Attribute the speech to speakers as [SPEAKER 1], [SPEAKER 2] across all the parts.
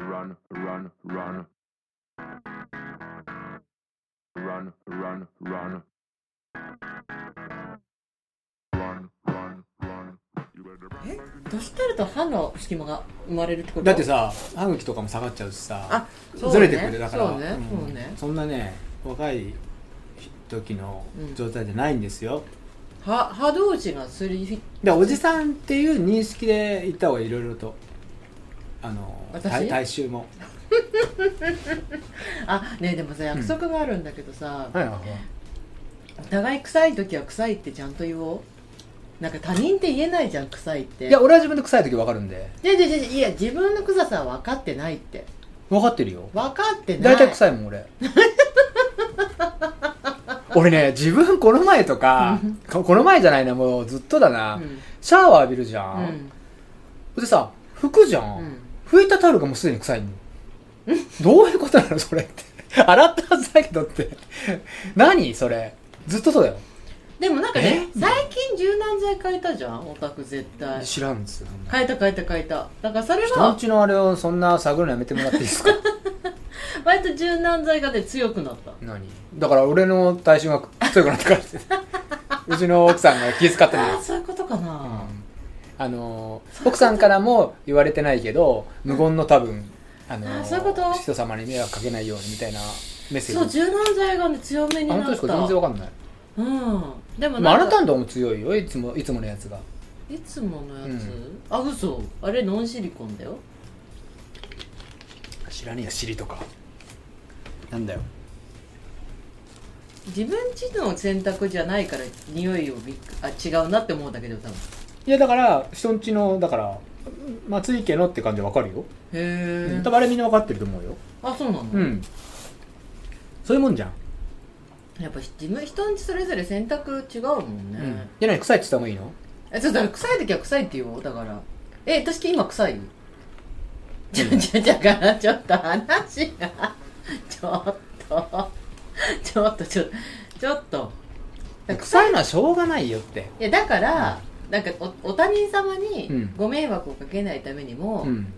[SPEAKER 1] run, run, run. Run, run, run. Run, run, run. You better run.
[SPEAKER 2] え年取ると歯の隙間が生まれるってこと
[SPEAKER 3] だってさ歯茎とかも下がっちゃうしさ
[SPEAKER 2] あそう
[SPEAKER 3] ず
[SPEAKER 2] ね
[SPEAKER 3] れてくるだから
[SPEAKER 2] そうね
[SPEAKER 3] ん
[SPEAKER 2] そうね
[SPEAKER 3] そんなね若い時の状態じゃないんですよ、
[SPEAKER 2] 歯歯同士がすりひ
[SPEAKER 3] でおじさんっていう認識で行った方がいろいろとあの
[SPEAKER 2] 私
[SPEAKER 3] 体体臭も
[SPEAKER 2] あねえでもさ約束があるんだけどさ、
[SPEAKER 3] はいはい
[SPEAKER 2] お互い臭い時は臭いってちゃんと言おうなんか他人って言えないじゃん臭いって
[SPEAKER 3] いや俺は自分で臭い時分かるんで
[SPEAKER 2] いやいやいやいや自分の臭さは分かってないって
[SPEAKER 3] 分かってるよ
[SPEAKER 2] 分かってない
[SPEAKER 3] 大体
[SPEAKER 2] い
[SPEAKER 3] 臭いも ん俺俺ね自分この前とか
[SPEAKER 2] うん
[SPEAKER 3] ここの前じゃないなもうずっとだな、
[SPEAKER 2] うん
[SPEAKER 3] シャワー浴びるじゃ、
[SPEAKER 2] うんん
[SPEAKER 3] でさ服じゃん、拭いたタオルがもうすで に臭いのどういうことなのそれって洗ったはずだけどって何それずっとそうだよ
[SPEAKER 2] でもなんかね
[SPEAKER 3] え
[SPEAKER 2] 最近柔軟剤変えたじゃんオタク絶対
[SPEAKER 3] 知らんですよそんな
[SPEAKER 2] 変えた変えた変えただからそれ
[SPEAKER 3] 人ん
[SPEAKER 2] は
[SPEAKER 3] ちのあれをそんな探るのやめてもらっていいで すか
[SPEAKER 2] 割と柔軟剤がね強くなった
[SPEAKER 3] 何だから俺の体臭が強くなったからってうちの奥さんが気遣ってる
[SPEAKER 2] ああそういうことか
[SPEAKER 3] う
[SPEAKER 2] な、
[SPEAKER 3] んあのー奥さんからも言われてないけど無言の多分あのー
[SPEAKER 2] あそういうこと
[SPEAKER 3] 人様に迷惑かけないようにみたいなメッセ
[SPEAKER 2] そ
[SPEAKER 3] ージ
[SPEAKER 2] う柔軟剤がね強めに
[SPEAKER 3] あ
[SPEAKER 2] な
[SPEAKER 3] 本当
[SPEAKER 2] っ
[SPEAKER 3] です
[SPEAKER 2] た
[SPEAKER 3] か全然わかんない、
[SPEAKER 2] うんでも
[SPEAKER 3] まあ、あ
[SPEAKER 2] なん
[SPEAKER 3] な
[SPEAKER 2] か
[SPEAKER 3] たんとこも強いよいつもいつものやつが
[SPEAKER 2] いつものやつ、
[SPEAKER 3] うん
[SPEAKER 2] あ嘘あれノンシリコンだよ
[SPEAKER 3] 知らねえよ尻とかなんだよ
[SPEAKER 2] 自分自の選択じゃないから匂いをびっくあ違うなって思うんだけど多分
[SPEAKER 3] いやだから人んちのだから松井家のって感じわかるよ、
[SPEAKER 2] へえ、
[SPEAKER 3] 多分あれみんなわかってると思うよ
[SPEAKER 2] あそうなの、
[SPEAKER 3] うんそういうもんじゃん、
[SPEAKER 2] やっぱ自分人にそれぞれ選択違うもんね、
[SPEAKER 3] うん、じゃない臭いって言った方がいいの
[SPEAKER 2] えそうだから臭い時は臭いって言おうだからえ私今臭 いちょちょだからちょっと話が ちょっとちょっとちょっとちょっとだから
[SPEAKER 3] 臭いのはしょうがないよって
[SPEAKER 2] いやだからなんかおお他人様に
[SPEAKER 3] うん
[SPEAKER 2] ご迷惑をかけないためにも,、
[SPEAKER 3] うん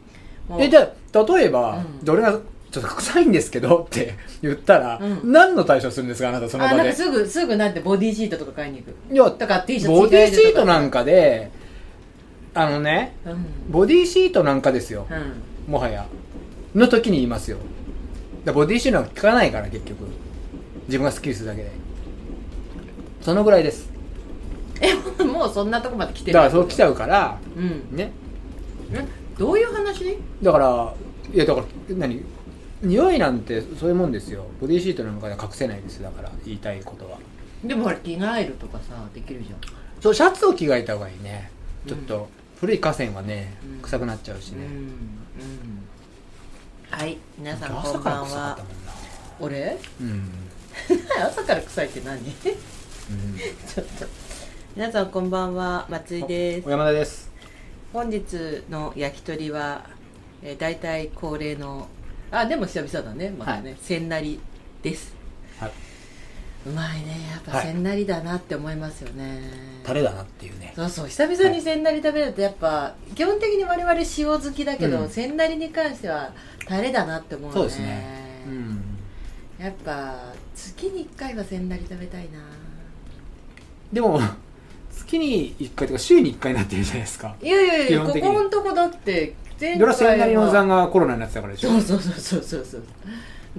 [SPEAKER 2] もう
[SPEAKER 3] えじゃあ例えば、
[SPEAKER 2] うん
[SPEAKER 3] じゃあ俺がちょっと臭いんですけどって言ったら、
[SPEAKER 2] うん
[SPEAKER 3] 何の対処するんですかあなたその
[SPEAKER 2] あ
[SPEAKER 3] 場
[SPEAKER 2] なん
[SPEAKER 3] で
[SPEAKER 2] かすぐすぐなんてボディーシートとか買いに行く
[SPEAKER 3] いや
[SPEAKER 2] とか T シャツ
[SPEAKER 3] ボディーシートなんんかであのね
[SPEAKER 2] うん、
[SPEAKER 3] ボディーシートなんかですよ
[SPEAKER 2] うん、
[SPEAKER 3] もはやの時に言いますよだからボディーシートなんか効かないから結局自分がスッキリするだけでそのぐらいです
[SPEAKER 2] えもうそんなとこまで来て
[SPEAKER 3] だ
[SPEAKER 2] る
[SPEAKER 3] からそう来ちゃうから
[SPEAKER 2] うん
[SPEAKER 3] ね
[SPEAKER 2] えどういう話
[SPEAKER 3] だからいやだから何匂いなんてそういうもんですよボディーシートなんかでは隠せないですよだから言いたいことは
[SPEAKER 2] でもほら着替えるとかさできるじゃん
[SPEAKER 3] そうシャツを着替えた方がいいね
[SPEAKER 2] うん
[SPEAKER 3] ちょっと古い河川はね
[SPEAKER 2] うん
[SPEAKER 3] 臭くなっちゃうし
[SPEAKER 2] うん
[SPEAKER 3] ね、
[SPEAKER 2] うんはい皆さんこ
[SPEAKER 3] 朝
[SPEAKER 2] んば
[SPEAKER 3] から
[SPEAKER 2] ん
[SPEAKER 3] 臭かっ
[SPEAKER 2] は
[SPEAKER 3] たもんな
[SPEAKER 2] 俺
[SPEAKER 3] うん、
[SPEAKER 2] 朝から臭いって何 ち
[SPEAKER 3] う
[SPEAKER 2] ょ
[SPEAKER 3] ん
[SPEAKER 2] っと皆さんこんばんは松井です
[SPEAKER 3] 小山田です
[SPEAKER 2] 本日の焼き鳥は、えー、大体恒例のあでも久々だねまたね、
[SPEAKER 3] はい
[SPEAKER 2] せんなりです、
[SPEAKER 3] はいう
[SPEAKER 2] まいねやっぱ
[SPEAKER 3] はい
[SPEAKER 2] せんなりだなって思いますよね、
[SPEAKER 3] タレだなっていうね
[SPEAKER 2] そうそう久々にせんなり食べるとやっぱ、基本的に我々塩好きだけど、
[SPEAKER 3] うん
[SPEAKER 2] せんなりに関してはタレだなって思うね
[SPEAKER 3] そうですねうん
[SPEAKER 2] やっぱ月に1回はせんなり食べたいな
[SPEAKER 3] でも月に1回とか週に1回になってるじゃないですか
[SPEAKER 2] いやいやい
[SPEAKER 3] 基
[SPEAKER 2] や
[SPEAKER 3] 本
[SPEAKER 2] こ
[SPEAKER 3] 的に
[SPEAKER 2] このとこだって前
[SPEAKER 3] ドラセンナリオン
[SPEAKER 2] は
[SPEAKER 3] さんがコロナになってたからでしょ
[SPEAKER 2] そうそうそうそうそうそう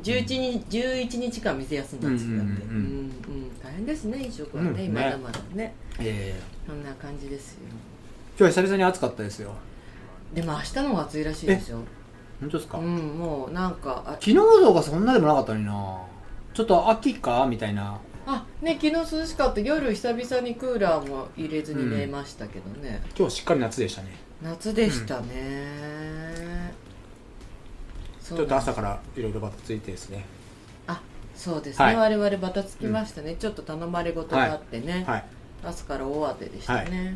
[SPEAKER 2] 11日 ,11 日間店休んだんですよだってうう
[SPEAKER 3] うんんうんんうん
[SPEAKER 2] 大変ですね飲食はね、
[SPEAKER 3] うんね
[SPEAKER 2] 今だまだね
[SPEAKER 3] ええ
[SPEAKER 2] そんな感じですよ
[SPEAKER 3] 今日は久々に暑かったですよ
[SPEAKER 2] でも明日の方が暑いらしいでしょ
[SPEAKER 3] 本当ですか、
[SPEAKER 2] うん
[SPEAKER 3] 昨
[SPEAKER 2] もうなんかあ
[SPEAKER 3] 日とかそんなでもなかったのになちょっと秋かみたいな
[SPEAKER 2] あね昨日涼しかった夜久々にクーラーも入れずに寝ましたけどね、
[SPEAKER 3] 今日しっかり夏でしたね
[SPEAKER 2] 夏でしたね、
[SPEAKER 3] ち
[SPEAKER 2] そ
[SPEAKER 3] ょっ
[SPEAKER 2] う
[SPEAKER 3] と
[SPEAKER 2] なん
[SPEAKER 3] 朝からいろいろバタついてですね
[SPEAKER 2] あそうですね、
[SPEAKER 3] はい
[SPEAKER 2] 我々バタつきましたね、ちょっと頼まれ事があってね、
[SPEAKER 3] はい
[SPEAKER 2] 朝から大当てでしたね
[SPEAKER 3] はいうん
[SPEAKER 2] はい、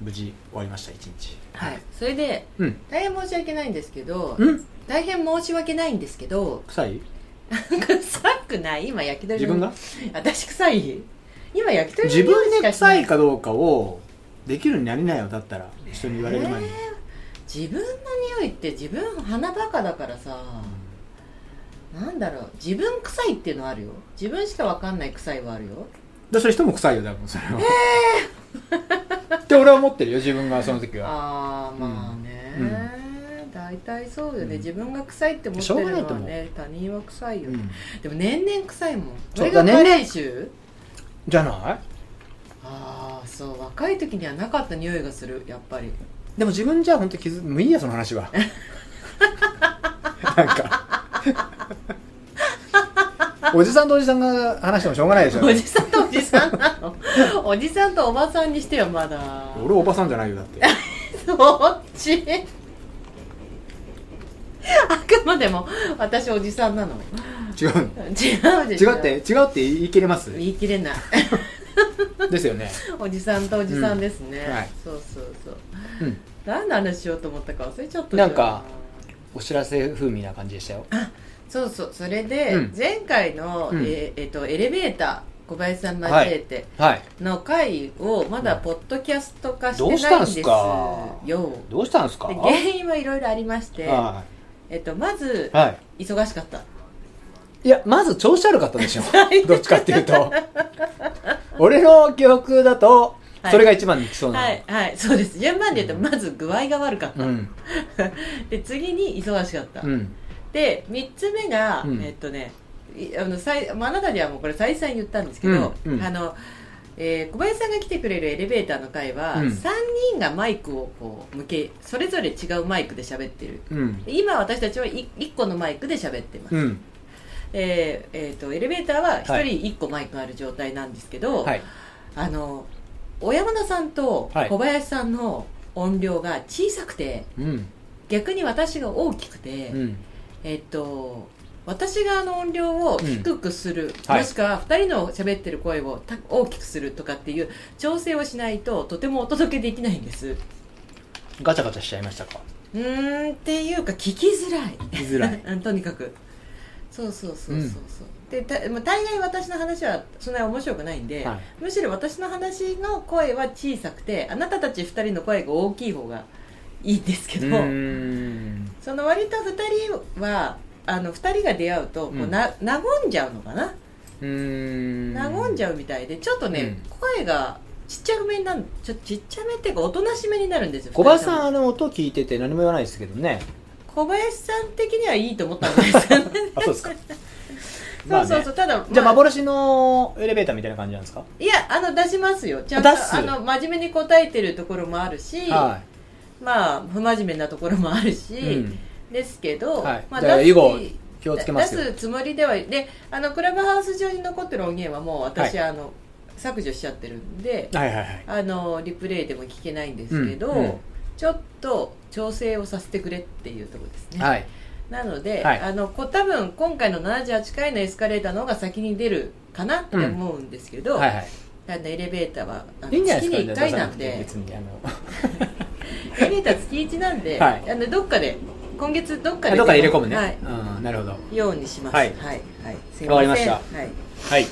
[SPEAKER 3] 無事終わりました一日
[SPEAKER 2] はい、それで
[SPEAKER 3] うん
[SPEAKER 2] 大変申し訳ないんですけど
[SPEAKER 3] うん
[SPEAKER 2] 大変申し訳ないんですけど
[SPEAKER 3] 臭い
[SPEAKER 2] 臭くない今焼き鳥の
[SPEAKER 3] 自分が
[SPEAKER 2] 私臭い今焼き鳥の
[SPEAKER 3] 自分
[SPEAKER 2] 匂いし
[SPEAKER 3] で
[SPEAKER 2] かしな
[SPEAKER 3] 臭いかどうかをできるようになりなよだったら人に言われる前に、
[SPEAKER 2] えー自分の匂いって自分鼻バカだからさなんだろう自分臭いっていうのはあるよ自分しかわかんない臭いはあるよ
[SPEAKER 3] だそれ人も臭いよ多分それはって俺は思ってるよ自分がその時は
[SPEAKER 2] ああまあね、大体そうよね、
[SPEAKER 3] うん
[SPEAKER 2] 自分が臭いって思っ
[SPEAKER 3] しょ
[SPEAKER 2] て
[SPEAKER 3] うが
[SPEAKER 2] る
[SPEAKER 3] ない
[SPEAKER 2] の
[SPEAKER 3] と
[SPEAKER 2] は
[SPEAKER 3] 思う
[SPEAKER 2] ね他人は臭いよ、
[SPEAKER 3] うん
[SPEAKER 2] でも年々臭いもん
[SPEAKER 3] そう
[SPEAKER 2] 俺が
[SPEAKER 3] だ年々
[SPEAKER 2] 年齢臭
[SPEAKER 3] じゃない
[SPEAKER 2] ああそう若い時にはなかった匂いがするやっぱり
[SPEAKER 3] でも自分じゃ本当気づもういいやその話 はなんかおじさんとおじさんが話してもしょうがないですよ
[SPEAKER 2] お
[SPEAKER 3] ね
[SPEAKER 2] じさんとおじさんな のおじさんとおばさんにしてはまだ
[SPEAKER 3] 俺おばさんじゃないよだって
[SPEAKER 2] そっちあくまでも私おじさんなの
[SPEAKER 3] 違う
[SPEAKER 2] 違うでし
[SPEAKER 3] 違
[SPEAKER 2] ょ
[SPEAKER 3] うって違うって言い切れます
[SPEAKER 2] 言い切れない
[SPEAKER 3] ですよね
[SPEAKER 2] おじさんとおじさんですね、
[SPEAKER 3] うんはい
[SPEAKER 2] そうそうそう
[SPEAKER 3] うん
[SPEAKER 2] 何の話しようと思ったか忘れちゃった
[SPEAKER 3] なんかお知らせ風味な感じでしたよ
[SPEAKER 2] そうそうそれで、
[SPEAKER 3] うん
[SPEAKER 2] 前回の、
[SPEAKER 3] うん
[SPEAKER 2] えーえーとエレベーター小林さん交えて
[SPEAKER 3] はい
[SPEAKER 2] の回をまだポッドキャスト化して
[SPEAKER 3] ど
[SPEAKER 2] ない
[SPEAKER 3] うん
[SPEAKER 2] で
[SPEAKER 3] し
[SPEAKER 2] す
[SPEAKER 3] たんすか
[SPEAKER 2] よ
[SPEAKER 3] どうしたんですか
[SPEAKER 2] で原因はいろいろありまして、
[SPEAKER 3] は
[SPEAKER 2] えっと、まず
[SPEAKER 3] い、はい
[SPEAKER 2] 忙しかった
[SPEAKER 3] いや、まず調子悪かった でしょ。どっちかっていうと。俺の記憶だと、
[SPEAKER 2] はい
[SPEAKER 3] それが一番にきそうなの。
[SPEAKER 2] はいはいそうです順番で言うとまず具合が悪かった、
[SPEAKER 3] うん。
[SPEAKER 2] で次に忙しかった、
[SPEAKER 3] うん。
[SPEAKER 2] で3つ目が、
[SPEAKER 3] うん
[SPEAKER 2] えっとねいあのさいまああなたにはもうこれ再三言ったんですけど、
[SPEAKER 3] うんうん
[SPEAKER 2] あのえー小林さんが来てくれるエレベーターの回は、
[SPEAKER 3] うん
[SPEAKER 2] 3人がマイクをこう向けそれぞれ違うマイクで喋ってる
[SPEAKER 3] うん。
[SPEAKER 2] 今私たちは 1, 個のマイクで喋ってます、
[SPEAKER 3] うん。
[SPEAKER 2] えーえーとエレベーターは1
[SPEAKER 3] はい
[SPEAKER 2] 人1個マイクがある状態なんですけど、
[SPEAKER 3] はい。
[SPEAKER 2] あの小山田さんと
[SPEAKER 3] はい
[SPEAKER 2] 小林さんの音量が小さくて
[SPEAKER 3] うん。
[SPEAKER 2] 逆に私が大きくて、
[SPEAKER 3] うん。
[SPEAKER 2] えっと私があの音量を低くする、
[SPEAKER 3] はい
[SPEAKER 2] もしくは2人の喋ってる声をた大きくするとかっていう調整をしないととてもお届けできないんです
[SPEAKER 3] ガチャガチャしちゃいましたか。
[SPEAKER 2] うーんっていうか聞きづらい
[SPEAKER 3] 言いづらい
[SPEAKER 2] 。うんとにかくそうそうそうそうそう、でたまあ大概私の話はそんなに面白くないんで、
[SPEAKER 3] は
[SPEAKER 2] むしろ私の話の声は小さくてあなたたち2人の声が大きい方がいいんですけ
[SPEAKER 3] い。
[SPEAKER 2] ど、
[SPEAKER 3] うーん。
[SPEAKER 2] その割と2人はあの2人が出会うとこ
[SPEAKER 3] う
[SPEAKER 2] うんな、和んじゃうのかな、
[SPEAKER 3] うーん。
[SPEAKER 2] 和んじゃうみたいでちょっとね、
[SPEAKER 3] う
[SPEAKER 2] 声がちっちゃめになるちょちっちゃめっていうかおとなしめになるんですよ
[SPEAKER 3] 小林さん、
[SPEAKER 2] ん
[SPEAKER 3] あの、音聞いてて何も言わないですけどね。
[SPEAKER 2] 小林さん的にはいいと思ったんですよね
[SPEAKER 3] あ、そうで すか。
[SPEAKER 2] そ
[SPEAKER 3] ま
[SPEAKER 2] う
[SPEAKER 3] あ
[SPEAKER 2] そう
[SPEAKER 3] ね
[SPEAKER 2] そう、ただ、
[SPEAKER 3] じゃあ、
[SPEAKER 2] ま
[SPEAKER 3] 幻のエレベーターみたいな感じなんですか
[SPEAKER 2] いやあの出しますよちゃんと
[SPEAKER 3] 出す
[SPEAKER 2] あの真面目に答えてるところもあるし、
[SPEAKER 3] は
[SPEAKER 2] まあ不真面目なところもあるし、
[SPEAKER 3] い。うん。
[SPEAKER 2] ですけど、
[SPEAKER 3] はい
[SPEAKER 2] ま
[SPEAKER 3] じゃあ
[SPEAKER 2] 出す
[SPEAKER 3] 以後気をつけま
[SPEAKER 2] 出
[SPEAKER 3] すよ。
[SPEAKER 2] すつもりではであのクラブハウス上に残ってる音源はもう私、
[SPEAKER 3] は
[SPEAKER 2] あの削除しちゃってるんで
[SPEAKER 3] はいはいはい。
[SPEAKER 2] あのリプレイでも聞けないんですけど、
[SPEAKER 3] うんうん
[SPEAKER 2] ちょっと調整をさせてくれっていうところですね、
[SPEAKER 3] はい。
[SPEAKER 2] なので、
[SPEAKER 3] はい
[SPEAKER 2] あのこ多分今回の78回のエスカレーターの方が先に出るかなって思うんですけど、
[SPEAKER 3] はいはい。
[SPEAKER 2] あのエレベーターはあの
[SPEAKER 3] いいんじゃない
[SPEAKER 2] 月
[SPEAKER 3] で
[SPEAKER 2] に
[SPEAKER 3] すか、
[SPEAKER 2] 1回なん
[SPEAKER 3] 出
[SPEAKER 2] で
[SPEAKER 3] さくて別にあの
[SPEAKER 2] エレベーター月1なんで、
[SPEAKER 3] はい
[SPEAKER 2] あのどっかで今月どっかで
[SPEAKER 3] どっかで入れ込むね、
[SPEAKER 2] はい
[SPEAKER 3] うんなるほど
[SPEAKER 2] ようにします
[SPEAKER 3] はい
[SPEAKER 2] はい、はい、すい
[SPEAKER 3] わかりました
[SPEAKER 2] はい
[SPEAKER 3] はい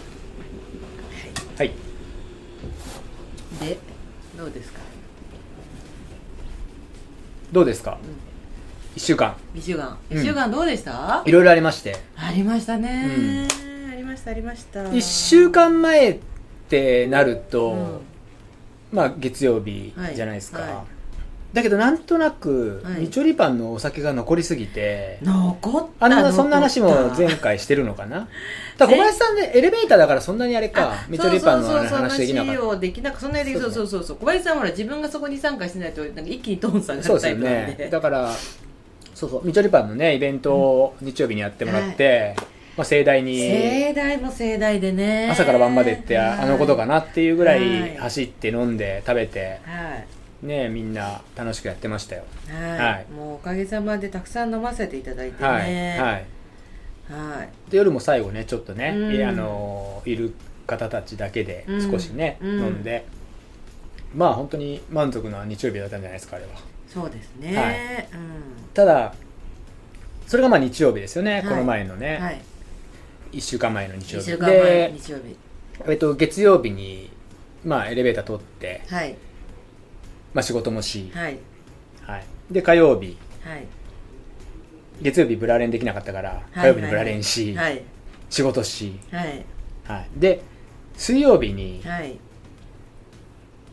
[SPEAKER 3] はい
[SPEAKER 2] でどうですか
[SPEAKER 3] どうですか、一1週間
[SPEAKER 2] 2週間
[SPEAKER 3] うん
[SPEAKER 2] 1週間どうでした、
[SPEAKER 3] いろいろありまして
[SPEAKER 2] ありましたね、ありましたありました
[SPEAKER 3] 1週間前ってなると、
[SPEAKER 2] うん
[SPEAKER 3] まあ月曜日じゃないですか、
[SPEAKER 2] はいはい
[SPEAKER 3] だけどなんとなく、
[SPEAKER 2] はい
[SPEAKER 3] みちょりパンのお酒が残りすぎて
[SPEAKER 2] 残った
[SPEAKER 3] あんなそんな話
[SPEAKER 2] 残
[SPEAKER 3] も
[SPEAKER 2] った
[SPEAKER 3] 前回してるのか なだから小林さんねエレベーターだからそんなにあれかみちょりパンの
[SPEAKER 2] そうそうそう
[SPEAKER 3] 話できなかっ
[SPEAKER 2] 話をできなくそんなに
[SPEAKER 3] そう
[SPEAKER 2] そ
[SPEAKER 3] だ
[SPEAKER 2] う
[SPEAKER 3] ね
[SPEAKER 2] そうそうそう小林さんはほら自分がそこに参加してないとなんか一気にトーンさん
[SPEAKER 3] た
[SPEAKER 2] が
[SPEAKER 3] そう
[SPEAKER 2] る
[SPEAKER 3] です
[SPEAKER 2] タイ
[SPEAKER 3] よ
[SPEAKER 2] プなんで
[SPEAKER 3] ねだからそうそうみちょりパンのねイベントを日曜日にやってもらって、まあ、盛大に
[SPEAKER 2] 盛大も盛大でね
[SPEAKER 3] 朝から晩までってああのことかなっていうぐら
[SPEAKER 2] はい
[SPEAKER 3] い走って飲んで食べて
[SPEAKER 2] はい
[SPEAKER 3] ねみんな楽しくやってましたよ
[SPEAKER 2] はい、
[SPEAKER 3] はい
[SPEAKER 2] もうおかげさまでたくさん飲ませていただいて
[SPEAKER 3] はい、
[SPEAKER 2] ね
[SPEAKER 3] はい
[SPEAKER 2] はい、
[SPEAKER 3] で夜も最後ねちょっとね、
[SPEAKER 2] うん
[SPEAKER 3] いあのいる方たちだけで
[SPEAKER 2] うん
[SPEAKER 3] 少しね、
[SPEAKER 2] うん
[SPEAKER 3] 飲んでまあ本当に満足な日曜日だったんじゃないですかあれは
[SPEAKER 2] そうですね、
[SPEAKER 3] は
[SPEAKER 2] う
[SPEAKER 3] ただそれがまあ日曜日ですよね、
[SPEAKER 2] はい
[SPEAKER 3] この前の
[SPEAKER 2] ん、は
[SPEAKER 3] ね、
[SPEAKER 2] い
[SPEAKER 3] 一1週間前の日曜
[SPEAKER 2] 1
[SPEAKER 3] 日
[SPEAKER 2] 週間前
[SPEAKER 3] で、
[SPEAKER 2] 日曜日
[SPEAKER 3] えっと、月曜日に、まあ、エレベーター取って、
[SPEAKER 2] はい
[SPEAKER 3] まあ、仕事もし、
[SPEAKER 2] はい
[SPEAKER 3] はい、で、火曜日、
[SPEAKER 2] はい
[SPEAKER 3] 月曜日ブラレンできなかったから、
[SPEAKER 2] はい
[SPEAKER 3] 火曜日にブラレンし、
[SPEAKER 2] はい
[SPEAKER 3] 仕事し、
[SPEAKER 2] はい
[SPEAKER 3] はい。で、水曜日に
[SPEAKER 2] はい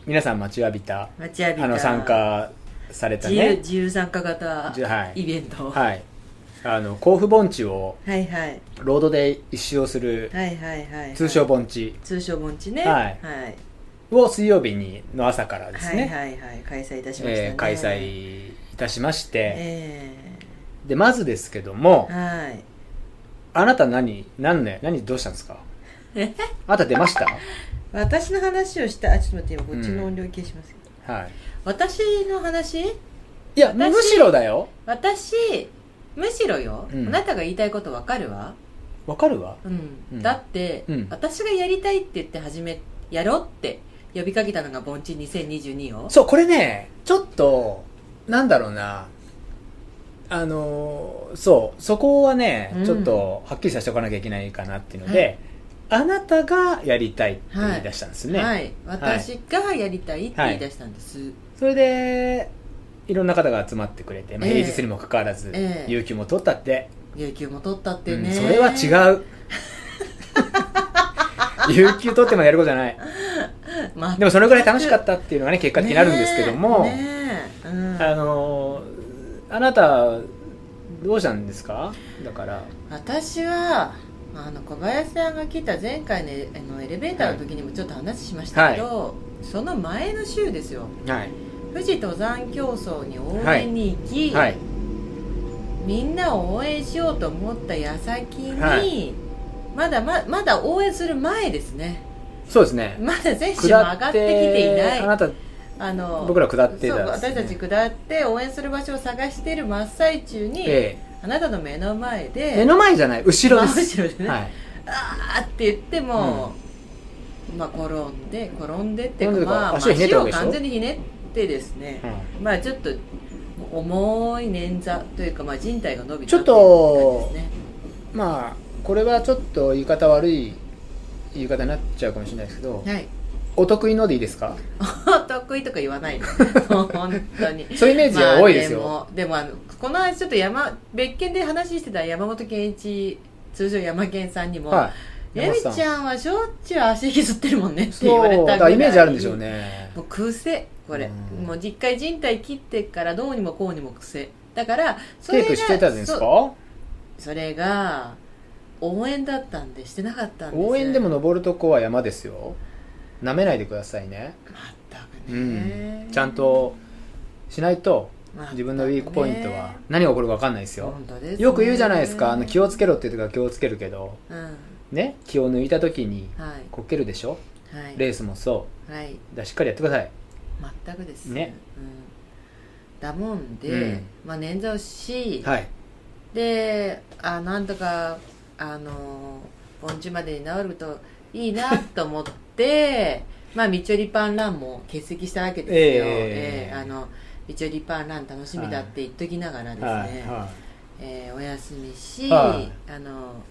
[SPEAKER 3] 皆さん待ちわびた、
[SPEAKER 2] 待ち浴びた
[SPEAKER 3] あの、参加された
[SPEAKER 2] 自由
[SPEAKER 3] ね、
[SPEAKER 2] 自由参加型
[SPEAKER 3] じゅはい
[SPEAKER 2] イベントは
[SPEAKER 3] はい。あの、甲府盆地を
[SPEAKER 2] いはい
[SPEAKER 3] ロードで一周をする
[SPEAKER 2] はいはいはい
[SPEAKER 3] 通称盆地
[SPEAKER 2] 通称盆地ね
[SPEAKER 3] はい
[SPEAKER 2] はい
[SPEAKER 3] を水曜日にの朝からです
[SPEAKER 2] はい
[SPEAKER 3] ね、
[SPEAKER 2] はいはい開催いたしました
[SPEAKER 3] え
[SPEAKER 2] ね
[SPEAKER 3] ー開催いたしまして、
[SPEAKER 2] え
[SPEAKER 3] で、まずですけども、
[SPEAKER 2] えはい
[SPEAKER 3] あなた何、何ね、何どうしたんですか
[SPEAKER 2] え
[SPEAKER 3] あなた出ました
[SPEAKER 2] 私の話をしたあちょっと待って今こっちの音量消します、
[SPEAKER 3] はい。
[SPEAKER 2] 私の話
[SPEAKER 3] いや、
[SPEAKER 2] 私
[SPEAKER 3] むしろだよ。
[SPEAKER 2] 私むしろよ、
[SPEAKER 3] うん
[SPEAKER 2] あなたが言いたいことわかるわ
[SPEAKER 3] わかるわ。
[SPEAKER 2] うん、
[SPEAKER 3] うん
[SPEAKER 2] だって、
[SPEAKER 3] うん
[SPEAKER 2] 私がやりたいって言って始めやろうって呼びかけたのが盆地2022を
[SPEAKER 3] そう、これね、ちょっと、なんだろうな、あのーそう、そこはね、
[SPEAKER 2] うん
[SPEAKER 3] ちょっと、はっきりさせておかなきゃいけないかなっていうので、あなたがやりたいって言い出したんですね。
[SPEAKER 2] はい私がやりたいって言い出したんです、
[SPEAKER 3] それで、いろんな方が集まってくれて、まあ、
[SPEAKER 2] ええ
[SPEAKER 3] 平日にもかかわらず、
[SPEAKER 2] ええ
[SPEAKER 3] 有給も取ったって、
[SPEAKER 2] 有給も取ったってね、
[SPEAKER 3] うんそれは違う。 有給取ってまでやることじゃない。
[SPEAKER 2] まあ
[SPEAKER 3] でもそれぐらい楽しかったっていうのがね、結果的になるんですけども、
[SPEAKER 2] ねえねえうん
[SPEAKER 3] あのーあなた、どうしたんですかだから。
[SPEAKER 2] 私はあの小林さんが来た前回のエあのエレベーターの時にもちょっと話しましたけど、その前の週ですよ
[SPEAKER 3] はい。
[SPEAKER 2] 富士登山競争に応援に行き、
[SPEAKER 3] はい。
[SPEAKER 2] みんなを応援しようと思った矢先に、
[SPEAKER 3] はい
[SPEAKER 2] まだままだ応援する前ですね
[SPEAKER 3] そうですね。
[SPEAKER 2] まだ選手も上がってきていな
[SPEAKER 3] 下ってあ
[SPEAKER 2] い
[SPEAKER 3] なた、
[SPEAKER 2] あの
[SPEAKER 3] 僕ら下ってたん
[SPEAKER 2] そう
[SPEAKER 3] ですね
[SPEAKER 2] 私たち下って応援する場所を探している真っ最中に、
[SPEAKER 3] え
[SPEAKER 2] あなたの目の前
[SPEAKER 3] え
[SPEAKER 2] で
[SPEAKER 3] 目の前じゃない、後ろです。
[SPEAKER 2] 真後ろでね、
[SPEAKER 3] はい。
[SPEAKER 2] あーって言っても、まあ転んで転んでっていう
[SPEAKER 3] 転
[SPEAKER 2] か
[SPEAKER 3] んでるか
[SPEAKER 2] まあまあ
[SPEAKER 3] 足をひねったわけでしょ
[SPEAKER 2] 足を完全にひねってですね、まあちょっと重い捻挫というかまあ人体が伸びた
[SPEAKER 3] ちょっ
[SPEAKER 2] っていう感
[SPEAKER 3] と
[SPEAKER 2] じですね
[SPEAKER 3] まあ、これはちょっと言い方悪い言い方になっちゃうかもしれないですけど、
[SPEAKER 2] はい
[SPEAKER 3] お得意のでいいですか
[SPEAKER 2] お得意とか言わないの本当に
[SPEAKER 3] そういうイメージが多いですよ。
[SPEAKER 2] まあでもでもあのこの間ちょっと山別件で話してた山本健一通常山健さんにも、
[SPEAKER 3] はい。
[SPEAKER 2] エミ
[SPEAKER 3] 山
[SPEAKER 2] ち
[SPEAKER 3] ん。
[SPEAKER 2] ゃんはしょっちゅう足引きずってるもんねって言われ
[SPEAKER 3] そう、
[SPEAKER 2] た
[SPEAKER 3] だ
[SPEAKER 2] ぐ
[SPEAKER 3] からら
[SPEAKER 2] い
[SPEAKER 3] イメージあるんでしょうね。
[SPEAKER 2] もう癖これ、
[SPEAKER 3] うん
[SPEAKER 2] もう一回人体切ってからどうにもこうにも癖だからそれ
[SPEAKER 3] テ
[SPEAKER 2] が
[SPEAKER 3] ープしてたんです
[SPEAKER 2] そ
[SPEAKER 3] か
[SPEAKER 2] それが応援だったんでしてなかったんです
[SPEAKER 3] 応援でも登るとこは山ですよ舐めないでくださいね、
[SPEAKER 2] 全くね、
[SPEAKER 3] ちゃんとしないと
[SPEAKER 2] 全くね
[SPEAKER 3] 自分のウィークポイントは何が起こるか分かんないですよ
[SPEAKER 2] 本当ですね
[SPEAKER 3] よく言うじゃないですかあの気をつけろって言う時は気をつけるけど
[SPEAKER 2] うんは
[SPEAKER 3] ね気を抜いた時に
[SPEAKER 2] い
[SPEAKER 3] こけるでしょ
[SPEAKER 2] はい
[SPEAKER 3] レースもそう
[SPEAKER 2] はい
[SPEAKER 3] だからしっかりやってください
[SPEAKER 2] 全くです
[SPEAKER 3] ね、
[SPEAKER 2] うん、だもんで、
[SPEAKER 3] うん
[SPEAKER 2] まあ捻挫をし、
[SPEAKER 3] はい
[SPEAKER 2] であなんとかあの盆地までに治るといいなと思って まあみちょりパンランも欠席したわけですよ、
[SPEAKER 3] ええ
[SPEAKER 2] ええあのみちょりパンラン楽しみだって言っときながらですね、
[SPEAKER 3] はいは
[SPEAKER 2] えーお休みし、
[SPEAKER 3] はい
[SPEAKER 2] あの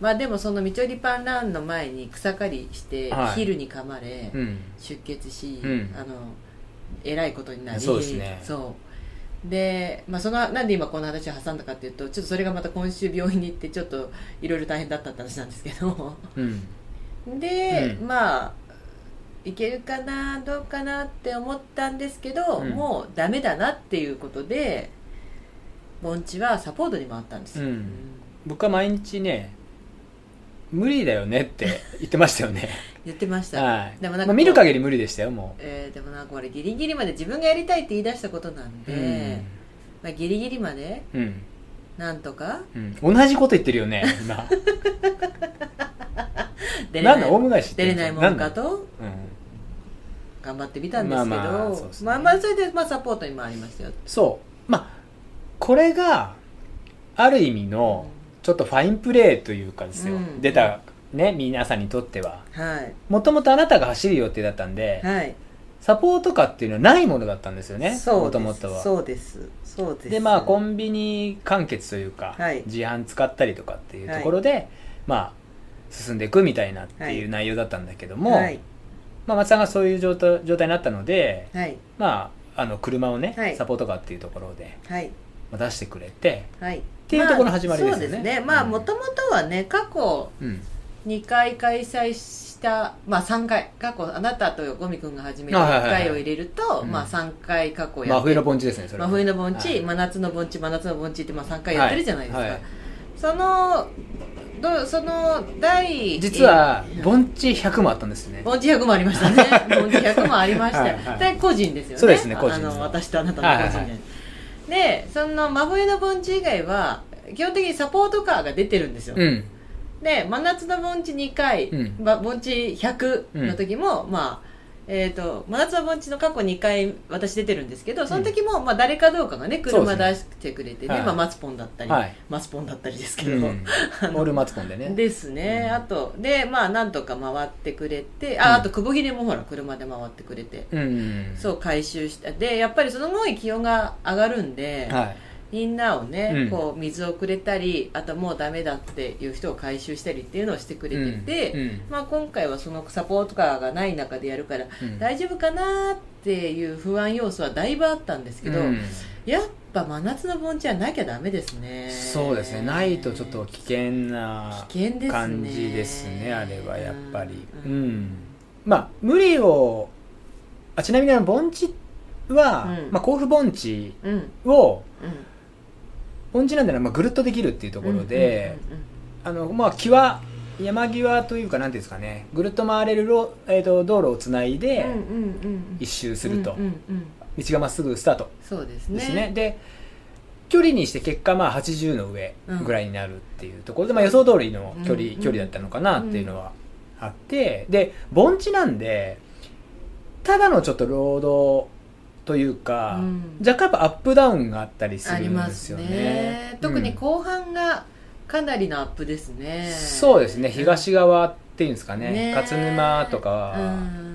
[SPEAKER 2] まあでもそのみちょりパンランの前に草刈りして、
[SPEAKER 3] はい
[SPEAKER 2] 昼に噛まれ、
[SPEAKER 3] いうん
[SPEAKER 2] 出血し、
[SPEAKER 3] うん
[SPEAKER 2] あのえらいことになり
[SPEAKER 3] そうですね
[SPEAKER 2] そうでまあ、そのなんで今この話を挟んだかっていうとちょっとそれがまた今週病院に行ってちょっといろいろ大変だったって話なんですけど
[SPEAKER 3] うん
[SPEAKER 2] で、
[SPEAKER 3] うん
[SPEAKER 2] まあいけるかなどうかなって思ったんですけど、
[SPEAKER 3] うん
[SPEAKER 2] もうダメだなっていうことで盆地はサポートに回ったんですよ、
[SPEAKER 3] うん僕は毎日ね無理だよねって言ってましたよね
[SPEAKER 2] 言ってました、
[SPEAKER 3] はい
[SPEAKER 2] でもなんか
[SPEAKER 3] まあ見る限り無理でしたよも
[SPEAKER 2] えーでもなんかこれギリギリまで自分がやりたいって言い出したことなん
[SPEAKER 3] う
[SPEAKER 2] で、まあ、ギリギリまで
[SPEAKER 3] うん、うん
[SPEAKER 2] なんとか
[SPEAKER 3] うん、同じこと言ってるよね今
[SPEAKER 2] 出れな
[SPEAKER 3] ないんだオウム返しって
[SPEAKER 2] 出れないもんかと
[SPEAKER 3] なんだうん
[SPEAKER 2] 頑張ってみたんですけど、
[SPEAKER 3] ま
[SPEAKER 2] ま
[SPEAKER 3] あ
[SPEAKER 2] あ
[SPEAKER 3] ま
[SPEAKER 2] ま
[SPEAKER 3] あ
[SPEAKER 2] あ
[SPEAKER 3] そうですね
[SPEAKER 2] それでまあサポートにもありましたよ
[SPEAKER 3] そうまあこれがある意味のちょっとファインプレーというかですよ、
[SPEAKER 2] うん
[SPEAKER 3] 出たね皆さんにとっては
[SPEAKER 2] はい
[SPEAKER 3] もともとあなたが走る予定だったんで、
[SPEAKER 2] はい
[SPEAKER 3] サポートカーっていうのはないものだったんですよね
[SPEAKER 2] そう
[SPEAKER 3] も
[SPEAKER 2] です
[SPEAKER 3] ともとは
[SPEAKER 2] そうですそうです
[SPEAKER 3] でまあコンビニ完結というか、
[SPEAKER 2] はい
[SPEAKER 3] 自販使ったりとかっていうところで、まあ進んでいくみたいなっていう内容だったんだけども、
[SPEAKER 2] はい
[SPEAKER 3] まあ、松田がそういう状態状態になったので、
[SPEAKER 2] はい
[SPEAKER 3] まあ、あの車をね、
[SPEAKER 2] はい
[SPEAKER 3] サポートカーっていうところで
[SPEAKER 2] はい
[SPEAKER 3] まあ出してくれて
[SPEAKER 2] はいって
[SPEAKER 3] いうところの始まりですよね
[SPEAKER 2] そうですねまあ
[SPEAKER 3] うん
[SPEAKER 2] もともとはね過去
[SPEAKER 3] うん
[SPEAKER 2] 2回開催したまあ3回過去あなたとゴミくんが始めた
[SPEAKER 3] あはいは
[SPEAKER 2] 1
[SPEAKER 3] いはい
[SPEAKER 2] 回を入れると
[SPEAKER 3] うん
[SPEAKER 2] まあ3回過去やって
[SPEAKER 3] 真冬の盆地ですねそれ
[SPEAKER 2] 真
[SPEAKER 3] は
[SPEAKER 2] 冬の盆地、
[SPEAKER 3] はい
[SPEAKER 2] 真夏の盆地真夏の盆地ってまあ3回やってるじゃないですか、
[SPEAKER 3] はは
[SPEAKER 2] そのどその第
[SPEAKER 3] 実は
[SPEAKER 2] えー
[SPEAKER 3] 盆地100もあったんですね
[SPEAKER 2] 盆地100もありましたね 盆地100もありました
[SPEAKER 3] は
[SPEAKER 2] よ
[SPEAKER 3] いはい
[SPEAKER 2] で個人ですよね
[SPEAKER 3] そうですね個人
[SPEAKER 2] あ
[SPEAKER 3] です
[SPEAKER 2] の私とあなたの個人で、
[SPEAKER 3] はいはいは
[SPEAKER 2] でその真冬の盆地以外は基本的にサポートカーが出てるんですよ、
[SPEAKER 3] うん
[SPEAKER 2] で真夏の盆地2回、
[SPEAKER 3] うん
[SPEAKER 2] ば盆地100の時も、まあえー、と真夏の盆地の過去2回私出てるんですけどその時も、まあ、誰かどうかがね
[SPEAKER 3] そ
[SPEAKER 2] 車
[SPEAKER 3] うで
[SPEAKER 2] 出
[SPEAKER 3] す
[SPEAKER 2] してくれてね
[SPEAKER 3] はい
[SPEAKER 2] まあ、マツポンだったり、
[SPEAKER 3] はい
[SPEAKER 2] マツポンだったりですけ
[SPEAKER 3] う
[SPEAKER 2] ど、
[SPEAKER 3] ん
[SPEAKER 2] あの
[SPEAKER 3] オールマツコンでね
[SPEAKER 2] ですね、
[SPEAKER 3] うん
[SPEAKER 2] あとでまあなんとか回ってくれて
[SPEAKER 3] うん
[SPEAKER 2] ああと久保切もほら車で回ってくれて、
[SPEAKER 3] うん
[SPEAKER 2] そう回収したでやっぱりその後に気温が上がるんで、
[SPEAKER 3] はい
[SPEAKER 2] みんなをね、
[SPEAKER 3] うん
[SPEAKER 2] こう水をくれたりあともうダメだっていう人を回収したりっていうのをしてくれてて、
[SPEAKER 3] うんうん
[SPEAKER 2] まあ、今回はそのサポートカーがない中でやるから
[SPEAKER 3] うん
[SPEAKER 2] 大丈夫かなっていう不安要素はだいぶあったんですけど、
[SPEAKER 3] うん
[SPEAKER 2] やっぱ真夏の盆地はなきゃダメですね
[SPEAKER 3] そうですねないとちょっと危険な
[SPEAKER 2] 危険ですね
[SPEAKER 3] 感じですねあれはやっぱり
[SPEAKER 2] う
[SPEAKER 3] うんん、まあ無理をあちなみにあの盆地は、
[SPEAKER 2] うん
[SPEAKER 3] まあ、甲府盆地
[SPEAKER 2] うんうん
[SPEAKER 3] を盆地なんだな、まあ、ぐるっとできるっていうと
[SPEAKER 2] と
[SPEAKER 3] ころで、あのまあ際山際というかなんていうんですかねぐるっと回れるロ、えー、と道路をつないで一周すると、
[SPEAKER 2] うんうんうん
[SPEAKER 3] 道がまっすぐスタート
[SPEAKER 2] そうですね
[SPEAKER 3] ですねで距離にして結果まあ80の上ぐらいになるっていうところで、まあ、予想通りの距離,、
[SPEAKER 2] うん
[SPEAKER 3] 距離だったのかなっていうのはあって、で盆地なんでただのちょっと労働というか、
[SPEAKER 2] うん
[SPEAKER 3] 若干やっぱアップダウンがあったりす
[SPEAKER 2] あ
[SPEAKER 3] る
[SPEAKER 2] り
[SPEAKER 3] ん
[SPEAKER 2] ま
[SPEAKER 3] ですすよね
[SPEAKER 2] ね特に
[SPEAKER 3] うん
[SPEAKER 2] 後半がかなりのアップですね、
[SPEAKER 3] そうですね東側っていうんですかね
[SPEAKER 2] ね
[SPEAKER 3] 勝沼とか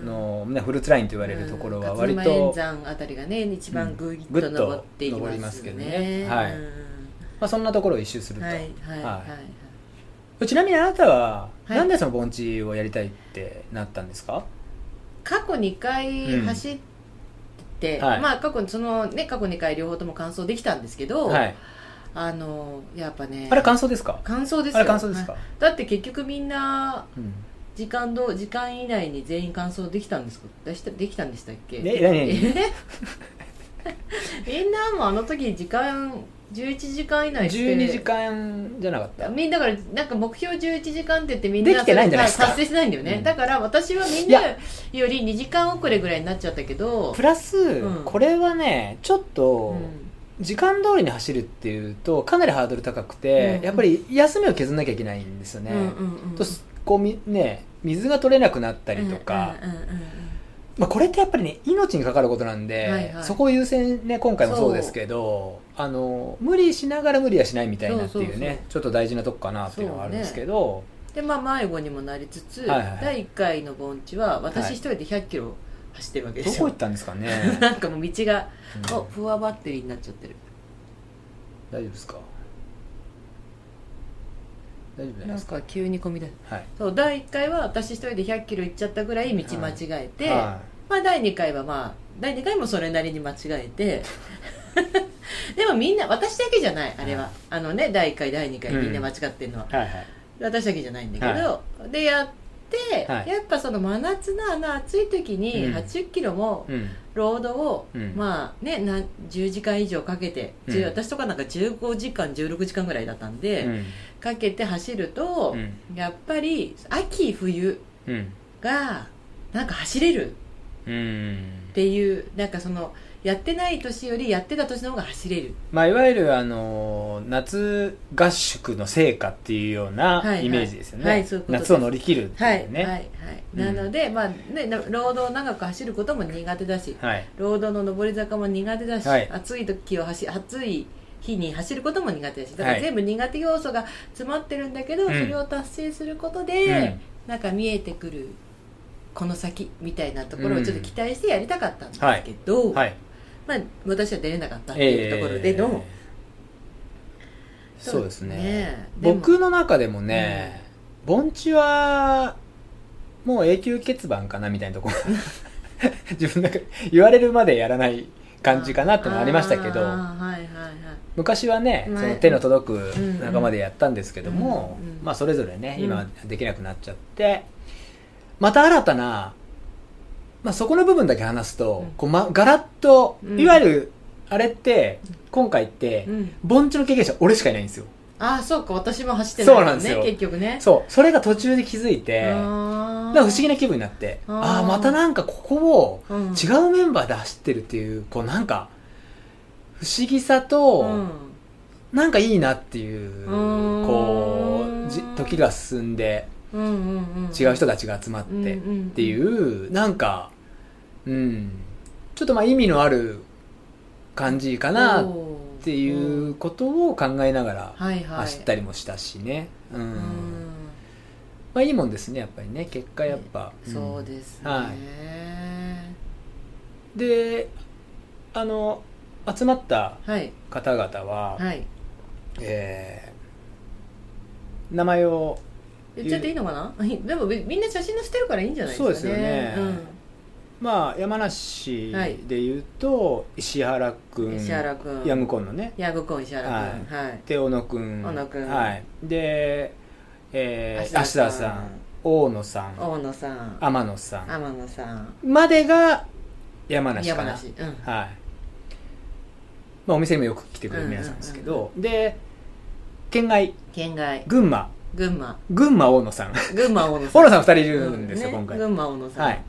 [SPEAKER 3] の、ねフルーツラインと言われるところは割と、
[SPEAKER 2] うん勝沼円山あたりがね一番グイ
[SPEAKER 3] ぐ
[SPEAKER 2] ッと
[SPEAKER 3] っと
[SPEAKER 2] 登っていき
[SPEAKER 3] 登り
[SPEAKER 2] ま
[SPEAKER 3] ますす
[SPEAKER 2] よ
[SPEAKER 3] けど
[SPEAKER 2] ね
[SPEAKER 3] ねはい
[SPEAKER 2] うん
[SPEAKER 3] まあ、そんなところを一周すると、
[SPEAKER 2] はいはいは
[SPEAKER 3] はいちなみにあなたは、
[SPEAKER 2] はい
[SPEAKER 3] なんでその盆地をやりたいってなったんですか
[SPEAKER 2] 過去2回走って、
[SPEAKER 3] うんはい
[SPEAKER 2] まあ過去にそのね過去2回両方とも完走できたんですけど、
[SPEAKER 3] はい、
[SPEAKER 2] あのやっぱね
[SPEAKER 3] あれ感想ですか
[SPEAKER 2] 完走ですよ
[SPEAKER 3] あれ感想ですか、
[SPEAKER 2] はいだって結局みんな
[SPEAKER 3] うん
[SPEAKER 2] 時間ど時間以内に全員完走できたんですかでしたできたんでしたっけ
[SPEAKER 3] え何
[SPEAKER 2] え
[SPEAKER 3] 何
[SPEAKER 2] みんなもうあの時時間11時間以内って
[SPEAKER 3] 12時間じゃなかった
[SPEAKER 2] みんなだからなんか目標11時間って言ってみんな
[SPEAKER 3] できてないんじゃないですか
[SPEAKER 2] 達成してないんだよね、
[SPEAKER 3] うん
[SPEAKER 2] だから私はみん
[SPEAKER 3] い
[SPEAKER 2] な
[SPEAKER 3] や
[SPEAKER 2] より2時間遅れぐらいになっちゃったけど
[SPEAKER 3] プラス、
[SPEAKER 2] うん
[SPEAKER 3] これはねちょっ
[SPEAKER 2] う
[SPEAKER 3] と
[SPEAKER 2] ん
[SPEAKER 3] 時間通りに走るっていうとかなりハードル高くて、
[SPEAKER 2] うん
[SPEAKER 3] やっぱり休みを削んなきゃいけないんですよね、
[SPEAKER 2] うんうんうん
[SPEAKER 3] とこうみね水が取れなくなったりとか、
[SPEAKER 2] うんうんうんうん
[SPEAKER 3] まあ、これってやっぱりね命にかかることなんで、
[SPEAKER 2] はいはい
[SPEAKER 3] そこを優先ね今回もそうですけどあの無理しながら無理はしないみたいなっていう
[SPEAKER 2] そう
[SPEAKER 3] ね
[SPEAKER 2] そうそう
[SPEAKER 3] ちょっと大事なとこかなっていうのはあるんですけど、
[SPEAKER 2] でまあ迷子にもなりつつ、
[SPEAKER 3] はいはい
[SPEAKER 2] 第1回の盆地は私一人で1 0 0キロ走ってるわけで
[SPEAKER 3] ど
[SPEAKER 2] す
[SPEAKER 3] こ
[SPEAKER 2] よ、
[SPEAKER 3] 行ったんですかね、
[SPEAKER 2] なんかもう道が、
[SPEAKER 3] うん
[SPEAKER 2] おフォアバッテリーになっちゃってる
[SPEAKER 3] 大丈夫ですか大丈夫じゃない
[SPEAKER 2] な
[SPEAKER 3] で
[SPEAKER 2] ん
[SPEAKER 3] すか
[SPEAKER 2] か急に込み出す
[SPEAKER 3] はい
[SPEAKER 2] そう第1回は私一人で1 0 0キロ行っちゃったぐらい道間違えて、
[SPEAKER 3] は
[SPEAKER 2] まあ、第2回はまあ第2回もそれなりに間違えて でもみんな私だけじゃないあれは、
[SPEAKER 3] はい
[SPEAKER 2] あのね第1回第2回
[SPEAKER 3] うん
[SPEAKER 2] みんな間違ってるのは、
[SPEAKER 3] いはいはい
[SPEAKER 2] 私だけじゃないんだけど、でやって、
[SPEAKER 3] はい
[SPEAKER 2] やっぱその真夏のあの暑い時に
[SPEAKER 3] うん
[SPEAKER 2] 8 0キロも
[SPEAKER 3] うん
[SPEAKER 2] ロードを、
[SPEAKER 3] うん
[SPEAKER 2] まあねな10時間以上かけて、10
[SPEAKER 3] うん
[SPEAKER 2] 私とかなんか15時間16時間ぐらいだったんで、
[SPEAKER 3] うん
[SPEAKER 2] かけて走ると
[SPEAKER 3] う、ん
[SPEAKER 2] やっぱり秋冬
[SPEAKER 3] うん
[SPEAKER 2] がなんか走れる
[SPEAKER 3] うん
[SPEAKER 2] っていうなんかそのやってない年よりやってた年の方が走れる
[SPEAKER 3] まあ、いわゆるあの夏合宿の成果っていうよう
[SPEAKER 2] はいは
[SPEAKER 3] ないイメージですよね、
[SPEAKER 2] はいそういうことです
[SPEAKER 3] 夏を乗り切るって
[SPEAKER 2] はいい、
[SPEAKER 3] う
[SPEAKER 2] はいは
[SPEAKER 3] ね
[SPEAKER 2] い、
[SPEAKER 3] うん
[SPEAKER 2] なのでまあねな労働を長く走ることも苦手だし
[SPEAKER 3] はい
[SPEAKER 2] 労働の上り坂も苦手だし、
[SPEAKER 3] はい
[SPEAKER 2] 暑い時を走暑い日に走ることも苦手だしだから
[SPEAKER 3] はい
[SPEAKER 2] 全部苦手要素が詰まってるんだけど、
[SPEAKER 3] うん
[SPEAKER 2] それを達成することで、なんか見えてくるこの先みたいなところをちょっと期待してやりたかったんですけど、
[SPEAKER 3] うんはい
[SPEAKER 2] まあ、私は出れなかったっていうところでの、
[SPEAKER 3] えーそうですね
[SPEAKER 2] でも
[SPEAKER 3] 僕の中でもね、盆地は もう永久欠番かなみたいなところ自分の中で言われるまでやらない感じかなってのはありましたけど
[SPEAKER 2] あーはいはいはい
[SPEAKER 3] 昔はね、
[SPEAKER 2] はい
[SPEAKER 3] その手の届く
[SPEAKER 2] ん
[SPEAKER 3] 仲間でやったんですけども、
[SPEAKER 2] うんうん
[SPEAKER 3] まあそれぞれね、
[SPEAKER 2] うん
[SPEAKER 3] 今はできなくなっちゃってまた新たな、まあ、そこの部分だけ話すと、
[SPEAKER 2] うん
[SPEAKER 3] こうま、ガラッと、
[SPEAKER 2] うん
[SPEAKER 3] いわゆるあれって今回って、
[SPEAKER 2] うん
[SPEAKER 3] 盆地の経験者俺しかいないんですよ
[SPEAKER 2] ああそうか私も走ってないも
[SPEAKER 3] そうなんですよ
[SPEAKER 2] 結局ね
[SPEAKER 3] そうそれが途中で気づいてなんか
[SPEAKER 2] あー
[SPEAKER 3] 不思議な気分になってあ
[SPEAKER 2] あー
[SPEAKER 3] あーまたなんかここを
[SPEAKER 2] うん
[SPEAKER 3] 違うメンバーで走ってるっていうこうなんか不思議さと、
[SPEAKER 2] うん
[SPEAKER 3] なんかいいなってい
[SPEAKER 2] う
[SPEAKER 3] う、
[SPEAKER 2] ーん
[SPEAKER 3] こう、じ時が進んで、
[SPEAKER 2] うんうんうん
[SPEAKER 3] 違う人たちが集まってっ
[SPEAKER 2] うんうんうん
[SPEAKER 3] ていう、なんか、うん、ちょっとまあ意味のある感じかなっ
[SPEAKER 2] おー
[SPEAKER 3] ていうことを考えながら
[SPEAKER 2] はいはい
[SPEAKER 3] 走ったりもしたしね。う。
[SPEAKER 2] うんん
[SPEAKER 3] まあいいもんですね、やっぱりね。結果やっぱ。ん
[SPEAKER 2] そうですね
[SPEAKER 3] はいで、あの、集まった
[SPEAKER 2] はい
[SPEAKER 3] 方々は、
[SPEAKER 2] はい
[SPEAKER 3] えー名前を
[SPEAKER 2] 言っちゃっていいのかな でもみみんな写真載せてるからいいんじゃないですかね
[SPEAKER 3] そうですよねまあ、山梨で言うと、石原
[SPEAKER 2] うん
[SPEAKER 3] 君
[SPEAKER 2] 石原君
[SPEAKER 3] ヤングコーンのね
[SPEAKER 2] ヤングコーン石原君はい
[SPEAKER 3] 手小野君
[SPEAKER 2] 小野君
[SPEAKER 3] はい、で、え
[SPEAKER 2] 芦
[SPEAKER 3] ー、
[SPEAKER 2] 田
[SPEAKER 3] 芦
[SPEAKER 2] さん
[SPEAKER 3] 田さん大野さん
[SPEAKER 2] 大野さん
[SPEAKER 3] 天野さん
[SPEAKER 2] 天野さん
[SPEAKER 3] までが山梨か
[SPEAKER 2] 山
[SPEAKER 3] な
[SPEAKER 2] 梨うん
[SPEAKER 3] はいまあ、お店にもよく来てくれる皆さんですけど、
[SPEAKER 2] うんう
[SPEAKER 3] で県外
[SPEAKER 2] 県外
[SPEAKER 3] 群馬
[SPEAKER 2] 群馬
[SPEAKER 3] 群馬大野さん
[SPEAKER 2] 群馬大野さん
[SPEAKER 3] 大野さん2人いるんですよ、
[SPEAKER 2] うね
[SPEAKER 3] 今回、
[SPEAKER 2] 群馬大野さん
[SPEAKER 3] はい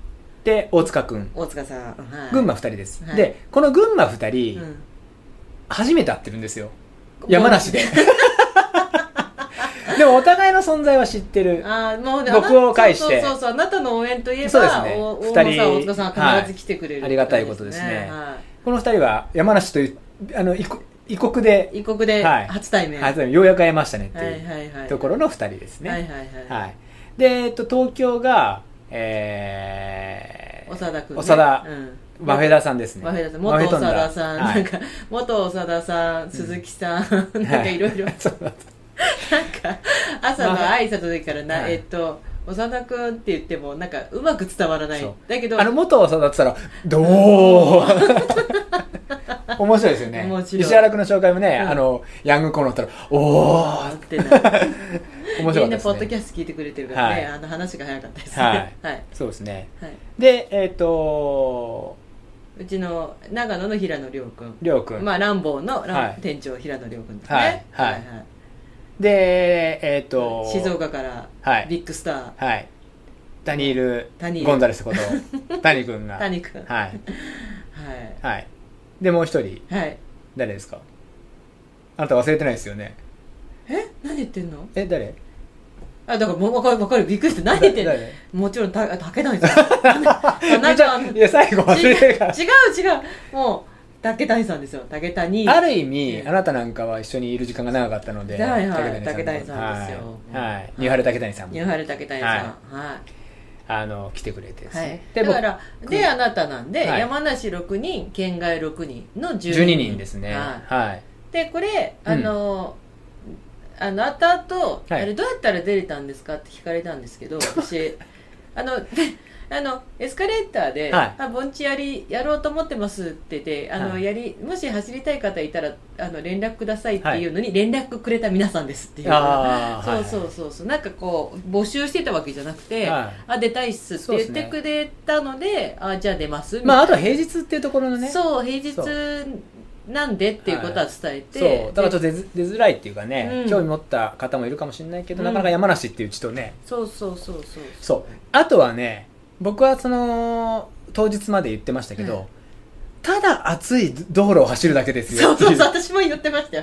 [SPEAKER 3] で大塚君
[SPEAKER 2] 大塚さんはい
[SPEAKER 3] 群馬2人です、
[SPEAKER 2] はい
[SPEAKER 3] でこの群馬2人、
[SPEAKER 2] うん
[SPEAKER 3] 初めて会ってるんですよ 山 梨ででもお互いの存在は知ってる
[SPEAKER 2] ああもうね
[SPEAKER 3] 僕を介して
[SPEAKER 2] そうそうそうそうあなたの応援といえば
[SPEAKER 3] そうですね
[SPEAKER 2] お
[SPEAKER 3] 二
[SPEAKER 2] 大
[SPEAKER 3] 人
[SPEAKER 2] 野さん大塚さんは必ず来てくれる、
[SPEAKER 3] はいありがたいことですね
[SPEAKER 2] は
[SPEAKER 3] この2人は山梨というあの異国異国で
[SPEAKER 2] い、異国で
[SPEAKER 3] はい
[SPEAKER 2] 初対面、
[SPEAKER 3] 初めてようやく会えましたねって
[SPEAKER 2] はい
[SPEAKER 3] い
[SPEAKER 2] はいは
[SPEAKER 3] う
[SPEAKER 2] い
[SPEAKER 3] ところの2人ですねは、
[SPEAKER 2] はいいはいはい、はい、
[SPEAKER 3] で、えっと、東京がえー、
[SPEAKER 2] 長田君、ね、
[SPEAKER 3] 長田
[SPEAKER 2] うん、
[SPEAKER 3] バフェダさんですね
[SPEAKER 2] バフェダさん元長田さん、
[SPEAKER 3] バフ
[SPEAKER 2] なん
[SPEAKER 3] ェトンダ
[SPEAKER 2] か元長田さん鈴木さん、
[SPEAKER 3] い
[SPEAKER 2] なんかいろいろ
[SPEAKER 3] はい そうなんです
[SPEAKER 2] なんか朝の挨拶の時からな、
[SPEAKER 3] はい
[SPEAKER 2] えっと長田君って言ってもなんかうまく伝わらない
[SPEAKER 3] そう
[SPEAKER 2] だけど
[SPEAKER 3] あの元を育てたら どう面白いですよね
[SPEAKER 2] 面白い
[SPEAKER 3] 石原君の紹介もね、
[SPEAKER 2] うん
[SPEAKER 3] あのヤングコーンだったらおお
[SPEAKER 2] あー ってなるみ
[SPEAKER 3] 面白かった
[SPEAKER 2] ん
[SPEAKER 3] で
[SPEAKER 2] なポ
[SPEAKER 3] す
[SPEAKER 2] ッドキ
[SPEAKER 3] ね。
[SPEAKER 2] ャスト聞いてくれてるからね、
[SPEAKER 3] はい
[SPEAKER 2] あの話が早かったですね
[SPEAKER 3] は
[SPEAKER 2] はいい、はい
[SPEAKER 3] そうですね。で、えっ、と、
[SPEAKER 2] うちの長野の平野亮君
[SPEAKER 3] りょうくん。
[SPEAKER 2] まあランボーの、ラン
[SPEAKER 3] はい
[SPEAKER 2] 店長平野亮君です
[SPEAKER 3] はい
[SPEAKER 2] ね
[SPEAKER 3] はいで、えっ、と、
[SPEAKER 2] 静岡から、
[SPEAKER 3] はい
[SPEAKER 2] ビッグスター
[SPEAKER 3] はい。ダニール・
[SPEAKER 2] ダニール
[SPEAKER 3] ゴンザレ スこと、谷くんが。
[SPEAKER 2] 谷君は
[SPEAKER 3] はい。
[SPEAKER 2] い
[SPEAKER 3] はい。で、もう一人、
[SPEAKER 2] はい
[SPEAKER 3] 誰ですかあなた忘れてないですよね。
[SPEAKER 2] え何言ってんの
[SPEAKER 3] え、誰
[SPEAKER 2] あだからもう分かる分かるびっくりして何言ってんの
[SPEAKER 3] だ誰
[SPEAKER 2] もちろんた竹谷さん なん
[SPEAKER 3] じゃ
[SPEAKER 2] か
[SPEAKER 3] あいや、最後忘
[SPEAKER 2] 違う違
[SPEAKER 3] れてるから。
[SPEAKER 2] う違うもう竹谷さんですよ竹谷
[SPEAKER 3] ある意味、
[SPEAKER 2] うん
[SPEAKER 3] あなたなんかは一緒にいる時間が長かったので、
[SPEAKER 2] はいはい
[SPEAKER 3] 竹谷
[SPEAKER 2] 竹谷さんですよ
[SPEAKER 3] はい。はい。ニューハル竹谷さん
[SPEAKER 2] ニ
[SPEAKER 3] も
[SPEAKER 2] ュー、ハル竹谷さんはい
[SPEAKER 3] あの、来てくれてです
[SPEAKER 2] は
[SPEAKER 3] ね。
[SPEAKER 2] い、
[SPEAKER 3] で、
[SPEAKER 2] だ
[SPEAKER 3] 僕
[SPEAKER 2] か、らであなたなんで、
[SPEAKER 3] はい
[SPEAKER 2] 山梨6人県外6人の12人
[SPEAKER 3] 12人ですね。
[SPEAKER 2] は
[SPEAKER 3] はい。
[SPEAKER 2] い、でこれ
[SPEAKER 3] うん
[SPEAKER 2] あの、あの後々、
[SPEAKER 3] はい
[SPEAKER 2] あれどうやったら出れたんですかって聞かれたんですけど 私あのであのエスカレーターで「
[SPEAKER 3] はい
[SPEAKER 2] あ盆地やりやろうと思ってます」って言ってあの、
[SPEAKER 3] はい
[SPEAKER 2] やりもし走りたい方いたらあの連絡くださいっていうのに、連絡くれた皆さんですっていう
[SPEAKER 3] あ
[SPEAKER 2] そうそううそうそうなんかこう募集してたわけじゃなくて、
[SPEAKER 3] はい
[SPEAKER 2] あ出たいっすっ
[SPEAKER 3] そう
[SPEAKER 2] て
[SPEAKER 3] で
[SPEAKER 2] 言っ
[SPEAKER 3] すね
[SPEAKER 2] てくれたのであじゃあ出ます
[SPEAKER 3] まああ
[SPEAKER 2] み
[SPEAKER 3] とは平日っていうところの
[SPEAKER 2] たいな
[SPEAKER 3] ねう
[SPEAKER 2] そう平日なんでっていうことは伝えて、
[SPEAKER 3] そうだからちょっと
[SPEAKER 2] で
[SPEAKER 3] 出づ出づらいっていうかね、
[SPEAKER 2] うん
[SPEAKER 3] 興味持った方もいるかもしれないけ
[SPEAKER 2] う
[SPEAKER 3] ど、
[SPEAKER 2] ん
[SPEAKER 3] なかなか山梨っていう地とね
[SPEAKER 2] そうそうそうそう
[SPEAKER 3] そうあとはね僕はその当日まで言ってましたけど、
[SPEAKER 2] うん
[SPEAKER 3] ただ暑い道路を走るだけです
[SPEAKER 2] そ
[SPEAKER 3] よ
[SPEAKER 2] う
[SPEAKER 3] って
[SPEAKER 2] そ
[SPEAKER 3] いう
[SPEAKER 2] そう私も言ってましたよ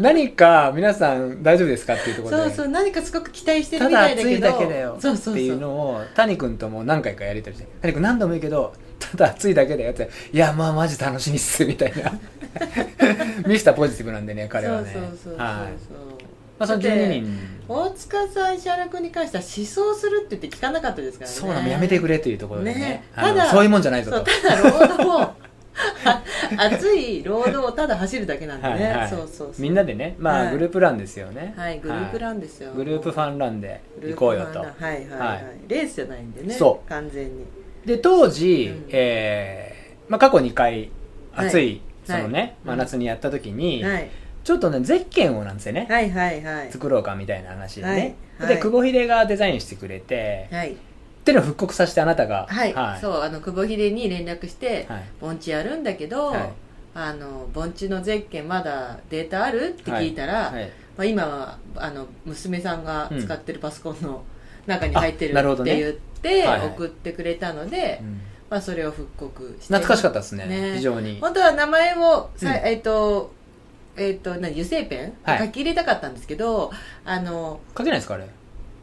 [SPEAKER 3] 何か皆さん大丈夫ですかっていうところで
[SPEAKER 2] そうそう何かすごく期待してる
[SPEAKER 3] た
[SPEAKER 2] み
[SPEAKER 3] だ
[SPEAKER 2] たいだけど
[SPEAKER 3] 暑いだけだよ
[SPEAKER 2] そうそうそ
[SPEAKER 3] っていうのを谷君とも何回かやりたりして谷君何度も言うけどただ暑いだけだよっていやまあマジ楽しみっすみたいな ミスターポジティブなんでね彼はね
[SPEAKER 2] そうそうそうそうそう、
[SPEAKER 3] はいまあ、その
[SPEAKER 2] だって
[SPEAKER 3] 12人
[SPEAKER 2] 大塚さん石原君に関しては思想するって言って聞かなかったですからね
[SPEAKER 3] そうなのやめてくれというところでね
[SPEAKER 2] ね
[SPEAKER 3] あの
[SPEAKER 2] ただ
[SPEAKER 3] そういうもんじゃないぞ
[SPEAKER 2] そう
[SPEAKER 3] と
[SPEAKER 2] ただ労働をあ暑い労働をただ走るだけなんでね、
[SPEAKER 3] はいはい
[SPEAKER 2] そうそうそう
[SPEAKER 3] みんなでねまあ、
[SPEAKER 2] はい
[SPEAKER 3] グループランですよね
[SPEAKER 2] はいグループランですよ、
[SPEAKER 3] はいグループファンランで
[SPEAKER 2] グルー
[SPEAKER 3] 行
[SPEAKER 2] プ
[SPEAKER 3] こうよと
[SPEAKER 2] なんだはいはい、はい
[SPEAKER 3] は
[SPEAKER 2] レースじゃないんでね
[SPEAKER 3] そう
[SPEAKER 2] 完全に
[SPEAKER 3] で当時、
[SPEAKER 2] うん
[SPEAKER 3] えまあ、過去2回
[SPEAKER 2] はい
[SPEAKER 3] 暑い、
[SPEAKER 2] はい
[SPEAKER 3] そのね、
[SPEAKER 2] うん
[SPEAKER 3] 真夏にやった時に、
[SPEAKER 2] はい
[SPEAKER 3] ちょっとねゼッケンをなんですよね、
[SPEAKER 2] はいはいはい
[SPEAKER 3] 作ろうかみたいな話でね、
[SPEAKER 2] はいはい
[SPEAKER 3] で久保秀がデザインしてくれて、
[SPEAKER 2] はい
[SPEAKER 3] っていうのを復刻させてあなたが
[SPEAKER 2] はい、
[SPEAKER 3] はい
[SPEAKER 2] そうあの久保秀に連絡して
[SPEAKER 3] はい
[SPEAKER 2] 「盆地やるんだけど、
[SPEAKER 3] はい
[SPEAKER 2] あの盆地のゼッケンまだデータある?」って聞いたら、
[SPEAKER 3] はい
[SPEAKER 2] まあ、今はあの娘さんが使ってるパソコンの中に入ってる
[SPEAKER 3] あなるほ
[SPEAKER 2] っ
[SPEAKER 3] ど
[SPEAKER 2] て
[SPEAKER 3] ね
[SPEAKER 2] 言って
[SPEAKER 3] はいはい
[SPEAKER 2] 送ってくれたので、
[SPEAKER 3] うん
[SPEAKER 2] まあ、それを復刻して
[SPEAKER 3] 懐かしか
[SPEAKER 2] っ
[SPEAKER 3] ったですね
[SPEAKER 2] ね
[SPEAKER 3] 非常に
[SPEAKER 2] 本当は名前をさ、
[SPEAKER 3] うん
[SPEAKER 2] えっ、とえっ、と何油性ペン、
[SPEAKER 3] はい
[SPEAKER 2] 書き入れたかったんですけどあの
[SPEAKER 3] 書けないですかあれ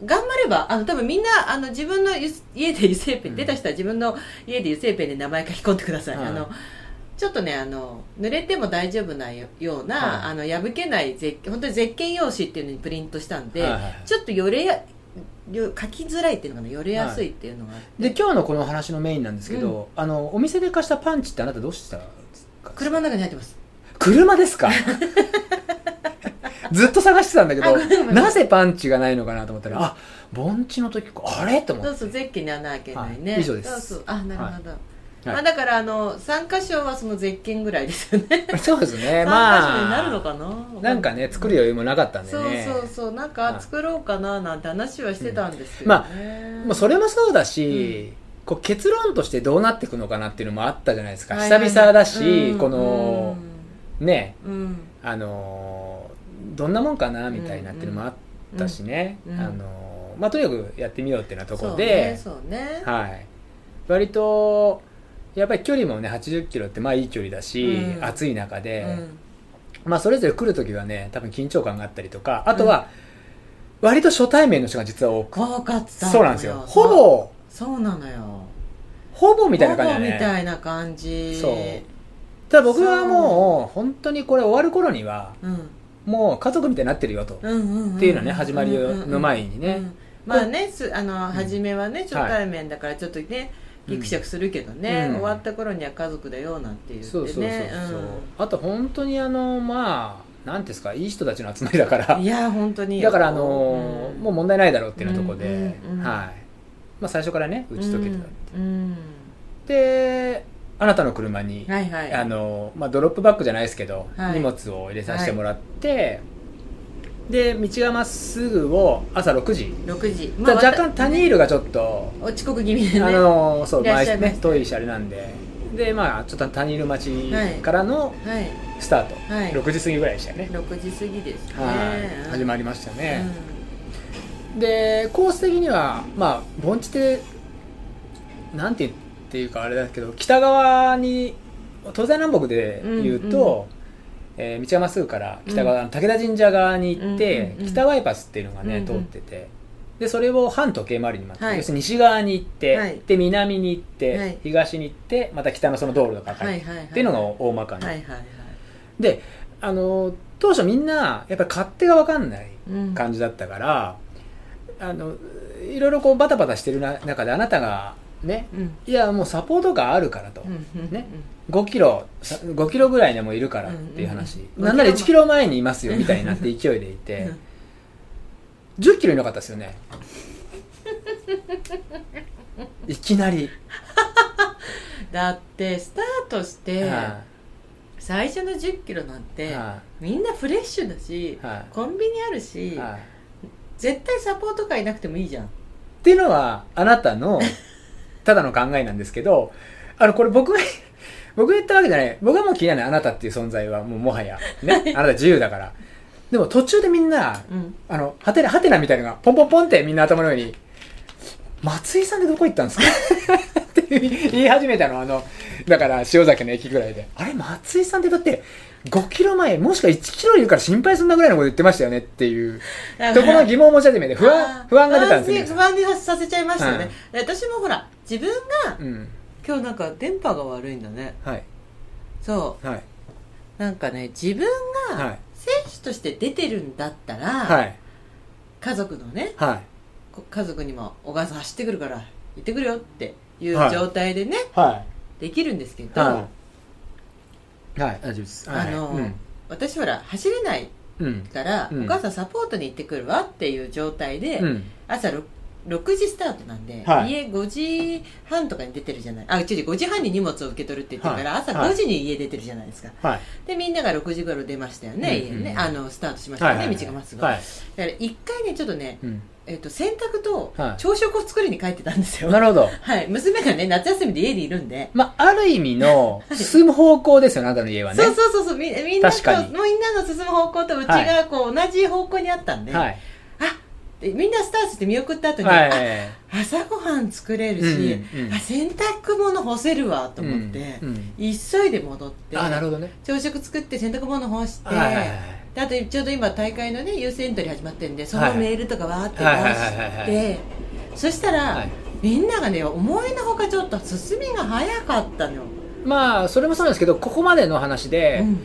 [SPEAKER 2] 頑張ればあの多分みんなあの自分のゆ家で油性ペン、
[SPEAKER 3] うん
[SPEAKER 2] 出た人は自分の家で油性ペンで名前書き込んでください、
[SPEAKER 3] はい
[SPEAKER 2] あのちょっとねあの濡れても大丈夫なような、
[SPEAKER 3] は
[SPEAKER 2] あの破けない絶本当に絶景用紙っていうのにプリントしたんで、
[SPEAKER 3] はいはいはい
[SPEAKER 2] ちょっとよれやよ書きづらいっていうのかなよれやすいっていうのがあって、
[SPEAKER 3] で今日のこの話のメインなんですけど、あのお店で貸したパンチってあなたどうしてたんですか
[SPEAKER 2] 車の中に入ってます
[SPEAKER 3] 車で すかずっと探してたんだけ
[SPEAKER 2] あ
[SPEAKER 3] ど
[SPEAKER 2] ごめんごめん
[SPEAKER 3] なぜパンチがないのかなと思ったらあ盆地の時かあれと思
[SPEAKER 2] そう
[SPEAKER 3] っ
[SPEAKER 2] そう
[SPEAKER 3] て
[SPEAKER 2] ゼッケンに穴開けないね、
[SPEAKER 3] はい以上です
[SPEAKER 2] そうそうあなるほど、
[SPEAKER 3] い
[SPEAKER 2] まあ、だからあの3箇所はその絶景ぐらいですよね
[SPEAKER 3] そうです
[SPEAKER 2] 3
[SPEAKER 3] ね
[SPEAKER 2] 箇所になるの
[SPEAKER 3] ま
[SPEAKER 2] か
[SPEAKER 3] あ
[SPEAKER 2] な、
[SPEAKER 3] なんかね作る余裕もなかったんで
[SPEAKER 2] そう
[SPEAKER 3] ね
[SPEAKER 2] そうそうなんか作ろうかななんて話はしてたんですけど、ね
[SPEAKER 3] もうそれもそうだし、こう結論としてどうなっていくのかなっていうのもあったじゃないですか、
[SPEAKER 2] はいはい
[SPEAKER 3] 久々だし、
[SPEAKER 2] うん
[SPEAKER 3] この、ね
[SPEAKER 2] うんうん
[SPEAKER 3] あのーどんなもんかなみたいなっていうのもあったしね、
[SPEAKER 2] うんうん
[SPEAKER 3] あのーまあ、とにかくやってみようっていうようなところで、
[SPEAKER 2] そうねそうね
[SPEAKER 3] はい、割とやっぱり距離もね80キロってまあいい距離だし、
[SPEAKER 2] うん
[SPEAKER 3] 暑い中で、
[SPEAKER 2] うん
[SPEAKER 3] まあ、それぞれ来る時はね多分緊張感があったりとかあとは、割と初対面の人が実は多く
[SPEAKER 2] 怖かったの
[SPEAKER 3] そうなんですよほぼ
[SPEAKER 2] そうなのよ
[SPEAKER 3] ほぼみたいな感じだ
[SPEAKER 2] ほぼ
[SPEAKER 3] ね
[SPEAKER 2] みたいな感じ
[SPEAKER 3] そうただ僕はもう本当にこれ終わる頃には
[SPEAKER 2] うん、うん
[SPEAKER 3] もう家族みたいになってるよと、
[SPEAKER 2] うんうん
[SPEAKER 3] っていうのはね始まり
[SPEAKER 2] うんうんうん
[SPEAKER 3] の前にね、
[SPEAKER 2] うんまあねすあの初めはね初
[SPEAKER 3] はい
[SPEAKER 2] 対面だからちょっとねギクシャクするけどね、
[SPEAKER 3] うん
[SPEAKER 2] 終わった頃には家族だよなんて言ってね
[SPEAKER 3] そうそうそうそう、
[SPEAKER 2] う
[SPEAKER 3] あと本当にあのまあなんていうんですかいい人たちの集まりだから
[SPEAKER 2] んいや本当に
[SPEAKER 3] だからあのー
[SPEAKER 2] ん
[SPEAKER 3] もう問題ないだろうっていうようなところで、
[SPEAKER 2] うんうんうん
[SPEAKER 3] はいまあ、最初からね打ち解けてた、
[SPEAKER 2] うん
[SPEAKER 3] であなたの車に、
[SPEAKER 2] うんはいはい
[SPEAKER 3] あのーまあ、ドロップバッグじゃないですけど、
[SPEAKER 2] はい
[SPEAKER 3] 荷物を入れさせてもらって、で道がまっすぐを朝6時、
[SPEAKER 2] 6時、
[SPEAKER 3] だ若干
[SPEAKER 2] わ
[SPEAKER 3] タ
[SPEAKER 2] た
[SPEAKER 3] ニールがちょっと、
[SPEAKER 2] ね遅刻気味でね
[SPEAKER 3] あのーそう
[SPEAKER 2] いらっしゃいました
[SPEAKER 3] ね遠いしあれなんででまあちょっとタニール町からの
[SPEAKER 2] はい
[SPEAKER 3] スタート、
[SPEAKER 2] はい
[SPEAKER 3] 6時過ぎぐらいでしたよね、
[SPEAKER 2] 6時過ぎですね
[SPEAKER 3] はい始ま
[SPEAKER 2] り
[SPEAKER 3] りましたね、でコース的にはまあ盆地ってなんて言っていうかあれだけど北側に東西南北で言うと、えー道がまっすぐから北側、武田神社側に行って、
[SPEAKER 2] うんうんうん
[SPEAKER 3] 北ワイパスっていうのが
[SPEAKER 2] う
[SPEAKER 3] ね、
[SPEAKER 2] んうん
[SPEAKER 3] 通っててでそれを反時計回りに回って、
[SPEAKER 2] はい
[SPEAKER 3] 要するに西側に行って、
[SPEAKER 2] はい
[SPEAKER 3] で南に行って、
[SPEAKER 2] はい
[SPEAKER 3] 東に行ってまた北のその道路がかかる、
[SPEAKER 2] はいはいはい
[SPEAKER 3] っていうのが大まかに、
[SPEAKER 2] はいはいはい
[SPEAKER 3] であの当初みんなやっぱり勝手が分かんない
[SPEAKER 2] うん
[SPEAKER 3] 感じだったから、あのいろいろこうバタバタしてるな中であなたがね
[SPEAKER 2] うん
[SPEAKER 3] いやもうサポートがあるからと、
[SPEAKER 2] うんうん
[SPEAKER 3] ね5キロさ5キロぐらいにはもういるからっ
[SPEAKER 2] うんうん
[SPEAKER 3] ていう話、
[SPEAKER 2] うん
[SPEAKER 3] なんなら1キロ前にいますよみたいになって勢いでい
[SPEAKER 2] うん
[SPEAKER 3] て10キロいなかったですよねいきなり、
[SPEAKER 2] だってスタートして
[SPEAKER 3] は
[SPEAKER 2] 最初の1 0キロなん
[SPEAKER 3] い
[SPEAKER 2] て
[SPEAKER 3] は
[SPEAKER 2] みんなフレッシュだし
[SPEAKER 3] いは
[SPEAKER 2] コンビニあるし
[SPEAKER 3] いはい
[SPEAKER 2] 絶対サポートがいなくてもいいじゃん
[SPEAKER 3] っていうのはあなた のただの考えなんですけどあのこれ僕が 僕が言ったわけじゃない僕はもう気にならないあなたっていう存在はもうもはや ねあなた自由だからでも途中でみんな
[SPEAKER 2] うん
[SPEAKER 3] あのハテナハテナみたいなのがポンポンポンってみんな頭の上に松井さんでどこ行ったんです かって言い始めたのあのだから塩崎の駅ぐらいであれ松井さんってだって5キロ前もしくは1キロいるから心配すんなぐらいのこと言ってましたよねっていうところの疑問を持ち始めて不安不安が出たんですよ皆さん
[SPEAKER 2] 不安に不安にさせちゃいましたよね、私もほら自分が
[SPEAKER 3] うん
[SPEAKER 2] 今日なんか電波が悪いんだね
[SPEAKER 3] はい
[SPEAKER 2] そ
[SPEAKER 3] はい。
[SPEAKER 2] うなんかね自分
[SPEAKER 3] は
[SPEAKER 2] が
[SPEAKER 3] い
[SPEAKER 2] 選手として出てるんだったら、
[SPEAKER 3] はい。
[SPEAKER 2] 家族のね
[SPEAKER 3] はい。
[SPEAKER 2] こ家族にも「お母さん走ってくるから行ってくるよ」っていう
[SPEAKER 3] はい
[SPEAKER 2] 状態でね、
[SPEAKER 3] は
[SPEAKER 2] できるんですけど、
[SPEAKER 3] はい。はい。大丈夫です。はい
[SPEAKER 2] あの
[SPEAKER 3] うん。
[SPEAKER 2] 私ほら走れない
[SPEAKER 3] うん。
[SPEAKER 2] から、
[SPEAKER 3] うん
[SPEAKER 2] お母さんサポートに行ってくるわっていう状態で、
[SPEAKER 3] うん。
[SPEAKER 2] 朝 6, 6時スタートなんで、
[SPEAKER 3] はい
[SPEAKER 2] 家5時半とかに出てるじゃないあうちで5時半に荷物を受け取るって言ってるから、
[SPEAKER 3] はい
[SPEAKER 2] 朝
[SPEAKER 3] はい
[SPEAKER 2] 5時に家出てるじゃないですか、
[SPEAKER 3] はい
[SPEAKER 2] でみんなが6時頃出ましたよね、
[SPEAKER 3] うんうんうん
[SPEAKER 2] 家ねあのスタートしました
[SPEAKER 3] は
[SPEAKER 2] よね、
[SPEAKER 3] いはい
[SPEAKER 2] 道がまっすぐ、
[SPEAKER 3] はい
[SPEAKER 2] だから一回ねちょっとね、
[SPEAKER 3] うん
[SPEAKER 2] えっと洗濯と
[SPEAKER 3] はい
[SPEAKER 2] 朝食を作りに帰ってたんですよ、
[SPEAKER 3] なるほど
[SPEAKER 2] はい、娘がね夏休みで家にいるんで、
[SPEAKER 3] まあある意味 の進む方向ですよねあなたの家はね
[SPEAKER 2] そうそうそうそうみみんなと
[SPEAKER 3] 確かに
[SPEAKER 2] みんなの進む方向とうち
[SPEAKER 3] は
[SPEAKER 2] がこう、同じ方向にあったんで、
[SPEAKER 3] はい
[SPEAKER 2] あでみんなスタートして見送った後に、
[SPEAKER 3] はい
[SPEAKER 2] あ朝ごはん作れるし、
[SPEAKER 3] うんうん
[SPEAKER 2] あ洗濯物干せるわと思って、
[SPEAKER 3] うんうん
[SPEAKER 2] 急いで戻って
[SPEAKER 3] あなるほどね
[SPEAKER 2] 朝食作って洗濯物干して、
[SPEAKER 3] はいはいはい
[SPEAKER 2] であとちょうど今大会のね優先エントリー始まってるんでそ
[SPEAKER 3] は
[SPEAKER 2] の
[SPEAKER 3] い
[SPEAKER 2] メールとかわーって出
[SPEAKER 3] はいはいはい
[SPEAKER 2] し
[SPEAKER 3] はいは
[SPEAKER 2] てそしたら、
[SPEAKER 3] はい
[SPEAKER 2] みんながね思いのほかちょっと進みが早かったのよ、
[SPEAKER 3] まあそれもそうなんですけどここまでの話で、
[SPEAKER 2] うん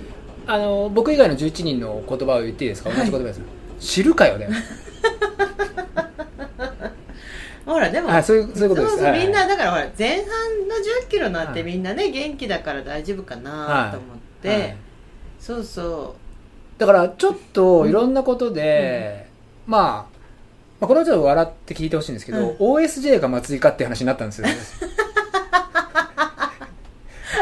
[SPEAKER 3] あの僕以外の11人の言葉を言っていいですか
[SPEAKER 2] は
[SPEAKER 3] 同
[SPEAKER 2] い
[SPEAKER 3] じ言葉です、知るかよね
[SPEAKER 2] ほらでも、
[SPEAKER 3] はいそういうそういうことです
[SPEAKER 2] そうそう
[SPEAKER 3] はい
[SPEAKER 2] みんなだからほら前半の1 0キロなんて
[SPEAKER 3] はい
[SPEAKER 2] みんなね元気だから大丈夫かなと思って、
[SPEAKER 3] はい
[SPEAKER 2] そう そ
[SPEAKER 3] だからちょっといろんなことで、まあまあこれはちょっと笑って聞いてほしいんですけど、
[SPEAKER 2] うん
[SPEAKER 3] OSJ が祭りかっていう話になったんですよ
[SPEAKER 2] う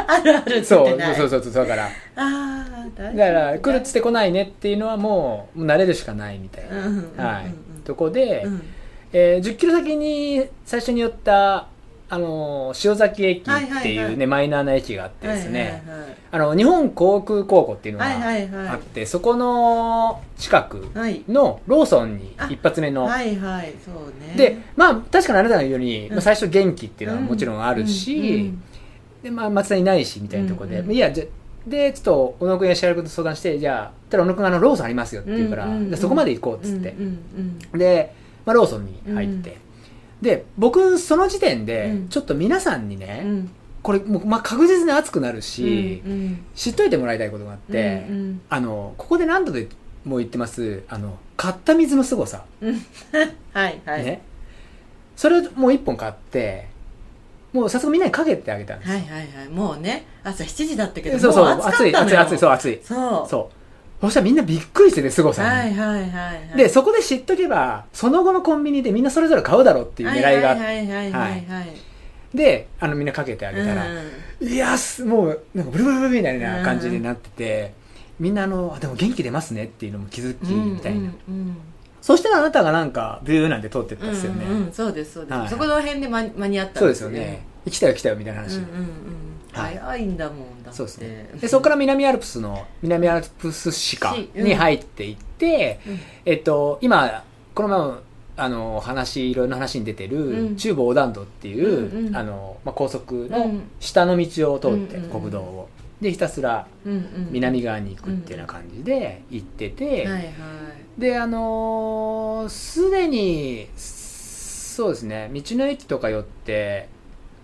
[SPEAKER 2] あるあるっ つ
[SPEAKER 3] そ
[SPEAKER 2] って
[SPEAKER 3] う
[SPEAKER 2] ない
[SPEAKER 3] そうそうそうだから
[SPEAKER 2] ああ大
[SPEAKER 3] だ
[SPEAKER 2] 丈夫
[SPEAKER 3] から来るっつって来ないねっていうのはもうもう慣れるしかないみたいな、
[SPEAKER 2] うんうんうんうん
[SPEAKER 3] はい、とこで、
[SPEAKER 2] うん
[SPEAKER 3] えー10キロ先に最初に寄った、あのー塩崎駅っていうね、
[SPEAKER 2] はいはいはい
[SPEAKER 3] マイナーな駅があってですね、
[SPEAKER 2] はいはいはい
[SPEAKER 3] あの日本航空高校っていうのがあって、
[SPEAKER 2] はいはいはい
[SPEAKER 3] そこの近く
[SPEAKER 2] はい
[SPEAKER 3] のローソンに
[SPEAKER 2] あ
[SPEAKER 3] 一発目の、
[SPEAKER 2] はいはいそうね
[SPEAKER 3] でまあ確かにあなたの言うように、まあ、最初元気っていうのは
[SPEAKER 2] うん
[SPEAKER 3] もちろんあるし、
[SPEAKER 2] うん
[SPEAKER 3] でまあ、松田いないしみたいなところで、
[SPEAKER 2] うんうん
[SPEAKER 3] いやじゃでちょっと小野君や白井君と相談してじゃあたら小野君があのローソンありますよって言うから、
[SPEAKER 2] うんうんうん
[SPEAKER 3] じゃあそこまで行こうっつって、
[SPEAKER 2] うんうん
[SPEAKER 3] で、まあ、ローソンに入って、で僕その時点で
[SPEAKER 2] うん
[SPEAKER 3] ちょっと皆さんにね、
[SPEAKER 2] うんうん
[SPEAKER 3] これもう、まあ、確実に熱くなるし、
[SPEAKER 2] うんうん
[SPEAKER 3] 知っといてもらいたいことがあって、
[SPEAKER 2] うんうん
[SPEAKER 3] あのここで何度でも言ってますあの買った水の凄さ、
[SPEAKER 2] はいはい
[SPEAKER 3] ねそれをもう1本買ってもう早速みんなにかけてあげたんです、
[SPEAKER 2] はいはいはいもうね朝7時だったけど
[SPEAKER 3] そうそう
[SPEAKER 2] もう暑かった
[SPEAKER 3] 暑
[SPEAKER 2] の
[SPEAKER 3] い
[SPEAKER 2] よ
[SPEAKER 3] 暑い暑いそう暑い
[SPEAKER 2] そう
[SPEAKER 3] そうそしたらみんなびっくりしてて凄さに、
[SPEAKER 2] はいはいはいはい
[SPEAKER 3] でそこで知っとけばその後のコンビニでみんなそれぞれ買うだろうっていう狙いがあって、
[SPEAKER 2] はいはいはいはいはいはい
[SPEAKER 3] であのみんなかけてあげたら、
[SPEAKER 2] うん
[SPEAKER 3] いやすもうなんかブルブルブルみたいな感じになってて、みんなあのあでも元気出ますねっていうのも気づきみたいな、
[SPEAKER 2] うんうん
[SPEAKER 3] そしたらあなたがなんかビューなんて通ってったんですよね、
[SPEAKER 2] うんうんそうですそうです、
[SPEAKER 3] はい
[SPEAKER 2] そこら辺で間に間に合った
[SPEAKER 3] そうですよね、来たよ来たよみたいな
[SPEAKER 2] うん
[SPEAKER 3] 話、
[SPEAKER 2] うんうん
[SPEAKER 3] はい
[SPEAKER 2] 早いんだもんだって
[SPEAKER 3] そうですねでそこから南アルプスの南アルプス市か
[SPEAKER 2] 市うん
[SPEAKER 3] に入っていって、
[SPEAKER 2] うん
[SPEAKER 3] えっと今この前もあの話いろいろな話に出て
[SPEAKER 2] う
[SPEAKER 3] る
[SPEAKER 2] ん
[SPEAKER 3] 中部横断道っていう、
[SPEAKER 2] うんうん
[SPEAKER 3] あのまあ、高速
[SPEAKER 2] う
[SPEAKER 3] の
[SPEAKER 2] ん
[SPEAKER 3] 下の道を通って、
[SPEAKER 2] うんうんうん
[SPEAKER 3] 国道をでひたすら
[SPEAKER 2] うんうん
[SPEAKER 3] 南側に行くっていうような感じで行ってて、
[SPEAKER 2] はいはい
[SPEAKER 3] であのーすでにそうですね道の駅とか寄って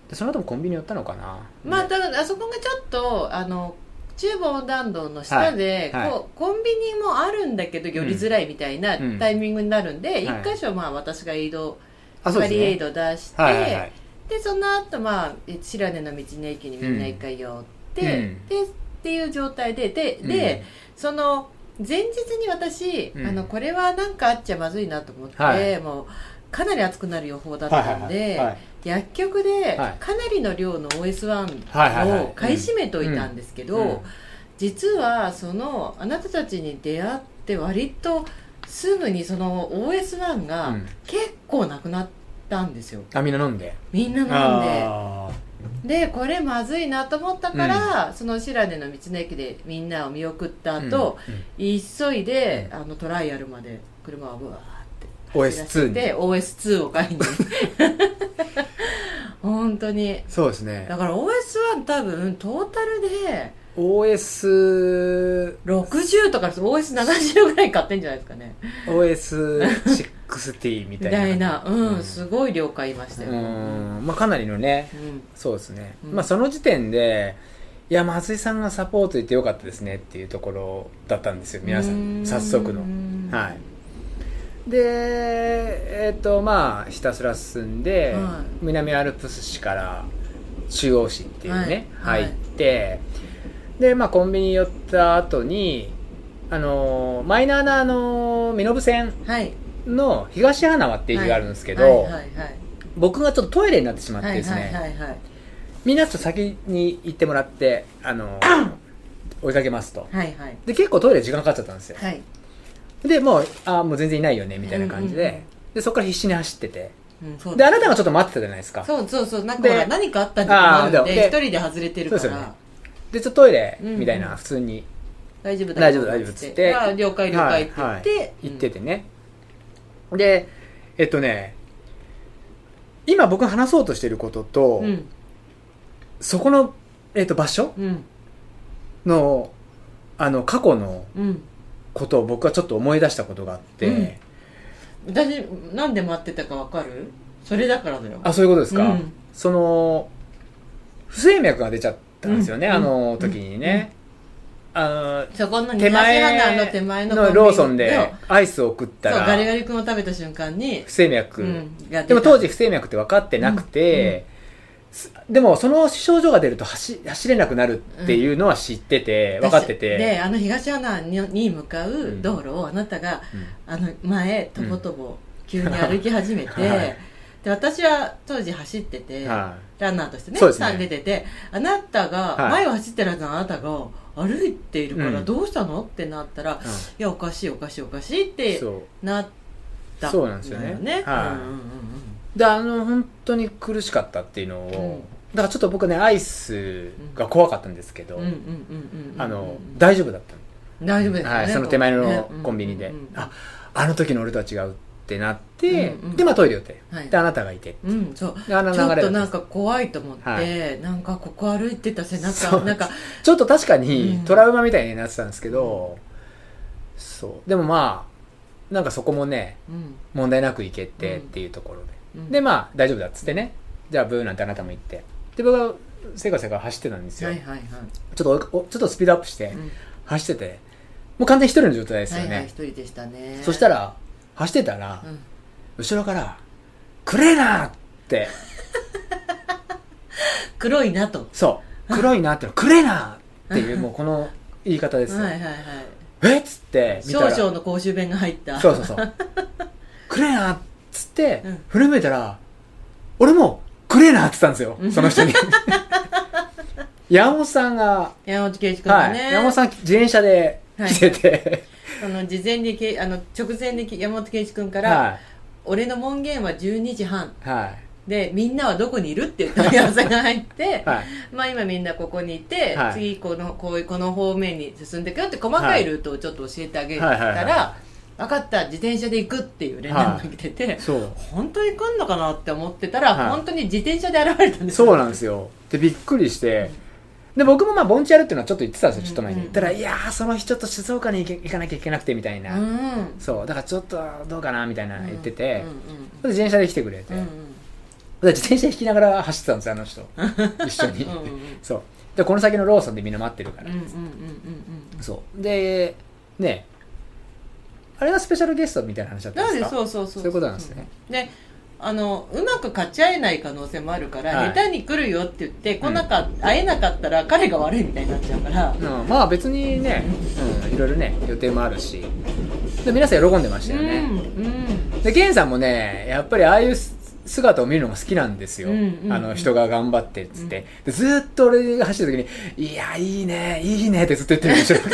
[SPEAKER 3] でその後もコンビニ寄ったのかな
[SPEAKER 2] まあ
[SPEAKER 3] で
[SPEAKER 2] だからあそこがちょっとあの中部横断道の下で、
[SPEAKER 3] はいはい
[SPEAKER 2] こうコンビニもあるんだけど寄りづらいみたいな
[SPEAKER 3] うん
[SPEAKER 2] タイミングになるんで、
[SPEAKER 3] ん
[SPEAKER 2] 一
[SPEAKER 3] はい
[SPEAKER 2] 箇所まあ私が移動、
[SPEAKER 3] あそう
[SPEAKER 2] バ
[SPEAKER 3] です
[SPEAKER 2] リエイ
[SPEAKER 3] ね
[SPEAKER 2] ド出して、
[SPEAKER 3] はいはいはい
[SPEAKER 2] でその後まあえ白根の道の駅にみんな一回寄って、
[SPEAKER 3] うん
[SPEAKER 2] でっていう状態ででで、その前日に私、
[SPEAKER 3] うん
[SPEAKER 2] あのこれはなんかあっちゃまずいなと思って、
[SPEAKER 3] はい
[SPEAKER 2] もうかなり暑くなる予報だ
[SPEAKER 3] だ
[SPEAKER 2] ったんで、薬局で
[SPEAKER 3] はい
[SPEAKER 2] かなりの量の
[SPEAKER 3] はいはいは
[SPEAKER 2] OS1
[SPEAKER 3] い
[SPEAKER 2] を買い占めといたんですけど、
[SPEAKER 3] うんうん
[SPEAKER 2] 実はそのあなたたちに出会って割とすぐにその OS1
[SPEAKER 3] う
[SPEAKER 2] が
[SPEAKER 3] ん
[SPEAKER 2] 結構なくなったんですよ
[SPEAKER 3] あみんな飲んで
[SPEAKER 2] みんな飲んで。
[SPEAKER 3] あ
[SPEAKER 2] でこれまずいなと思ったから、その白根の道の駅でみんなを見送った
[SPEAKER 3] ー
[SPEAKER 2] 後、
[SPEAKER 3] うんうん
[SPEAKER 2] 急いで、
[SPEAKER 3] う
[SPEAKER 2] あのトライアルまで車をぶわーって
[SPEAKER 3] OS2 に
[SPEAKER 2] で OS2 を買いに 本当に
[SPEAKER 3] そうですね
[SPEAKER 2] だから OS1 多分トータルで
[SPEAKER 3] OS
[SPEAKER 2] 60とか OS70 ぐらい買ってんじゃないですかね
[SPEAKER 3] OS60 みた
[SPEAKER 2] み
[SPEAKER 3] いな
[SPEAKER 2] たいなうん、
[SPEAKER 3] うん
[SPEAKER 2] すごい量買いましたよ、
[SPEAKER 3] うんまあかなりのね
[SPEAKER 2] うん
[SPEAKER 3] そうですね、
[SPEAKER 2] うん
[SPEAKER 3] まあその時点でいや松井さんがサポートいてよかったですねっていうところだったんですよ皆さん早速のはいでえっ、とまあひたすら進んで、
[SPEAKER 2] は
[SPEAKER 3] 南アルプス市から中央市っていうね、
[SPEAKER 2] はい
[SPEAKER 3] 入って、でまあコンビニ寄った後にあのマイナーなあの身延線
[SPEAKER 2] いはい
[SPEAKER 3] の東花輪っていう駅があるんですけど、
[SPEAKER 2] はいはいはい
[SPEAKER 3] 僕がちょっとトイレになってしまって
[SPEAKER 2] はいはい
[SPEAKER 3] ですね、
[SPEAKER 2] はいはいはい
[SPEAKER 3] みんなちょっと先に行ってもらってあの 追いかけますと
[SPEAKER 2] はいはい
[SPEAKER 3] で結構トイレ時間かかっちゃったんですよ
[SPEAKER 2] はい
[SPEAKER 3] でもうあもう全然いないよねみたいな感じで、
[SPEAKER 2] うんうんうん
[SPEAKER 3] でそこから必死に走ってて
[SPEAKER 2] うんそう
[SPEAKER 3] で
[SPEAKER 2] だ
[SPEAKER 3] あなたがちょっと待ってたじゃないですか
[SPEAKER 2] そうそうそうなんか
[SPEAKER 3] で
[SPEAKER 2] ほら何かあったんじゃない
[SPEAKER 3] あー
[SPEAKER 2] で
[SPEAKER 3] で
[SPEAKER 2] 一人で外れてるか
[SPEAKER 3] そうです
[SPEAKER 2] ら
[SPEAKER 3] よねでちょっとトイレみたいな、
[SPEAKER 2] うんうん
[SPEAKER 3] 普通に
[SPEAKER 2] 大丈夫
[SPEAKER 3] 大丈夫大丈夫っつって
[SPEAKER 2] あー了解了解って言っ
[SPEAKER 3] はいは
[SPEAKER 2] て
[SPEAKER 3] い行っててね、でえっとね今僕が話そうとしてることと、
[SPEAKER 2] うん
[SPEAKER 3] そこの、えっと、場所
[SPEAKER 2] うん
[SPEAKER 3] のあの過去の
[SPEAKER 2] うん
[SPEAKER 3] ことを僕はちょっと思い出したことがあって、
[SPEAKER 2] うん私なんで待ってたかわかるそれだからだよ
[SPEAKER 3] あそういうことですか、
[SPEAKER 2] うん
[SPEAKER 3] その不整脈が出ちゃったんですよね、
[SPEAKER 2] うん
[SPEAKER 3] あの時にね、あの
[SPEAKER 2] そこの
[SPEAKER 3] 手前
[SPEAKER 2] 東花の手前の
[SPEAKER 3] のローソンで
[SPEAKER 2] コ
[SPEAKER 3] アイスを食っ
[SPEAKER 2] ンビニ
[SPEAKER 3] た
[SPEAKER 2] そうガリガ
[SPEAKER 3] ら
[SPEAKER 2] リ君を食べた瞬間に
[SPEAKER 3] 不整脈、
[SPEAKER 2] うんが出た
[SPEAKER 3] でも当時不整脈って分かってなくて、すでもその症状が出ると走走れなくなるっていうのは知ってて、分かって
[SPEAKER 2] で
[SPEAKER 3] て、
[SPEAKER 2] あの東穴にに向かう道路をあなたが、
[SPEAKER 3] うん
[SPEAKER 2] あの前とぼとぼ急に歩き始めて、
[SPEAKER 3] はい
[SPEAKER 2] で私は当時走ってて、
[SPEAKER 3] は
[SPEAKER 2] ランナーとしてね
[SPEAKER 3] そうですね
[SPEAKER 2] さん出ててあなたが、
[SPEAKER 3] はい
[SPEAKER 2] 前を走ってるはずのあなたが歩いているから
[SPEAKER 3] うん
[SPEAKER 2] どうしたのってなったら、
[SPEAKER 3] い
[SPEAKER 2] いやおかしいおかしいおかしいっ
[SPEAKER 3] うん
[SPEAKER 2] て
[SPEAKER 3] そう
[SPEAKER 2] なった
[SPEAKER 3] そうなんですよね
[SPEAKER 2] だ
[SPEAKER 3] はい
[SPEAKER 2] うんうん
[SPEAKER 3] であの本当に苦しかったっていうの
[SPEAKER 2] う
[SPEAKER 3] を、
[SPEAKER 2] ん
[SPEAKER 3] だからちょっと僕ねアイスが怖かったんですけど、
[SPEAKER 2] うんうんうんうんうんうん
[SPEAKER 3] あの、大丈夫だったの
[SPEAKER 2] 大丈夫ですよね、
[SPEAKER 3] はい、その手前
[SPEAKER 2] ね
[SPEAKER 3] のコンビニで、
[SPEAKER 2] うんうんうん
[SPEAKER 3] ああの時の俺とは違うってなって、
[SPEAKER 2] うんうん
[SPEAKER 3] でまあトイレ寄って、
[SPEAKER 2] はい
[SPEAKER 3] であなたがいて
[SPEAKER 2] うん、そう
[SPEAKER 3] であの
[SPEAKER 2] ちょっ
[SPEAKER 3] 流れ
[SPEAKER 2] と
[SPEAKER 3] だ
[SPEAKER 2] な
[SPEAKER 3] た
[SPEAKER 2] んか怖いと思って、
[SPEAKER 3] はい
[SPEAKER 2] なんかここ歩いてた背
[SPEAKER 3] そ
[SPEAKER 2] 中
[SPEAKER 3] う
[SPEAKER 2] なんか
[SPEAKER 3] ちょっと確か
[SPEAKER 2] う
[SPEAKER 3] に
[SPEAKER 2] ん
[SPEAKER 3] トラウマみたいになってたんですけど、そうでもまあなんかそこもね
[SPEAKER 2] うん
[SPEAKER 3] 問題なくいけ
[SPEAKER 2] う
[SPEAKER 3] てっ
[SPEAKER 2] ん
[SPEAKER 3] ていうところで、
[SPEAKER 2] うん
[SPEAKER 3] でまあ大丈夫だっつってねじゃあブーなんてあなたも行ってで僕はせかせか走ってたんですよ、
[SPEAKER 2] はいはいはい、
[SPEAKER 3] ちょっとおちょっとスピードアップして
[SPEAKER 2] うん
[SPEAKER 3] 走っててもう完全に一人の状態ですよね、
[SPEAKER 2] はいはい一人でしたね
[SPEAKER 3] そした
[SPEAKER 2] ら、
[SPEAKER 3] ら走ってたら、
[SPEAKER 2] うん
[SPEAKER 3] 後ろから「くれえな!」って
[SPEAKER 2] 黒いなと
[SPEAKER 3] そう黒いなっての「くれえな!」っていうもうこの言い方ですよ
[SPEAKER 2] はいはいはい
[SPEAKER 3] えっつって見た
[SPEAKER 2] 少
[SPEAKER 3] ら
[SPEAKER 2] 々の公衆弁が入った
[SPEAKER 3] そうそ うそう「くれえな!」っつって
[SPEAKER 2] うん
[SPEAKER 3] 振り向いたら俺も「くれえな!」って言ったんですよその人 に山本さんが、
[SPEAKER 2] 山本圭一君が
[SPEAKER 3] はい
[SPEAKER 2] ね、
[SPEAKER 3] 山本さん自転車で来てて、
[SPEAKER 2] その事前にけあの直前に山本圭一君から、
[SPEAKER 3] は
[SPEAKER 2] 俺の門限は12時半
[SPEAKER 3] いはい
[SPEAKER 2] でみんなはどこにいるって言った問い合わせが入って、
[SPEAKER 3] はい
[SPEAKER 2] まあ今みんなここにいて、
[SPEAKER 3] はい
[SPEAKER 2] 次このこういうこの方面に進んでいくよって細かいルートをちょっと教えてあげたら、
[SPEAKER 3] はいはいはいは
[SPEAKER 2] 分かった自転車で行くっていう連絡が来てて、
[SPEAKER 3] そう
[SPEAKER 2] 本当に来んのかなって思ってたら、
[SPEAKER 3] はい
[SPEAKER 2] 本当に自転車で現れたんですよ
[SPEAKER 3] そうなんですよ。で、びっくりして、で、僕もまあ、盆地やるっていうのはちょっと言ってたんですよ、ちょっと前に。
[SPEAKER 2] うんうん
[SPEAKER 3] 言ったら、いやー、その日ちょっと静岡に行け行かなきゃいけなくて、みたいな。
[SPEAKER 2] うん
[SPEAKER 3] そう、だからちょっと、どうかな、みたいな言ってて、
[SPEAKER 2] う
[SPEAKER 3] で自転車で来てくれて、
[SPEAKER 2] んうんうん
[SPEAKER 3] で自転車引きながら走ってたんですよ、あの人。 一緒に。
[SPEAKER 2] うんうんうん
[SPEAKER 3] そう。で、この先のローソンでみんな待ってるか
[SPEAKER 2] うんう
[SPEAKER 3] ら。
[SPEAKER 2] んうんうん
[SPEAKER 3] そう。で、ね、あれがスペシャルゲストみたいな話だった
[SPEAKER 2] なん
[SPEAKER 3] んで
[SPEAKER 2] で
[SPEAKER 3] すか
[SPEAKER 2] そうそうそう
[SPEAKER 3] そういうことなんですね
[SPEAKER 2] であのうまく勝ち合えない可能性もあるから、
[SPEAKER 3] はい
[SPEAKER 2] 下手に来るよって言って来なか、会えなかったら彼が悪いみたいになっちゃうから、
[SPEAKER 3] うん、まあ別にね、うん、いろいろね、予定もあるし。で、皆さん喜んでましたよね。
[SPEAKER 2] うんうん
[SPEAKER 3] で、ケンさんもね、やっぱりああいうす姿を見るのが好きなんですよ。
[SPEAKER 2] うんうん
[SPEAKER 3] あの、人が頑張ってっつって。でずーっと俺が走ってる時に、いや、いいね、いいねってずっと言ってるんですよ。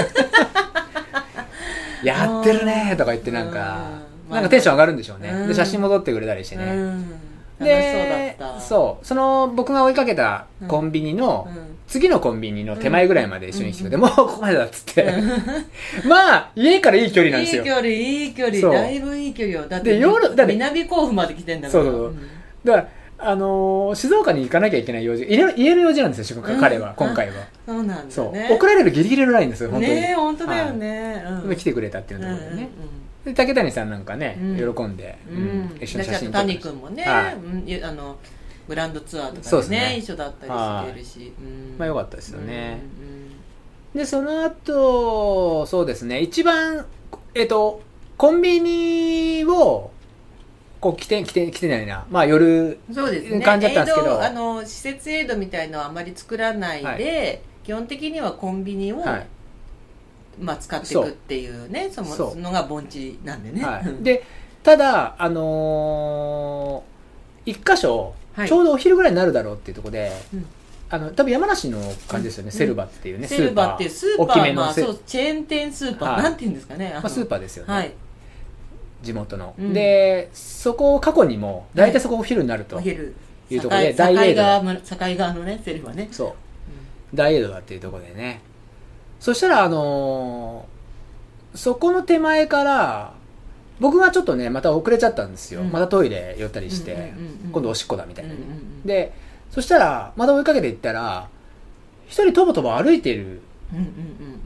[SPEAKER 3] やってるねとか言ってなんか、
[SPEAKER 2] うん
[SPEAKER 3] なんかテンション上がるんでしょうね。
[SPEAKER 2] うん
[SPEAKER 3] で、写真も撮ってくれたりしてね。
[SPEAKER 2] うん楽しそ
[SPEAKER 3] で
[SPEAKER 2] うだった
[SPEAKER 3] そうその僕が追いかけたコンビニの、
[SPEAKER 2] うんうん
[SPEAKER 3] 次のコンビニの手前ぐらいまで一緒に来てくれて、もうここまでだっつって、まあ家からいい距離なんですよ
[SPEAKER 2] いい距離いい距離
[SPEAKER 3] そう
[SPEAKER 2] だいぶいい距離よだっ
[SPEAKER 3] で夜だって
[SPEAKER 2] 南甲府まで来てんだから
[SPEAKER 3] そうそうそうだから、あのー静岡に行かなきゃいけない用事家の家の用事なんです
[SPEAKER 2] う
[SPEAKER 3] よ、
[SPEAKER 2] ん
[SPEAKER 3] 彼は今回は、
[SPEAKER 2] うんそうなんだ
[SPEAKER 3] そう、
[SPEAKER 2] よね
[SPEAKER 3] 送られるギリギリのラインですよ本当に
[SPEAKER 2] ねえ本当だよね、
[SPEAKER 3] はい
[SPEAKER 2] うん
[SPEAKER 3] 来てくれたっていうところでね、
[SPEAKER 2] う
[SPEAKER 3] で竹谷さんなんかね、
[SPEAKER 2] うん
[SPEAKER 3] 喜んで、
[SPEAKER 2] んうんうん
[SPEAKER 3] うん一緒に写真
[SPEAKER 2] だ
[SPEAKER 3] 撮
[SPEAKER 2] っ
[SPEAKER 3] って
[SPEAKER 2] 谷
[SPEAKER 3] て
[SPEAKER 2] 君もね、
[SPEAKER 3] はい
[SPEAKER 2] うんゆあのグランドツアーと
[SPEAKER 3] そ
[SPEAKER 2] か
[SPEAKER 3] うで
[SPEAKER 2] ですね
[SPEAKER 3] ね
[SPEAKER 2] 一緒だったりしてるし、うん
[SPEAKER 3] まあよかったですよね
[SPEAKER 2] うんうん
[SPEAKER 3] でその後そうですね一番えっとコンビニをこう来て来て来てないなまあ夜
[SPEAKER 2] うんそうですね
[SPEAKER 3] 感じだったんですけど
[SPEAKER 2] エイドあの施設エイドみたいのはあまり作らないで、
[SPEAKER 3] は
[SPEAKER 2] 基本的にはコンビニを、
[SPEAKER 3] はい
[SPEAKER 2] まあ、使っていくっていうねその
[SPEAKER 3] そう
[SPEAKER 2] そのが盆地なんでね、
[SPEAKER 3] は
[SPEAKER 2] うん
[SPEAKER 3] い、でただ、あのー一箇所、
[SPEAKER 2] はい
[SPEAKER 3] ちょうどお昼ぐらいになるだろうっていうところで、
[SPEAKER 2] うん
[SPEAKER 3] あの、多分山梨の感じですよね、
[SPEAKER 2] うん
[SPEAKER 3] セルバっていうね、
[SPEAKER 2] セルバっていうスーパ
[SPEAKER 3] 大きめ
[SPEAKER 2] ー、
[SPEAKER 3] の
[SPEAKER 2] まあ
[SPEAKER 3] セ
[SPEAKER 2] そう、チェーン店スーパー、
[SPEAKER 3] はい
[SPEAKER 2] なんて言うんですかね。あ
[SPEAKER 3] まあ、
[SPEAKER 2] の
[SPEAKER 3] スーパーですよね、
[SPEAKER 2] はい。
[SPEAKER 3] 地元の、
[SPEAKER 2] うん
[SPEAKER 3] で、そこ過去にも、大体そこお昼になると、
[SPEAKER 2] お昼。
[SPEAKER 3] いうところで
[SPEAKER 2] 境
[SPEAKER 3] 大栄
[SPEAKER 2] 境
[SPEAKER 3] 道
[SPEAKER 2] 川村、境川のね、セルバね。
[SPEAKER 3] そう、大江戸だっていうところでね。そしたら、あのーそこの手前から、僕がちょっとね、また遅れちゃったんですよ。
[SPEAKER 2] うん
[SPEAKER 3] またトイレ寄ったりして、
[SPEAKER 2] うんうんうんうん
[SPEAKER 3] 今度おしっこだみたいなね。
[SPEAKER 2] うんうんうん
[SPEAKER 3] で、そしたら、また追いかけていったら、一人とぼとぼ歩いてる、
[SPEAKER 2] うんうん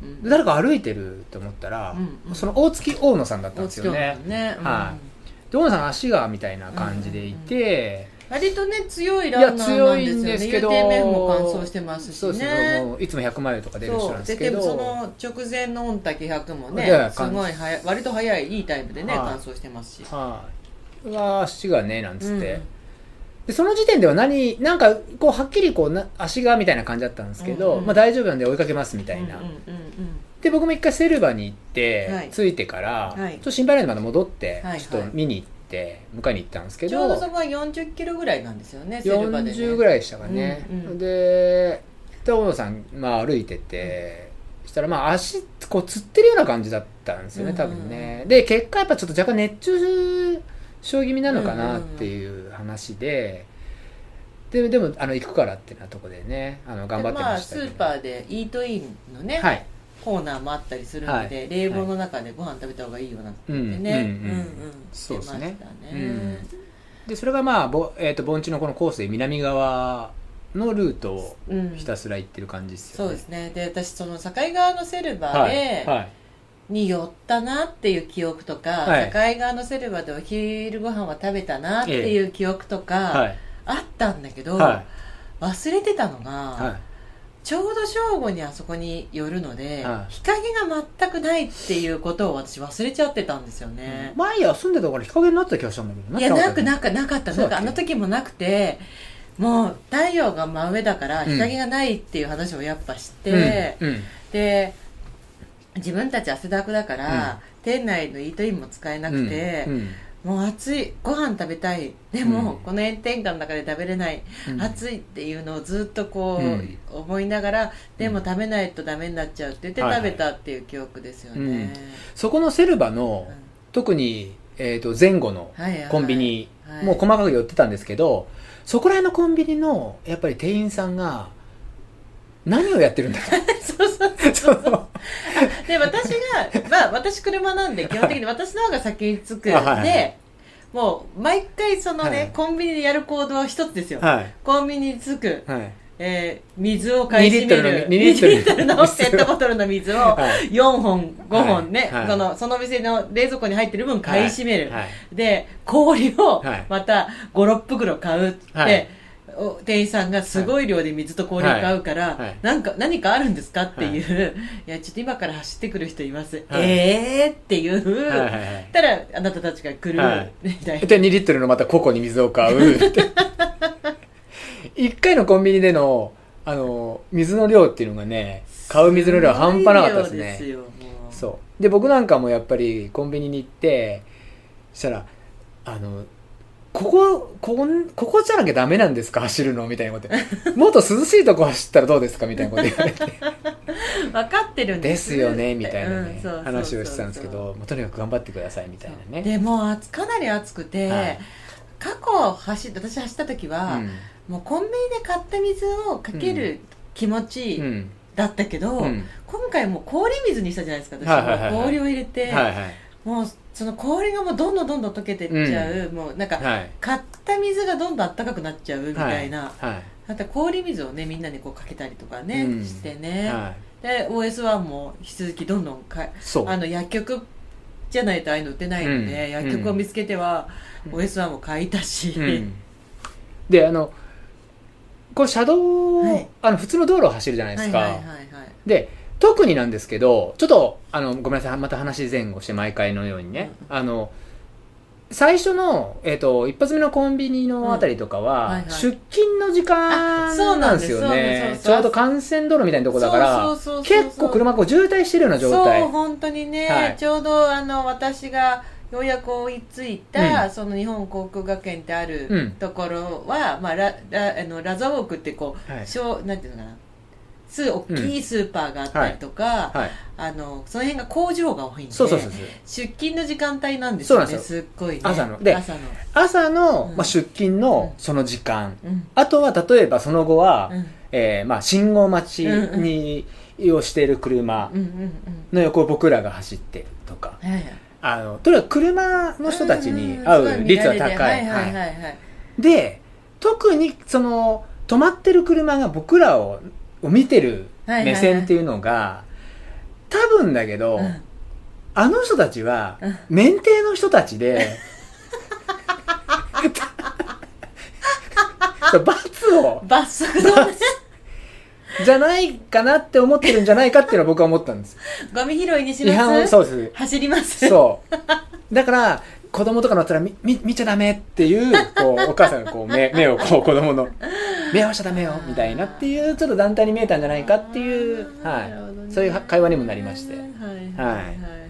[SPEAKER 2] うんうん。
[SPEAKER 3] 誰か歩いてると思ったら、
[SPEAKER 2] うんうん
[SPEAKER 3] その大月大野さんだったん
[SPEAKER 2] 大
[SPEAKER 3] です
[SPEAKER 2] 塚
[SPEAKER 3] よね
[SPEAKER 2] さ。んね。うん
[SPEAKER 3] はいで大野さん足がみたいな感じでいて、
[SPEAKER 2] 割とね、強いランナーなんですよ
[SPEAKER 3] いや強いんです
[SPEAKER 2] ね。言
[SPEAKER 3] けど
[SPEAKER 2] うて面も乾燥してますし
[SPEAKER 3] そうですね、
[SPEAKER 2] ね。
[SPEAKER 3] もういつも100マイルとか出る人な
[SPEAKER 2] そ
[SPEAKER 3] ん
[SPEAKER 2] う。
[SPEAKER 3] です
[SPEAKER 2] で、
[SPEAKER 3] け
[SPEAKER 2] で
[SPEAKER 3] ど、
[SPEAKER 2] もその直前の御嶽100も
[SPEAKER 3] いや
[SPEAKER 2] ね、す
[SPEAKER 3] 乾燥
[SPEAKER 2] ごい早い、割と早い、いいタイムでね、
[SPEAKER 3] はい
[SPEAKER 2] 乾燥してますし。
[SPEAKER 3] はい、うわー足がねなんつって、
[SPEAKER 2] うん
[SPEAKER 3] でその時点では何なんかこうはっきりこうな足がみたいな感じだったんですけど、
[SPEAKER 2] うんうん
[SPEAKER 3] まあ、大丈夫なんで追いかけますみたいな、
[SPEAKER 2] うんうんうん
[SPEAKER 3] で僕も一回セルバに行っ
[SPEAKER 2] はい
[SPEAKER 3] て着いてから、
[SPEAKER 2] はい
[SPEAKER 3] ちょっと心配なんでまた戻って、
[SPEAKER 2] はいはい
[SPEAKER 3] ちょっと見に行って迎えに行ったんです
[SPEAKER 2] う
[SPEAKER 3] け
[SPEAKER 2] ん。ち
[SPEAKER 3] ど、
[SPEAKER 2] ょうどそこは40キロぐらいなんですよね、セルバでね。
[SPEAKER 3] 40ぐらいでしたかね、
[SPEAKER 2] うんうん
[SPEAKER 3] でで大野さん、まあ、歩いてて、したらまあ足こうつってるような感じだったんですよね多分
[SPEAKER 2] うん
[SPEAKER 3] ね、で結果やっぱちょっと若干熱中症気味なのかなっていう話で、ででもあの行くからってなとこでねあの頑張ってましたけ
[SPEAKER 2] で
[SPEAKER 3] ど、
[SPEAKER 2] あ、スーパーでイートインのね、
[SPEAKER 3] はい
[SPEAKER 2] コーナーもあったりするので、
[SPEAKER 3] はい
[SPEAKER 2] 冷房の中でご飯食べた方がいいよなんて言ってね、
[SPEAKER 3] うん
[SPEAKER 2] うん
[SPEAKER 3] うんうん
[SPEAKER 2] うん
[SPEAKER 3] そうです
[SPEAKER 2] して
[SPEAKER 3] ね
[SPEAKER 2] ました
[SPEAKER 3] うん
[SPEAKER 2] ね、
[SPEAKER 3] でそれがまあ、ぼえー、と盆地のこのコースで南側のルートを
[SPEAKER 2] うん
[SPEAKER 3] ひたすら行ってる感じです
[SPEAKER 2] そ
[SPEAKER 3] よ
[SPEAKER 2] う
[SPEAKER 3] ね、
[SPEAKER 2] ですねで私その境川のセルバーで、
[SPEAKER 3] はい、はい
[SPEAKER 2] に寄ったなっていう記憶とか、
[SPEAKER 3] はい
[SPEAKER 2] 境川のセルバーでお昼ご飯は食べたなっていう記憶と
[SPEAKER 3] は
[SPEAKER 2] か
[SPEAKER 3] い
[SPEAKER 2] あったんだけど、
[SPEAKER 3] は
[SPEAKER 2] 忘れてたのが、
[SPEAKER 3] いはい
[SPEAKER 2] ちょうど正午にあそこに寄るので、
[SPEAKER 3] はい
[SPEAKER 2] 日陰が全くないっていうことを私忘れちゃってたんですよね、
[SPEAKER 3] 前休んでたから日陰になってた気がしたんだけど
[SPEAKER 2] いやなく
[SPEAKER 3] った
[SPEAKER 2] なくなかった
[SPEAKER 3] そ
[SPEAKER 2] な
[SPEAKER 3] うん
[SPEAKER 2] か
[SPEAKER 3] だ
[SPEAKER 2] あ
[SPEAKER 3] っけ
[SPEAKER 2] の時もなくてもう太陽が真上だから
[SPEAKER 3] うん
[SPEAKER 2] 日陰がないっていう話をやっぱして、
[SPEAKER 3] うんうん
[SPEAKER 2] で自分たち汗だくだから、店内のイートインも使えなくて
[SPEAKER 3] う、ん
[SPEAKER 2] もう暑いご飯食べたいでも、
[SPEAKER 3] うん
[SPEAKER 2] この炎天下の中で食べれない、
[SPEAKER 3] うん
[SPEAKER 2] 暑いっていうのをずっとこう、
[SPEAKER 3] うん
[SPEAKER 2] 思いながらでも食べないとダメになっちゃうって言って
[SPEAKER 3] はいはい
[SPEAKER 2] 食べたっていう記憶ですよね、
[SPEAKER 3] うんそこのセルバの
[SPEAKER 2] うん
[SPEAKER 3] 特に、えー、と前後の
[SPEAKER 2] はいはいはい
[SPEAKER 3] コンビニ、
[SPEAKER 2] はい
[SPEAKER 3] もう細かく寄ってたんですけどそこら辺のコンビニのやっぱり店員さんが何をやってるんだろ
[SPEAKER 2] そうそう
[SPEAKER 3] うその
[SPEAKER 2] で私 が、まあ、私車なんで基本的に私の方が先に着く
[SPEAKER 3] はいはいはい
[SPEAKER 2] でもう毎回そのね、
[SPEAKER 3] はい
[SPEAKER 2] コンビニでやる行動は一つですよ、
[SPEAKER 3] はい
[SPEAKER 2] コンビニに着く、
[SPEAKER 3] はい
[SPEAKER 2] えー水を買い占める
[SPEAKER 3] 2リットル
[SPEAKER 2] 2
[SPEAKER 3] の
[SPEAKER 2] リットルのペットボトルの水を
[SPEAKER 3] はい
[SPEAKER 2] 4本5本ね、
[SPEAKER 3] はいはい
[SPEAKER 2] そのその店の冷蔵庫に入ってる分買い占める、
[SPEAKER 3] はい
[SPEAKER 2] で氷を
[SPEAKER 3] はい
[SPEAKER 2] また56袋買うって、
[SPEAKER 3] はい
[SPEAKER 2] お店員さんがすごい量で水と氷を買うから、
[SPEAKER 3] はいはい
[SPEAKER 2] なんか何かあるんですかっていう、い、やちょっと今から走ってくる人います、
[SPEAKER 3] はい
[SPEAKER 2] えーっていう、
[SPEAKER 3] はいはいはい
[SPEAKER 2] たらあなたたちが来る、
[SPEAKER 3] はい
[SPEAKER 2] みたいな
[SPEAKER 3] で2リットルのまたココに水を買うって 一回のコンビニでのあの水の量っていうのがね買う水の量は半端なかったで
[SPEAKER 2] す
[SPEAKER 3] すね
[SPEAKER 2] ごい量ですよもう
[SPEAKER 3] そうで僕なんかもやっぱりコンビニに行ってしたらあのこここんここじゃなきゃダメなんですか走るのみたいなことでもっと涼しいとこ走ったらどうですかみたいなこと言わ れて
[SPEAKER 2] 分かってるん
[SPEAKER 3] で
[SPEAKER 2] です
[SPEAKER 3] よねみたいな
[SPEAKER 2] う
[SPEAKER 3] ね
[SPEAKER 2] んそうそうそうそう
[SPEAKER 3] 話をしてたんですけどもうとにかく頑張ってくださいみたいなね
[SPEAKER 2] でもう暑かなり暑くて、
[SPEAKER 3] はい
[SPEAKER 2] 過去走っ私走った時は、もうコンビニで買った水をかける気持
[SPEAKER 3] うんう
[SPEAKER 2] ち
[SPEAKER 3] ん
[SPEAKER 2] だったけど、
[SPEAKER 3] うん
[SPEAKER 2] 今回もう氷水にしたじゃないですか私、
[SPEAKER 3] はいはいはいはい
[SPEAKER 2] 氷を入れて、
[SPEAKER 3] はいはい
[SPEAKER 2] もうその氷がもうどんどんどんどん溶けてっちゃう、もうなんか、
[SPEAKER 3] はい
[SPEAKER 2] 買った水がどんどん暖かくなっちゃうみたいな、
[SPEAKER 3] は
[SPEAKER 2] あと氷水をねみんなにこうかけたりとかね、
[SPEAKER 3] うん
[SPEAKER 2] して
[SPEAKER 3] い
[SPEAKER 2] ね、
[SPEAKER 3] はい
[SPEAKER 2] で OS1 も引き続きどんどんか
[SPEAKER 3] そう
[SPEAKER 2] あの薬局じゃないとああいうの売ってないので、
[SPEAKER 3] うん
[SPEAKER 2] 薬局を見つけては
[SPEAKER 3] うん
[SPEAKER 2] OS1 も買いたし、
[SPEAKER 3] うんであのこう車道を、
[SPEAKER 2] はい
[SPEAKER 3] あの普通の道路を走るじゃないで
[SPEAKER 2] は
[SPEAKER 3] す
[SPEAKER 2] い
[SPEAKER 3] か、
[SPEAKER 2] はいはいはい
[SPEAKER 3] で特になんですけどちょっとあのごめんなさいまた話前後して毎回のようにね、あの最初の、えっと一発目のコンビニのあたりとか
[SPEAKER 2] うん
[SPEAKER 3] は、
[SPEAKER 2] はいはい
[SPEAKER 3] 出勤の時間
[SPEAKER 2] あそう
[SPEAKER 3] な
[SPEAKER 2] なんん
[SPEAKER 3] で
[SPEAKER 2] ですす
[SPEAKER 3] よ
[SPEAKER 2] そうなん
[SPEAKER 3] ね
[SPEAKER 2] です
[SPEAKER 3] ちょうど幹線道路みたいなとこだから
[SPEAKER 2] そうそうそうそう
[SPEAKER 3] 結構車がこう渋滞してるような状態
[SPEAKER 2] そう本当にね、
[SPEAKER 3] はい
[SPEAKER 2] ちょうどあの私がようやく追いついた、
[SPEAKER 3] う
[SPEAKER 2] その日本航空学園ってあ
[SPEAKER 3] う
[SPEAKER 2] る
[SPEAKER 3] ん
[SPEAKER 2] ところは、まあ、ララあのラザウォークってこう、
[SPEAKER 3] はい
[SPEAKER 2] 小なんていうのかなす大きいスーパーがあったりとか、
[SPEAKER 3] はい。
[SPEAKER 2] あのその辺が工場が多いんで
[SPEAKER 3] そうそうそうそう。
[SPEAKER 2] 出勤の時間帯なんですよね
[SPEAKER 3] そうなんです
[SPEAKER 2] っごい、ね、
[SPEAKER 3] 朝ので
[SPEAKER 2] 朝の
[SPEAKER 3] 朝の、
[SPEAKER 2] うん
[SPEAKER 3] まあ、出勤のその時間。
[SPEAKER 2] うん
[SPEAKER 3] あとは、例えばその後は、
[SPEAKER 2] うん
[SPEAKER 3] えーまあ、信号待ちに、をしている車
[SPEAKER 2] うんうん
[SPEAKER 3] の横を僕らが走ってるとか、
[SPEAKER 2] うんはいはい
[SPEAKER 3] あの、とにかく車の人たちに会う率は高い。
[SPEAKER 2] はいはい
[SPEAKER 3] は
[SPEAKER 2] はいはい
[SPEAKER 3] いで、特にその、止まってる車が僕らをを見てる
[SPEAKER 2] はいはい
[SPEAKER 3] 目
[SPEAKER 2] はい
[SPEAKER 3] 線っていうのが、多分だけど、
[SPEAKER 2] うん
[SPEAKER 3] あの人たちは
[SPEAKER 2] うん、
[SPEAKER 3] 免停の人た ちで、罰を、
[SPEAKER 2] 罰則のね
[SPEAKER 3] じゃないかなって思ってるんじゃないかっていうのは僕は思ったんです。
[SPEAKER 2] ゴミ拾いにし
[SPEAKER 3] 違
[SPEAKER 2] ま
[SPEAKER 3] 反、
[SPEAKER 2] す
[SPEAKER 3] そうで
[SPEAKER 2] 走ります
[SPEAKER 3] す。そう。だから、子供とか乗ったらみ、み、見ちゃダメっていう、こう、お母さんがこう、目、目をこう、子供の、目合わせちゃダメよ、みたいなっていう、ちょっと団体に見えたんじゃないかっていう、
[SPEAKER 2] あー
[SPEAKER 3] は
[SPEAKER 2] なるほどね
[SPEAKER 3] い。そういう会話にもなりまして
[SPEAKER 2] はい。はいはい
[SPEAKER 3] はい
[SPEAKER 2] はい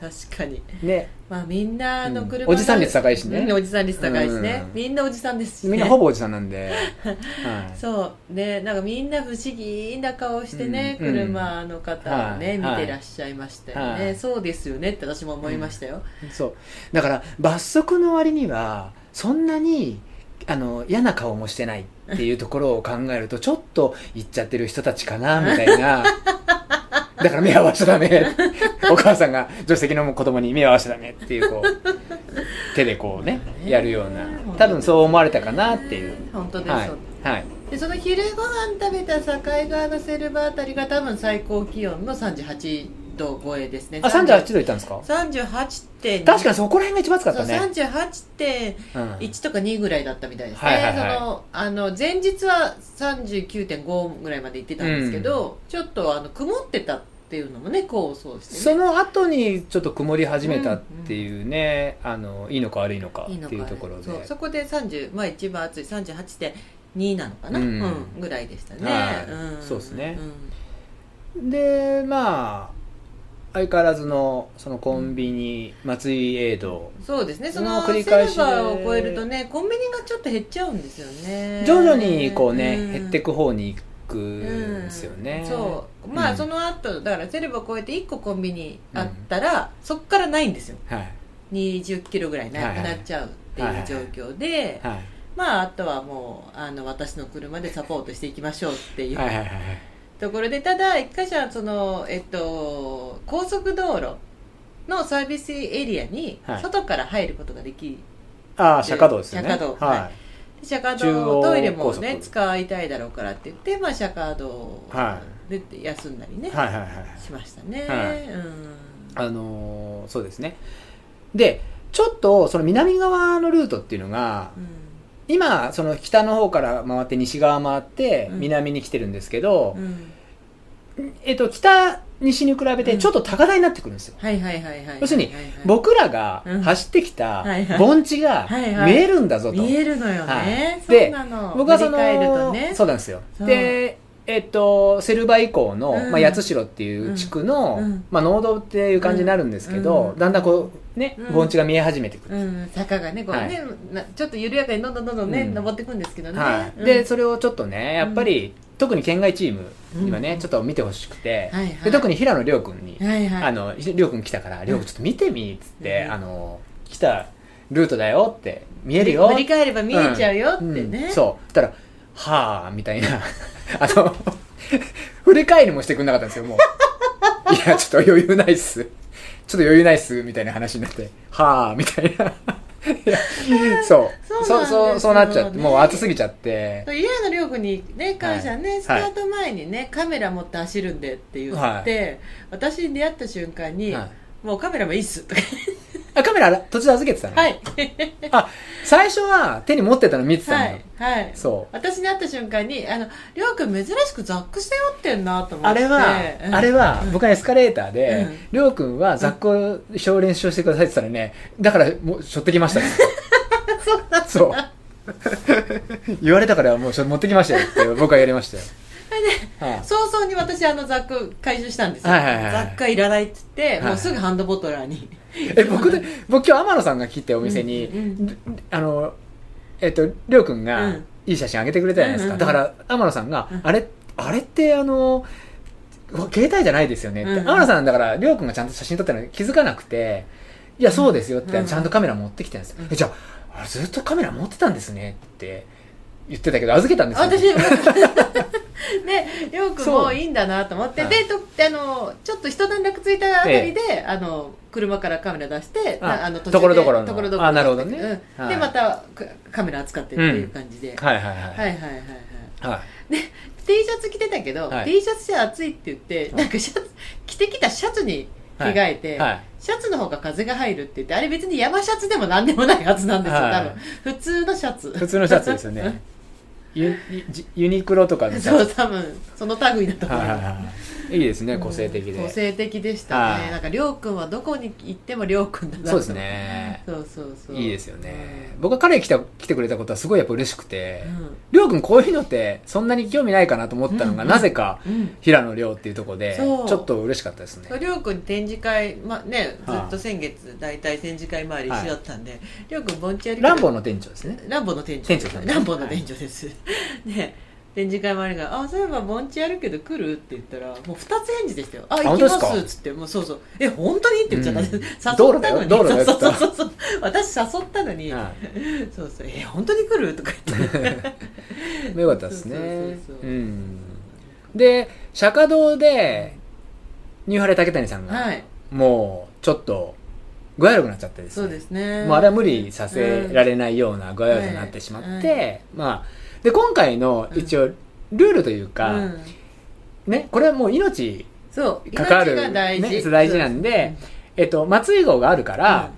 [SPEAKER 2] 確かに
[SPEAKER 3] ね、
[SPEAKER 2] まあみんなあの
[SPEAKER 3] うん
[SPEAKER 2] 車が
[SPEAKER 3] おじさん率高いしね
[SPEAKER 2] うんおじさん率高いしね
[SPEAKER 3] うん
[SPEAKER 2] みんなおじさんですしね
[SPEAKER 3] みんなほぼおじさんなんで、はい。
[SPEAKER 2] そうねなんかみんな不思議な顔してね、
[SPEAKER 3] うん
[SPEAKER 2] 車の方をね、
[SPEAKER 3] はい
[SPEAKER 2] 見てらっしゃいましたよね、
[SPEAKER 3] はい
[SPEAKER 2] そうですよねって私も思いましたよ、
[SPEAKER 3] そうだから罰則の割にはそんなにあの嫌な顔もしてないっていうところを考えるとちょっと行っちゃってる人たちかなみたい なだから目合わせちゃダメお母さんが助手席の子供に目合わせちゃダメっていうこう手でこうねやるような多分そう思われたかなっていう
[SPEAKER 2] 本当です、
[SPEAKER 3] はい
[SPEAKER 2] そう
[SPEAKER 3] はい
[SPEAKER 2] でその昼ご飯食べた境川のセルバあたりが多分最高気温の38度超えですね
[SPEAKER 3] あ三38度いったんですか
[SPEAKER 2] 38.2
[SPEAKER 3] 確かにそこら辺が一番暑かったね
[SPEAKER 2] そう38.1
[SPEAKER 3] うん
[SPEAKER 2] とか2ぐらいだったみたいですね、
[SPEAKER 3] はいはいはい
[SPEAKER 2] そのあの前日は39.5ぐらいまで行ってたんですけど、ちょっとあの曇ってたっていうのもね功を奏してね
[SPEAKER 3] その後にちょっと曇り始めたっていうね、あのいいのか悪いのか
[SPEAKER 2] いいの
[SPEAKER 3] っ
[SPEAKER 2] か
[SPEAKER 3] てい
[SPEAKER 2] な
[SPEAKER 3] うところで
[SPEAKER 2] そうそこで30、まあ、一番暑い38.2なのかな、う
[SPEAKER 3] うんん
[SPEAKER 2] ぐらいでしたね、
[SPEAKER 3] はい
[SPEAKER 2] うん
[SPEAKER 3] そうですねでまあ相変わらずのそのコンビニ、松井エイド
[SPEAKER 2] うんそうですねその
[SPEAKER 3] の
[SPEAKER 2] セ
[SPEAKER 3] 繰
[SPEAKER 2] ル
[SPEAKER 3] り
[SPEAKER 2] バ
[SPEAKER 3] 返しで
[SPEAKER 2] ーを超えるとねコンビニがちょっと減っちゃうんですよね
[SPEAKER 3] 徐々にこうね、
[SPEAKER 2] ん
[SPEAKER 3] 減ってく方に行くんですよね、
[SPEAKER 2] そうまあ
[SPEAKER 3] うん
[SPEAKER 2] その後だからセルバーを超えて1個コンビニあったら、そこからないんですよ
[SPEAKER 3] はい
[SPEAKER 2] 2 0キロぐらいなくなっちゃうっていう状況で、
[SPEAKER 3] は
[SPEAKER 2] まああとはもうあの私の車でサポートしていきましょうってい
[SPEAKER 3] いうはいはいはい
[SPEAKER 2] ところでただ一箇所はその、えっと、高速道路のサービスエリアに
[SPEAKER 3] はい
[SPEAKER 2] 外から入ることができ、
[SPEAKER 3] ああ釈迦道ですよね
[SPEAKER 2] 釈迦道は
[SPEAKER 3] は
[SPEAKER 2] 釈迦
[SPEAKER 3] 中
[SPEAKER 2] 道
[SPEAKER 3] 央
[SPEAKER 2] トイレもね
[SPEAKER 3] 高速
[SPEAKER 2] 使いたいだろうからって言って、まあ、釈迦道
[SPEAKER 3] は
[SPEAKER 2] で休んだりね、
[SPEAKER 3] い、はいはいはいはい
[SPEAKER 2] しましたね、
[SPEAKER 3] はい
[SPEAKER 2] うん
[SPEAKER 3] あのーそうですねでちょっとその南側のルートっていうのが
[SPEAKER 2] うん
[SPEAKER 3] 今その北の方から回って西側回って
[SPEAKER 2] うん
[SPEAKER 3] 南に来てるんですけど、
[SPEAKER 2] うん
[SPEAKER 3] えっと、北西に比べてちょっと高台になってくるんですよ、
[SPEAKER 2] はいはいはいはい
[SPEAKER 3] 要するに
[SPEAKER 2] はいはい
[SPEAKER 3] 僕らが
[SPEAKER 2] うん
[SPEAKER 3] 走ってきた
[SPEAKER 2] はいはい
[SPEAKER 3] 盆地が
[SPEAKER 2] はいはい
[SPEAKER 3] 見えるんだぞと、
[SPEAKER 2] 見えるのよね、
[SPEAKER 3] はい
[SPEAKER 2] そうなの
[SPEAKER 3] 僕はそ
[SPEAKER 2] 振
[SPEAKER 3] の
[SPEAKER 2] り返るとね
[SPEAKER 3] そうなんですよ
[SPEAKER 2] そう
[SPEAKER 3] でえっとセルバ以降の、
[SPEAKER 2] うん
[SPEAKER 3] まあ、八代っていう地区の、
[SPEAKER 2] うんうん
[SPEAKER 3] まあ、農道っていう感じになるんですけど、
[SPEAKER 2] うん
[SPEAKER 3] だんだんこうね
[SPEAKER 2] うん
[SPEAKER 3] 盆地が見え始めてくる、
[SPEAKER 2] うん、坂がねこうね、なちょっと緩やかにどんどんどんどんね、
[SPEAKER 3] うん
[SPEAKER 2] 登っていくんですけどね、
[SPEAKER 3] はい、
[SPEAKER 2] うん
[SPEAKER 3] でそれをちょっとねやっぱり、特に県外チームにはね、
[SPEAKER 2] うん
[SPEAKER 3] ちょっと見てほしくて、
[SPEAKER 2] はいはい
[SPEAKER 3] で特に平野亮君に、
[SPEAKER 2] はいはい
[SPEAKER 3] あのりょうくん来たから「りょうくんちょっと見てみ」っつって、
[SPEAKER 2] うん
[SPEAKER 3] あの「来たルートだよ」って「見えるよ」
[SPEAKER 2] 振り返れば見えちゃうよってね、
[SPEAKER 3] うんそうそしたら「はあ」みたいな あの振り返りもしてくんなかったんですよも ういやちょっと余裕ないっすちょっと余裕ないっすみたいな話になって「はあ」みたいないやそう
[SPEAKER 2] そうなん
[SPEAKER 3] そう
[SPEAKER 2] ですよ
[SPEAKER 3] そ
[SPEAKER 2] ね
[SPEAKER 3] うそうなっちゃってもう暑すぎちゃって
[SPEAKER 2] そう平野亮君にね感謝ね、
[SPEAKER 3] はい
[SPEAKER 2] スタート前にねカメラ持って走るんでって言って、私に出会った瞬間に、
[SPEAKER 3] はい
[SPEAKER 2] もうカメラもいいっすとか
[SPEAKER 3] あカメラ途中で預けてたの、
[SPEAKER 2] はい
[SPEAKER 3] あ最初は手に持ってたの見てたの、
[SPEAKER 2] はいはい
[SPEAKER 3] そう
[SPEAKER 2] 私に会った瞬間に「あの亮君珍しくザック背負ってんな」と思って
[SPEAKER 3] あれは、
[SPEAKER 2] うん
[SPEAKER 3] あれは、僕がエスカレーターで
[SPEAKER 2] うん、
[SPEAKER 3] りょうくんは雑魚小練習してくださいって言ったらね、だからもうしょってきま したね。 そう。言われたからもうしょ持ってきましたよって僕はやりましたよ。はい
[SPEAKER 2] 早々に私あのザック回収したんですよ、
[SPEAKER 3] はいはいはい
[SPEAKER 2] ザックはいらないっつって、
[SPEAKER 3] い
[SPEAKER 2] もうすぐハンドボトラーに
[SPEAKER 3] え僕で僕今日天野さんが来てお店に、
[SPEAKER 2] うんうん
[SPEAKER 3] あのえっとりょうくん
[SPEAKER 2] う
[SPEAKER 3] が
[SPEAKER 2] ん
[SPEAKER 3] いい写真あげてくれたじゃないですか、
[SPEAKER 2] うんうんう
[SPEAKER 3] だ
[SPEAKER 2] ん
[SPEAKER 3] から天野さんが、
[SPEAKER 2] うん
[SPEAKER 3] あれあれってあの携帯じゃないですよねって、
[SPEAKER 2] うんうん
[SPEAKER 3] 天野さんだからりょうくんがちゃんと写真撮ったのに気づかなくていやそうですよって、
[SPEAKER 2] うん
[SPEAKER 3] ちゃんとカメラ持ってきてるんですよ、
[SPEAKER 2] うん
[SPEAKER 3] えじゃああれずっとカメラ持ってたんですねって言ってたけど預けたんですよ
[SPEAKER 2] 私
[SPEAKER 3] 僕
[SPEAKER 2] でりょうくん
[SPEAKER 3] そ
[SPEAKER 2] も
[SPEAKER 3] う
[SPEAKER 2] いいんだなと思って
[SPEAKER 3] はい
[SPEAKER 2] でとあのちょっと一段落ついたあたりで、あの車からカメラ出して
[SPEAKER 3] あ
[SPEAKER 2] なの途中で
[SPEAKER 3] ところどころの
[SPEAKER 2] ところどころ
[SPEAKER 3] あなるほどね
[SPEAKER 2] うん
[SPEAKER 3] はい
[SPEAKER 2] でまたくカメラ扱ってっていう感じで、
[SPEAKER 3] はいはいはい
[SPEAKER 2] はいはいはいはい
[SPEAKER 3] はい
[SPEAKER 2] T シャツ着てたけど、
[SPEAKER 3] はい
[SPEAKER 2] T シャツじゃ暑いって言ってなんかシャツ着てきたシャツに着替えて、
[SPEAKER 3] はい
[SPEAKER 2] シャツの方が風が入るって言ってあれ別に山シャツでも何でもないはずなんですよ、
[SPEAKER 3] はい
[SPEAKER 2] 多分普通のシャツ
[SPEAKER 3] 普通のシャツですよ ねユユユニクロと かのシャ
[SPEAKER 2] そう
[SPEAKER 3] ツ
[SPEAKER 2] 多分その類だと思い
[SPEAKER 3] はいはい
[SPEAKER 2] ます
[SPEAKER 3] はいいいですね個性的で、
[SPEAKER 2] 個性的でした
[SPEAKER 3] はい
[SPEAKER 2] ねなんかりょうくんはどこに行ってもりょうくんだなと
[SPEAKER 3] そうですね
[SPEAKER 2] そうそうそう
[SPEAKER 3] い
[SPEAKER 2] い
[SPEAKER 3] いですよね、僕は彼来た来てくれたことはすごいやっぱ嬉しくて
[SPEAKER 2] うん
[SPEAKER 3] りょうくんこういうのってそんなに興味ないかなと思ったのが、
[SPEAKER 2] うん
[SPEAKER 3] なぜか
[SPEAKER 2] うん
[SPEAKER 3] 平野亮っていうところでち
[SPEAKER 2] そう
[SPEAKER 3] ょっと嬉しかったですね
[SPEAKER 2] りょうくん展示会、まあね、ず
[SPEAKER 3] はい
[SPEAKER 2] っと先月大体展示会回りしよったんで、りょうくん盆地歩き
[SPEAKER 3] ランボーの店長ですね
[SPEAKER 2] ランボの店長
[SPEAKER 3] 店長さんです
[SPEAKER 2] ランボの店長です、ね展示会もあるが「あそういえば盆地あるけど来る?」って言ったらもう2つ返事でしたよ「あ行
[SPEAKER 3] 本
[SPEAKER 2] き
[SPEAKER 3] 当
[SPEAKER 2] ま
[SPEAKER 3] ですか
[SPEAKER 2] す」っつってもうそうそう「え本当に?」って言っちゃった、
[SPEAKER 3] うん
[SPEAKER 2] 誘った
[SPEAKER 3] 道路だ
[SPEAKER 2] の
[SPEAKER 3] よ
[SPEAKER 2] に
[SPEAKER 3] 道路だよ
[SPEAKER 2] そうそうそうそう私誘ったのに、
[SPEAKER 3] は
[SPEAKER 2] そうそう「え本当に来る?」とか言って
[SPEAKER 3] いよかったですね
[SPEAKER 2] そうそうそう
[SPEAKER 3] う
[SPEAKER 2] そうん
[SPEAKER 3] で釈迦堂でニューハレ竹谷さんが、
[SPEAKER 2] はい
[SPEAKER 3] もうちょっと具合悪くなっちゃってですね
[SPEAKER 2] そうですね
[SPEAKER 3] もうあれは無理させられないような具合悪くなってしまって、まあ、で、今回の一応、ルールというか、
[SPEAKER 2] うん
[SPEAKER 3] ね、これはもう命
[SPEAKER 2] そう
[SPEAKER 3] かかる、
[SPEAKER 2] 命が大事、
[SPEAKER 3] ね、大事なんで、えっと、松井号があるから、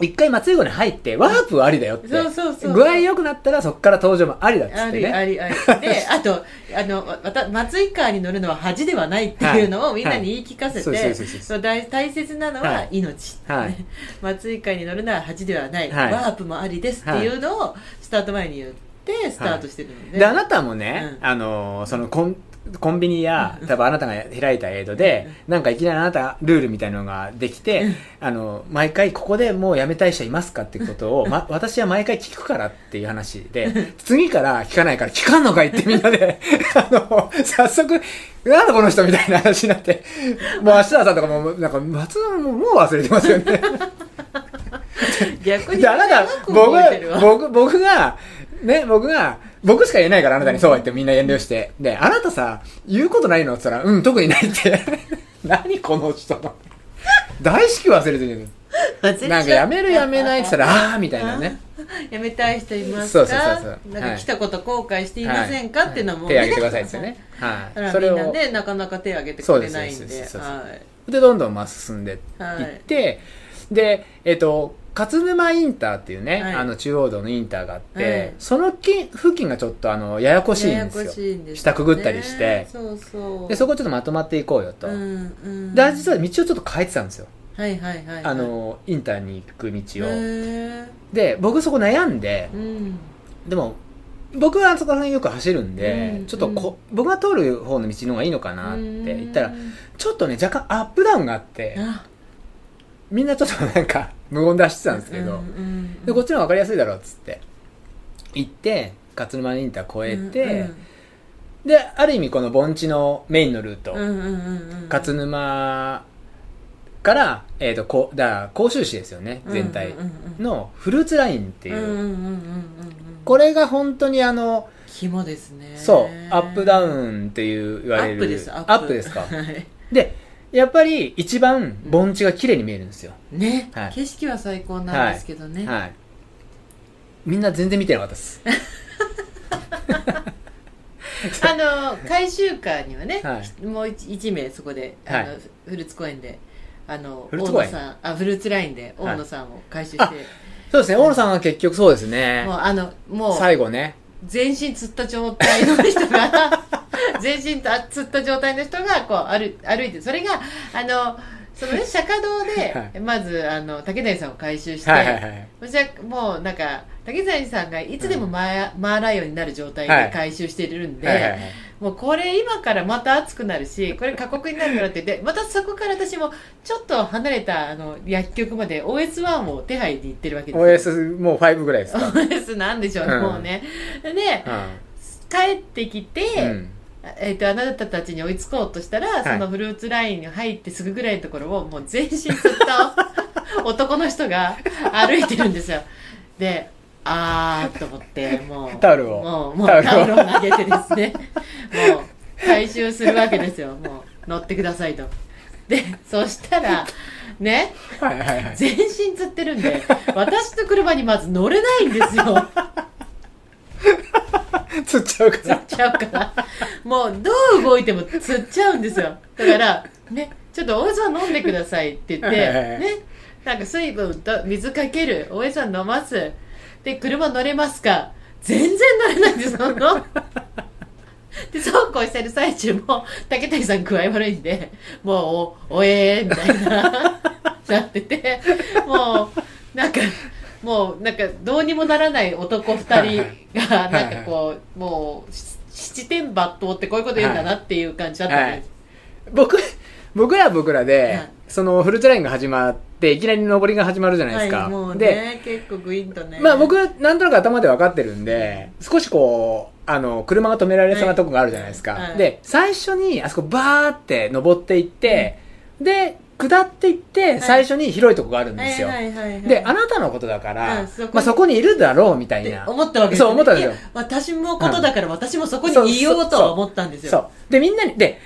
[SPEAKER 3] 一、回松井号に入って、ワープはありだよって。
[SPEAKER 2] そうそうそう
[SPEAKER 3] 具合良くなったらそこから登場もありだっつ
[SPEAKER 2] あ
[SPEAKER 3] って
[SPEAKER 2] りあ
[SPEAKER 3] ね。
[SPEAKER 2] りあり であとあのわた松井カーに乗るのは恥ではないっていうのをみんなに言い聞かせ
[SPEAKER 3] はいはい
[SPEAKER 2] て
[SPEAKER 3] そうそうそ
[SPEAKER 2] そ
[SPEAKER 3] うそう
[SPEAKER 2] う大大切なの
[SPEAKER 3] は
[SPEAKER 2] はい命、
[SPEAKER 3] はい。
[SPEAKER 2] 松井カーに乗るのは恥ではない、
[SPEAKER 3] はい
[SPEAKER 2] ワープもありですっていうのをスタート前に言ってスタートしてるので、
[SPEAKER 3] で、あなたもね、
[SPEAKER 2] うん
[SPEAKER 3] あのーそのコン、コンビニや、多分あなたが開いたエイドで、なんかいきなりあなたルールみたいのができて、あの、毎回ここでもう辞めたい人いますかってことを、ま、私は毎回聞くからっていう話で、次から聞かないから聞かんのかいってみんなで、あの、早速、なんだこの人みたいな話になって、もう明日さんとかも、なんか松田ももう忘れてますよね。
[SPEAKER 2] 逆に
[SPEAKER 3] で、あなた、
[SPEAKER 2] 長く
[SPEAKER 3] 僕
[SPEAKER 2] 覚えてるわ、
[SPEAKER 3] 僕、僕が、ね、僕が、僕しか言えないから、あなたにそうは言ってみんな遠慮して。で、あなたさ、言うことないのって言ったら、うん、特にないって。 何この人の。大至急忘れてる。
[SPEAKER 2] 忘れちゃう
[SPEAKER 3] なんか、やめるやめないって言っ たら、あーみたいなね。
[SPEAKER 2] やめたい人います
[SPEAKER 3] そ
[SPEAKER 2] か
[SPEAKER 3] うそうそうそう
[SPEAKER 2] なんか来たこと後悔していませんか、
[SPEAKER 3] はい
[SPEAKER 2] っていうのはもう、
[SPEAKER 3] 手挙げてくださいです よね。はい。
[SPEAKER 2] そ
[SPEAKER 3] そ
[SPEAKER 2] れ
[SPEAKER 3] れ
[SPEAKER 2] みんな
[SPEAKER 3] を。
[SPEAKER 2] ねなかなか手挙げてくれないん
[SPEAKER 3] そう
[SPEAKER 2] で
[SPEAKER 3] ですそうですそうです
[SPEAKER 2] はい
[SPEAKER 3] で、どんどんまあ進んでいって、で、えっ、と、勝沼インターっていうね、
[SPEAKER 2] はい
[SPEAKER 3] あの中央道のインターがあって、
[SPEAKER 2] はい
[SPEAKER 3] その近付近がちょっとあの、ややこしいんですよ。
[SPEAKER 2] ややこしいんですよね
[SPEAKER 3] 下くぐったりして
[SPEAKER 2] そうそう
[SPEAKER 3] でそこちょっとまとまっていこうよと、
[SPEAKER 2] うんうん、
[SPEAKER 3] で実は道をちょっと変えてたんですよ、
[SPEAKER 2] はいはいはいはい
[SPEAKER 3] あのインターに行く道
[SPEAKER 2] へ
[SPEAKER 3] を、
[SPEAKER 2] ー
[SPEAKER 3] で僕そこ悩んで
[SPEAKER 2] うん
[SPEAKER 3] でも僕はそこら辺よく走るんで、
[SPEAKER 2] うん
[SPEAKER 3] ちょっとこ、僕が通る方の道の方がいいのかなって言ったら
[SPEAKER 2] うん
[SPEAKER 3] ちょっとね若干アップダウンがあって
[SPEAKER 2] あ
[SPEAKER 3] みんなちょっとなんか無言で走ってたんですけど、
[SPEAKER 2] うんうん
[SPEAKER 3] でこっちの方が分かりやすいだろうっつって行って勝沼インター越えて、である意味この盆地のメインのルート、
[SPEAKER 2] うんうんうんうんうんうん
[SPEAKER 3] 勝沼から、えー、とこうだから甲州市ですよね全体
[SPEAKER 2] うんうんうんうん
[SPEAKER 3] のフルーツラインっていう,、
[SPEAKER 2] うんうんうんうんうん
[SPEAKER 3] これが本当にあの
[SPEAKER 2] 肝ですね
[SPEAKER 3] そうアップダ
[SPEAKER 2] ン
[SPEAKER 3] ウンっていう言
[SPEAKER 2] ア
[SPEAKER 3] われ
[SPEAKER 2] ッ
[SPEAKER 3] る
[SPEAKER 2] プです
[SPEAKER 3] アップですか
[SPEAKER 2] はい
[SPEAKER 3] でやっぱり一番盆地が綺麗に見えるんですよ、
[SPEAKER 2] ね
[SPEAKER 3] はい
[SPEAKER 2] 景色は最高なんですけどね
[SPEAKER 3] はいみんな全然見てなかったです
[SPEAKER 2] あの回収会にはね、
[SPEAKER 3] はい
[SPEAKER 2] ひもう一一名そこであの、
[SPEAKER 3] はい
[SPEAKER 2] フルーツ公園であの
[SPEAKER 3] フルーツ公園
[SPEAKER 2] 大野さんあフルーツラインで
[SPEAKER 3] はい
[SPEAKER 2] 大野さんを回収して、
[SPEAKER 3] あそうですね大野さんは結局そうですね
[SPEAKER 2] もうあのもう
[SPEAKER 3] 最後ね
[SPEAKER 2] 全身つった状態の人が 全身つった状態の人がこう歩歩いてそれがあのそ のね釈迦堂
[SPEAKER 3] は
[SPEAKER 2] でまずあの竹谷さんを回収して、
[SPEAKER 3] はいはいはい
[SPEAKER 2] そしたらもうなんか竹谷さんがいつでもマー,、マーライオンになる状態
[SPEAKER 3] はい
[SPEAKER 2] で回収してるんで、
[SPEAKER 3] はいはいはい
[SPEAKER 2] もうこれ今からまた暑くなる しこれ過酷になるからって言ってまたそこから私もちょっと離れたあの薬局まで OS1 を手配に行ってるわけですよ
[SPEAKER 3] OS もう5ぐらいですか
[SPEAKER 2] OS なんでしょうね、
[SPEAKER 3] うん
[SPEAKER 2] もうねで帰ってきて、
[SPEAKER 3] うん
[SPEAKER 2] えー、とあなたたちに追いつこうとしたら、
[SPEAKER 3] い
[SPEAKER 2] そのフルーツラインに入ってすぐぐらいのところをもう全身ずっ と男の人が歩いてるんですよであーっと思ってもう
[SPEAKER 3] タオルを
[SPEAKER 2] もうもう
[SPEAKER 3] タ
[SPEAKER 2] タ
[SPEAKER 3] オ
[SPEAKER 2] オ
[SPEAKER 3] ルを
[SPEAKER 2] ルを投げてですねもう回収するわけですよもう乗ってくださいとでそしたらね
[SPEAKER 3] はいはいはい
[SPEAKER 2] 全身つってるんで私の車にまず乗れないんですよ
[SPEAKER 3] つっちゃうか
[SPEAKER 2] 釣っ
[SPEAKER 3] ら
[SPEAKER 2] ちゃうからもうどう動いても釣っちゃうんですよだからねちょっとおやさん飲んでくださいって言って
[SPEAKER 3] はいはいはい
[SPEAKER 2] ねなんか水分と水かけるおやさん飲ますで車乗れますか全然乗れないんですそのでそうこうしてる最中も竹谷さん具合悪いんでもうおおえーみたいななっててもうなんかもうなんかどうにもならない男二人が
[SPEAKER 3] はい
[SPEAKER 2] なんかこうもうし七点抜刀ってこういうこと言うんだなっていう感じだったんです、
[SPEAKER 3] 僕僕らは僕らで、
[SPEAKER 2] はい
[SPEAKER 3] そのフルーツラインが始まっていきなり上りが始まるじゃないですか、
[SPEAKER 2] もう
[SPEAKER 3] で
[SPEAKER 2] ね結構グインとね
[SPEAKER 3] まあ僕なんとなく頭で分かってるんで、少しこうあの車が止められそうなとこがあるじゃないですか、
[SPEAKER 2] はいはい
[SPEAKER 3] で最初にあそこバーって登っていって、で下っていって最初に広いとこがあるんですよ、
[SPEAKER 2] はいはいはいはい
[SPEAKER 3] であなたのことだから、
[SPEAKER 2] うんそこに
[SPEAKER 3] まあ、そこにいるだろうみたい
[SPEAKER 2] って
[SPEAKER 3] な
[SPEAKER 2] 思ったわけです
[SPEAKER 3] そう思ったんですよ
[SPEAKER 2] いや私もことだから私もそこにいようとは思ったんですよ
[SPEAKER 3] そうでみんなにで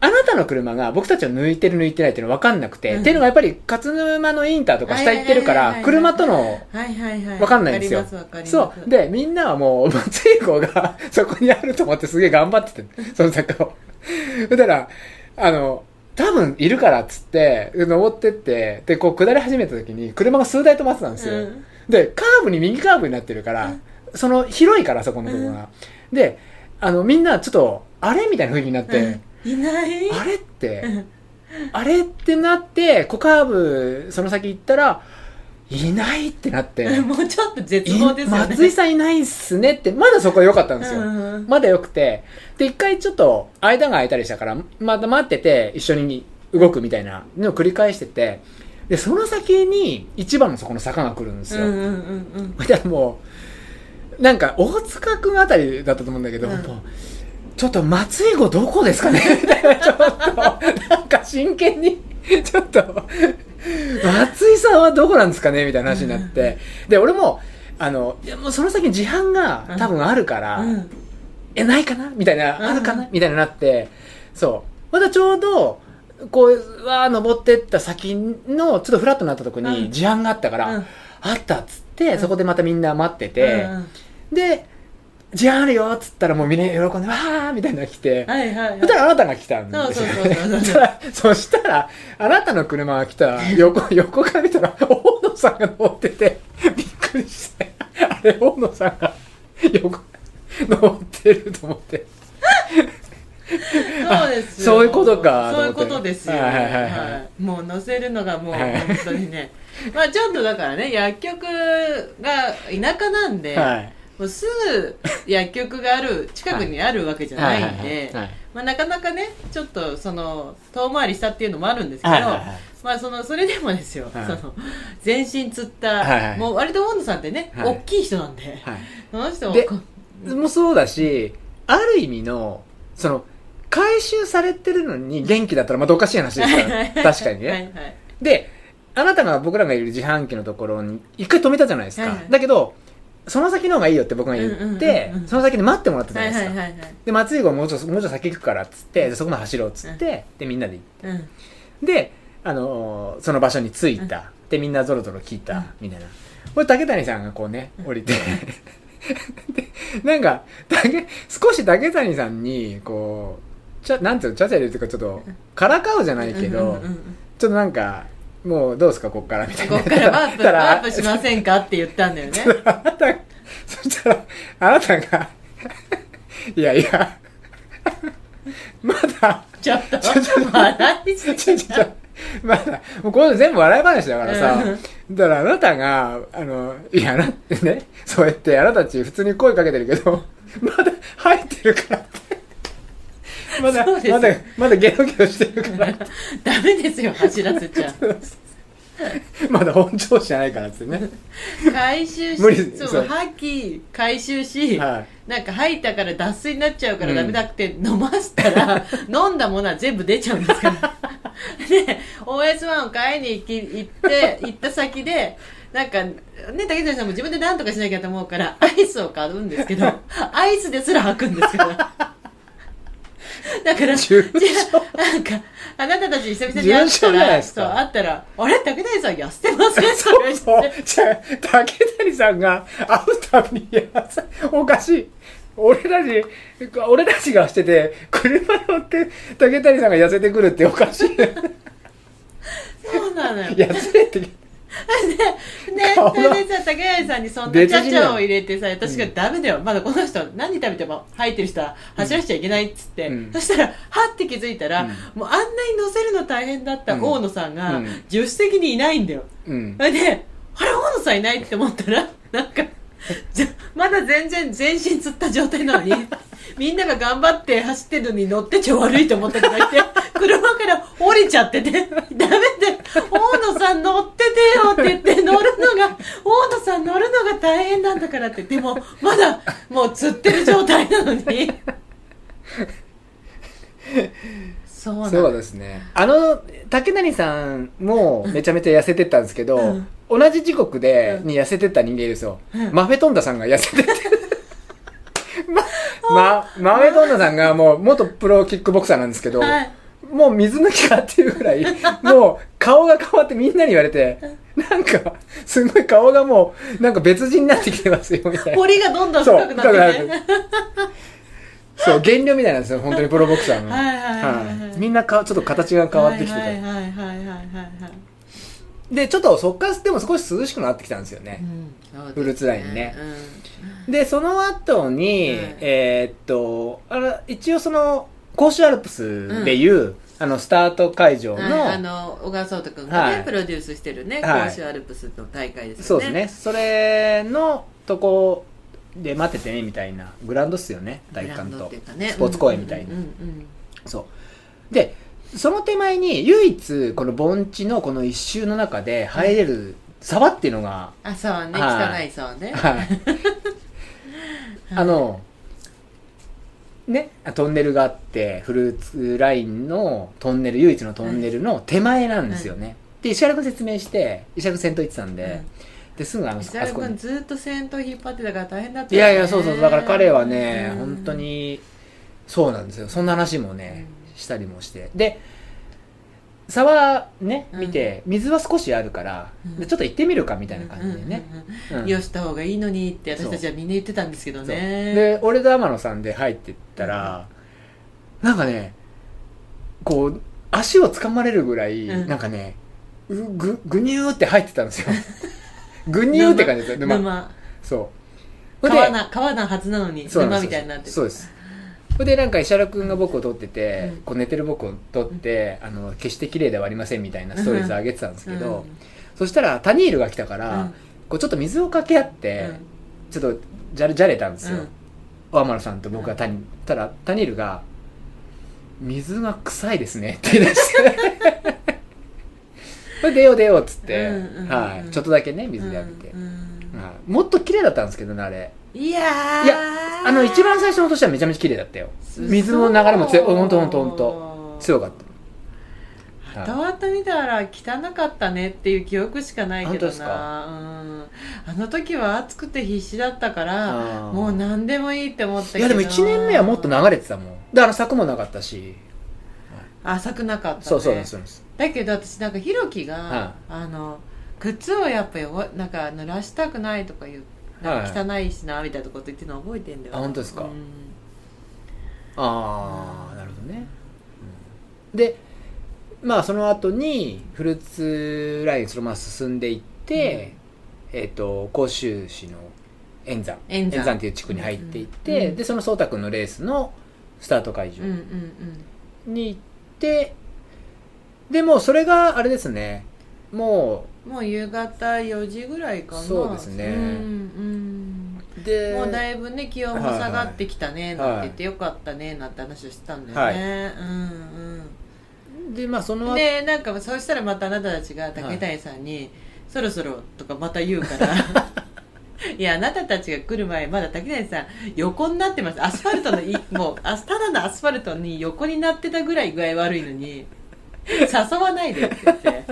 [SPEAKER 3] あなたの車が僕たちを抜いてる抜いてないっていうの分かんなくて、
[SPEAKER 2] うん
[SPEAKER 3] っていうのがやっぱり勝沼のインターとか下行ってるか
[SPEAKER 2] はいはいは
[SPEAKER 3] ら
[SPEAKER 2] いはい
[SPEAKER 3] 車との
[SPEAKER 2] はいはいはい
[SPEAKER 3] わかんないんですよ
[SPEAKER 2] わかりますわかります
[SPEAKER 3] そう。で、みんなはもう、松井子がそこにあると思ってすげえ頑張ってて、その坂を。だから、あの、多分いるからっつって、登ってって、で、こう下り始めた時に、車が数台止まってたんですよ。
[SPEAKER 2] うん
[SPEAKER 3] で、カーブに右カーブになってるから、その、広いから、そこのところが。で、あの、みんなちょっと、あれみたいな雰囲気になって、
[SPEAKER 2] うんいない
[SPEAKER 3] あれって
[SPEAKER 2] うん、
[SPEAKER 3] あれってなって、こうカーブ、その先行ったら、いないってなって。
[SPEAKER 2] もうちょっと絶望ですよね
[SPEAKER 3] 松井さんいないっすねって、まだそこ良かったんですよ。
[SPEAKER 2] うん
[SPEAKER 3] まだ良くて。で、一回ちょっと、間が空いたりしたから、また待ってて、一緒に動くみたいなのを繰り返してて、で、その先に、一番のそこの坂が来るんです
[SPEAKER 2] うん
[SPEAKER 3] よ。
[SPEAKER 2] うんうんうん
[SPEAKER 3] そしたらもう、なんか、大塚くんあたりだったと思うんだけど、
[SPEAKER 2] うん
[SPEAKER 3] もうちょっと松井子どこで すかねみたいな、ちょっと、なんか真剣に、 ちょっと、松井さんはどこなんですかねみたいな話になって、で、俺も、あの、いやもうその先に自販が多分あるから、
[SPEAKER 2] うん
[SPEAKER 3] え、ないかなみたいな、
[SPEAKER 2] うん
[SPEAKER 3] あるかなみたいななって、そう。またちょうど、こう、わー、登ってった先の、ちょっとフラットになったとこ
[SPEAKER 2] うん
[SPEAKER 3] に、自販があったから、
[SPEAKER 2] うん
[SPEAKER 3] あったっつって、
[SPEAKER 2] ん
[SPEAKER 3] そこでまたみんな待ってて、
[SPEAKER 2] うんうん
[SPEAKER 3] で、自販あるよっつったらもうみんな喜んで、わーみたいなの来て、
[SPEAKER 2] はいはいはい
[SPEAKER 3] そしたらあなたが来たんです
[SPEAKER 2] そう
[SPEAKER 3] よ、
[SPEAKER 2] そうそうそう
[SPEAKER 3] そしたら、 そしたら、あなたの車が来た 横、横から見たら、大野さんが乗ってて、びっくりして、あれ、大野さんが横、乗ってると思って。
[SPEAKER 2] そうですよ
[SPEAKER 3] あそういうことか
[SPEAKER 2] そういうことですよ、
[SPEAKER 3] と思ってはいはいはいはい
[SPEAKER 2] もう乗せるのがもう
[SPEAKER 3] はい
[SPEAKER 2] 本当にね、まあちょっとだからね薬局が田舎なんで、
[SPEAKER 3] はい。
[SPEAKER 2] もうすぐ薬局がある近くにあるわけじゃないんで
[SPEAKER 3] はいはいはいはい
[SPEAKER 2] まあなかなかねちょっとその遠回りしたっていうのもあるんですけど、
[SPEAKER 3] はいはいはい
[SPEAKER 2] まあそのそれでもですよ、
[SPEAKER 3] はい
[SPEAKER 2] その全身つった、
[SPEAKER 3] はいはい
[SPEAKER 2] もう割と大野さんってね、
[SPEAKER 3] はい
[SPEAKER 2] 大きい人なんで、
[SPEAKER 3] はい
[SPEAKER 2] その人も
[SPEAKER 3] で
[SPEAKER 2] こう
[SPEAKER 3] もうそうだし、ある意味の、その、回収されてるのに元気だったらまたおかしい話ですから、確かにね。
[SPEAKER 2] はいはい
[SPEAKER 3] で、あなたが僕らがいる自販機のところに一回止めたじゃないですか。
[SPEAKER 2] はいはい
[SPEAKER 3] だけど、その先の方がいいよって僕が言って、
[SPEAKER 2] うんうんうんうん
[SPEAKER 3] その先で待ってもらったじゃ
[SPEAKER 2] は
[SPEAKER 3] な
[SPEAKER 2] い
[SPEAKER 3] いです
[SPEAKER 2] は
[SPEAKER 3] か。
[SPEAKER 2] いはいはい
[SPEAKER 3] で、松井子もうちょっともうちょっと先行くからっつって、でそこまで走ろうっつって、で、みんなで行っ
[SPEAKER 2] うん
[SPEAKER 3] で、あのーその場所に着いた。で、みんなぞろぞろ聞いた、
[SPEAKER 2] うん
[SPEAKER 3] みたいな。これ竹谷さんがこうね、降りて。 で、なんか、竹、少し竹谷さんに、こう、ちゃ、なんつうの、ちゃちゃ入れるっていうか、ちょっと、からかうじゃないけど、
[SPEAKER 2] うんうんうんうん
[SPEAKER 3] ちょっとなんか、もうどうすか、こっからみたい
[SPEAKER 2] こ
[SPEAKER 3] な。
[SPEAKER 2] っからワープ、
[SPEAKER 3] たら
[SPEAKER 2] ワープしませんかって言ったんだよね。
[SPEAKER 3] あなた、そしたら、あなたが、 いやいや、 まだ、
[SPEAKER 2] ちょっと、
[SPEAKER 3] ちょちょ
[SPEAKER 2] 笑いすぎ
[SPEAKER 3] ちょちょちょ、まだ、もうこれ全部笑い話だからさ
[SPEAKER 2] うん、
[SPEAKER 3] だからあなたが、あの、いや、なって ね、そうやってあなたたち普通に声かけてるけど、まだ入ってるからって。 まだ
[SPEAKER 2] そうです
[SPEAKER 3] まだまだゲロゲロして るから
[SPEAKER 2] ダメですよ走らせちゃ
[SPEAKER 3] まだ本調子じゃないからっつって ね
[SPEAKER 2] 回収し
[SPEAKER 3] 無理
[SPEAKER 2] そう
[SPEAKER 3] そう
[SPEAKER 2] 吐き回収し、
[SPEAKER 3] は
[SPEAKER 2] なんか吐いたから脱水になっちゃうから
[SPEAKER 3] うん
[SPEAKER 2] ダメだって飲ませた ら、飲んだものは全部出ちゃうんですから で OS1 を買いに行き行って行った先でなんかね竹内さんも自分で何とかしなきゃと思うからアイスを買うんですけ どアイスですら吐くんですからだから
[SPEAKER 3] い重
[SPEAKER 2] 違うなんか、あなたたち久々に会
[SPEAKER 3] 重
[SPEAKER 2] った
[SPEAKER 3] 症じゃない
[SPEAKER 2] ら、
[SPEAKER 3] ですか
[SPEAKER 2] そう、会ったら、あれ竹谷さん痩せてませんそ
[SPEAKER 3] そう
[SPEAKER 2] れ
[SPEAKER 3] そう
[SPEAKER 2] って。
[SPEAKER 3] じゃあ竹谷さんが会うたびにやさおかしい俺たち俺たちがしてて車乗って竹谷さんが痩せてくるっておかし い
[SPEAKER 2] そうなのよ。ね、
[SPEAKER 3] 痩せって顔が
[SPEAKER 2] それでさ、竹谷さんにそんな
[SPEAKER 3] 出
[SPEAKER 2] ち
[SPEAKER 3] て
[SPEAKER 2] ゃ
[SPEAKER 3] きて
[SPEAKER 2] ちゃを入れてさ、私がダメだよ。まだこの人、何食べても入ってる人は走らせちゃいけないっつって。
[SPEAKER 3] うん
[SPEAKER 2] そしたら、はって気づいたら、
[SPEAKER 3] うん
[SPEAKER 2] もうあんなに乗せるの大変だった
[SPEAKER 3] うん
[SPEAKER 2] 大野さんが、
[SPEAKER 3] うん
[SPEAKER 2] 助手席にいないんだよ。
[SPEAKER 3] うん
[SPEAKER 2] それで、あれ、大野さんいないって思ったら、なんか、じゃまだ全然全身つった状態なのに、みんなが頑張って走ってるのに乗ってちゃ悪いと思ったとか言って、車から降りちゃってて、ダメで、大野さん乗っててよって言って、乗るのが、大野さん乗るのが大変なんだからって、でも、まだもうつってる状態なのに。そうなん
[SPEAKER 3] そうですねあの竹谷さんもめちゃめちゃ痩せてったんですけど、
[SPEAKER 2] うん
[SPEAKER 3] 同じ時刻で、
[SPEAKER 2] うん
[SPEAKER 3] に痩せてった人間いるんですよ、
[SPEAKER 2] うん
[SPEAKER 3] マフェトンダさんが痩 せててま、ま、マフェトンダさんがもう元プロキックボクサーなんですけど、
[SPEAKER 2] はい。
[SPEAKER 3] もう水抜きかっていうぐらい、もう顔が変わってみんなに言われて、なんか、すごい顔がもう、なんか別人になってきてますよ、みたいな。
[SPEAKER 2] 堀がどんどん
[SPEAKER 3] そう
[SPEAKER 2] 深くなって
[SPEAKER 3] 深くな
[SPEAKER 2] ね。
[SPEAKER 3] そう、減量みたいなんですよ、本当にプロボクサーの。
[SPEAKER 2] はいはいはいはい
[SPEAKER 3] みんなか、ちょっと形が変わってきて
[SPEAKER 2] はいはい
[SPEAKER 3] て。
[SPEAKER 2] はいはいはいはいはい、
[SPEAKER 3] で、ちょっとそっからでも少し涼しくなってきたんですよね。
[SPEAKER 2] うん
[SPEAKER 3] フルーツラインね
[SPEAKER 2] うん
[SPEAKER 3] で、その後に、
[SPEAKER 2] うん
[SPEAKER 3] えーっと、あら、一応その、甲州アルプスでいう、あの、スタート会場
[SPEAKER 2] はい
[SPEAKER 3] の、
[SPEAKER 2] あの小川聡人君がね、
[SPEAKER 3] はい
[SPEAKER 2] プロデュースしてるね
[SPEAKER 3] はい
[SPEAKER 2] 甲州アルプスの大会です
[SPEAKER 3] そ
[SPEAKER 2] よ
[SPEAKER 3] う
[SPEAKER 2] ね
[SPEAKER 3] ですね。それのとこで待っててね、みたいな。グラウンドっすよね、
[SPEAKER 2] 体
[SPEAKER 3] 体育
[SPEAKER 2] 感
[SPEAKER 3] 館
[SPEAKER 2] と
[SPEAKER 3] と
[SPEAKER 2] ってい。うかね
[SPEAKER 3] スポーツ公園みたいに
[SPEAKER 2] うんうん
[SPEAKER 3] そう。で、その手前に唯一、この盆地のこの一周の中で入れる沢っていうのが、
[SPEAKER 2] あ沢ね
[SPEAKER 3] は
[SPEAKER 2] 汚
[SPEAKER 3] い
[SPEAKER 2] い沢 ね
[SPEAKER 3] はい。あの、ね、トンネルがあって、フルーツラインのトンネル、唯一のトンネルの手前なんですよね。で、石原君説明して、石原君先頭行ってたんで、で、すぐあの、あ
[SPEAKER 2] 石原
[SPEAKER 3] そこに
[SPEAKER 2] 君ずっと先頭引っ張ってたから大変だった
[SPEAKER 3] い
[SPEAKER 2] よね
[SPEAKER 3] やいや、そうそう、だから彼はね、
[SPEAKER 2] うん
[SPEAKER 3] 本当に、そうなんですよ。そんな話もね、したりもして。で、沢ね、見て、水は少しあるから、
[SPEAKER 2] うん
[SPEAKER 3] でちょっと行ってみるかみたいな感じでね。
[SPEAKER 2] うんうんうんうん
[SPEAKER 3] うん
[SPEAKER 2] よした方がいいのにって私たちはみんな言ってたんですけど
[SPEAKER 3] そう
[SPEAKER 2] ね
[SPEAKER 3] で、俺と天野さんで入ってったら、なんかね、こう、足を掴まれるぐらい、
[SPEAKER 2] うん
[SPEAKER 3] なんかね、うぐ、ぐにゅーって入ってたんです よ。ぐにゅーって感じですよ、
[SPEAKER 2] 沼
[SPEAKER 3] 沼。
[SPEAKER 2] 沼
[SPEAKER 3] そう。
[SPEAKER 2] 川な川なはずなのに
[SPEAKER 3] そうな
[SPEAKER 2] 沼
[SPEAKER 3] ん
[SPEAKER 2] み
[SPEAKER 3] で
[SPEAKER 2] た
[SPEAKER 3] すよ
[SPEAKER 2] いになってて
[SPEAKER 3] そうですそれでなんか石原君が僕を撮ってて、
[SPEAKER 2] うん
[SPEAKER 3] こう寝てる僕を撮って、あの決して綺麗ではありませんみたいなストーリーズ上げてたんですけど、
[SPEAKER 2] うん
[SPEAKER 3] そしたらタニールが来たから、
[SPEAKER 2] うん
[SPEAKER 3] こうちょっと水をかけ合っ
[SPEAKER 2] う
[SPEAKER 3] て、
[SPEAKER 2] ん
[SPEAKER 3] ちょっとじゃれじゃれたんですよ、
[SPEAKER 2] うん
[SPEAKER 3] 天野さんと僕がタニたらタニールが「水が臭いですね」って言い出 して「それ出よう出よう」っつって、
[SPEAKER 2] うんうんうん
[SPEAKER 3] はい、ちょっとだけね水で浴びて、
[SPEAKER 2] うんうん
[SPEAKER 3] はいもっと綺麗だったんですけどねあれ
[SPEAKER 2] いやー
[SPEAKER 3] いやあの一番最初の年はめちゃめちゃ綺麗だったよ水の流れも強い
[SPEAKER 2] そう
[SPEAKER 3] ほんとほんとほんと強かった
[SPEAKER 2] 後々見たら汚かったねっていう記憶しかないけ
[SPEAKER 3] 本
[SPEAKER 2] ど
[SPEAKER 3] 当ですか
[SPEAKER 2] なうんあの時は暑くて必死だったから
[SPEAKER 3] あー
[SPEAKER 2] もう何でもいいって思ったけ
[SPEAKER 3] い
[SPEAKER 2] ど
[SPEAKER 3] やでも1年目はもっと流れてたもんだから柵もなかったし
[SPEAKER 2] 浅くなかった、ね、
[SPEAKER 3] そうそうなんですそうなんです
[SPEAKER 2] だけど私なんかひろきが、
[SPEAKER 3] は
[SPEAKER 2] あの靴をやっぱ汚なんか濡らしたくないとか言うなんか汚いしなみたいなこと言ってるの覚えてんだよ、
[SPEAKER 3] あ本当ですか
[SPEAKER 2] うん
[SPEAKER 3] ああなるほどね、うんでまあその後にフルーツラインそのまま進んでいって、えっ、と甲州市の円山
[SPEAKER 2] 円山
[SPEAKER 3] っていう地区に入っていって、
[SPEAKER 2] うん
[SPEAKER 3] でその颯太君のレースのスタート会場、
[SPEAKER 2] うんうんうん
[SPEAKER 3] に行って、でもうそれがあれですね、も
[SPEAKER 2] もう夕方4時ぐらいかな
[SPEAKER 3] そうですね
[SPEAKER 2] うんうん
[SPEAKER 3] う、で
[SPEAKER 2] もうだいぶね気温も下がってきたね
[SPEAKER 3] はいはい
[SPEAKER 2] なんて言ってよかったねなんて話をしてたんだよね、うん
[SPEAKER 3] でまあその
[SPEAKER 2] うん
[SPEAKER 3] 後
[SPEAKER 2] でなんかそうしたらまたあなたたちが竹谷さんに、そろそろ」とかまた言うから いやあなたたちが来る前まだ竹谷さん横になってますアスファルトのいもうあただのアスファルトに横になってたぐらい具合悪いのに誘わないでって言 って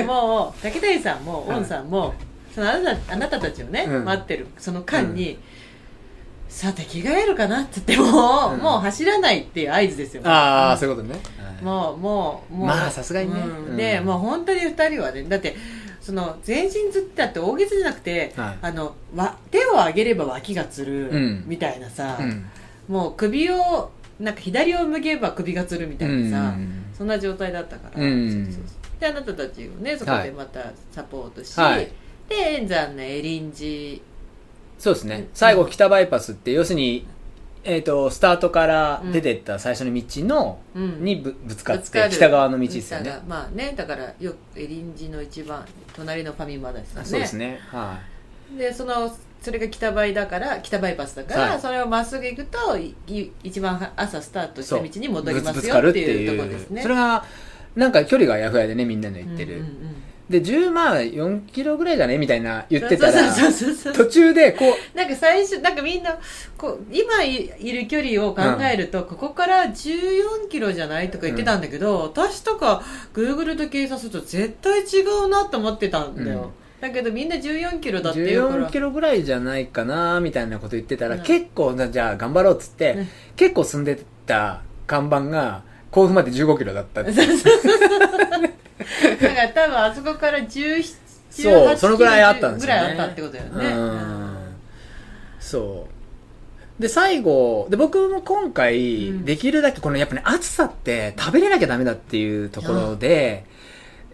[SPEAKER 2] でもう竹谷さんも
[SPEAKER 3] はい
[SPEAKER 2] オンさんも、そのあなたあなたたちをね、
[SPEAKER 3] うん
[SPEAKER 2] 待ってるその間に、さて着替えるかなって言ってもう、
[SPEAKER 3] うん
[SPEAKER 2] もう走らないっていう合図ですよ
[SPEAKER 3] ああ、そういうことね、
[SPEAKER 2] もうもうもう
[SPEAKER 3] まあさすがにね
[SPEAKER 2] うん
[SPEAKER 3] うん
[SPEAKER 2] でもう本当に2人はねだってその全身つってだって大げさじゃなくて、
[SPEAKER 3] はい
[SPEAKER 2] あのわ手を上げれば脇がつ
[SPEAKER 3] う
[SPEAKER 2] る
[SPEAKER 3] ん
[SPEAKER 2] みたいなさ、
[SPEAKER 3] うん
[SPEAKER 2] もう首をなんか左を向けば首がつるみたいなさ、
[SPEAKER 3] うん
[SPEAKER 2] そんな状態だったから、
[SPEAKER 3] うん
[SPEAKER 2] そうそうそうであなたたちをねそこでまたサポートし、
[SPEAKER 3] はい
[SPEAKER 2] で円山のエリンジ
[SPEAKER 3] そうですね最後北バイパスって要するに、えー、とスタートから出てった最初の道の、
[SPEAKER 2] うん
[SPEAKER 3] にぶぶつかっ
[SPEAKER 2] ぶつか
[SPEAKER 3] て
[SPEAKER 2] る
[SPEAKER 3] 北側の道ですよね
[SPEAKER 2] 北がまあねだからよエリンジの一番隣のファミマですよ
[SPEAKER 3] あ
[SPEAKER 2] ね
[SPEAKER 3] そうですねは
[SPEAKER 2] でそのそれが北バイだから北バイパスだから、
[SPEAKER 3] はい
[SPEAKER 2] それをまっすぐ行くといい一番は朝スタート
[SPEAKER 3] い
[SPEAKER 2] した
[SPEAKER 3] そう
[SPEAKER 2] 道に戻りま
[SPEAKER 3] ぶ
[SPEAKER 2] す
[SPEAKER 3] つぶつ
[SPEAKER 2] よ
[SPEAKER 3] かるっ
[SPEAKER 2] ってて
[SPEAKER 3] い
[SPEAKER 2] いううとこですね
[SPEAKER 3] それがなんか距離があやふやでねみんなの言ってる、
[SPEAKER 2] うんうんうん
[SPEAKER 3] で10まあ4キロぐらいだねみたいな言ってたら
[SPEAKER 2] そうそうそうそう
[SPEAKER 3] 途中でこう
[SPEAKER 2] なんか最初なんかみんなこう今いいる距離を考えると、ここから14キロじゃないとか言ってたんだけど、私とか Google と計算すると絶対違うなと思ってたんだよ、
[SPEAKER 3] うん
[SPEAKER 2] だけどみんな14キロだっていうから
[SPEAKER 3] 14キロぐらいじゃないかなみたいなこと言ってたら、
[SPEAKER 2] うん
[SPEAKER 3] 結構なじゃあ頑張ろうっつって、
[SPEAKER 2] うん
[SPEAKER 3] 結構進んでた看板が甲府まで15キロだったって
[SPEAKER 2] だから多分あそこから17
[SPEAKER 3] そう
[SPEAKER 2] 18
[SPEAKER 3] そのぐらいあったんですよね
[SPEAKER 2] ぐらいあったってことだよね
[SPEAKER 3] うんそうで最後で僕も今回、
[SPEAKER 2] うん
[SPEAKER 3] できるだけこのやっぱね暑さって食べれなきゃダメだっていうところで、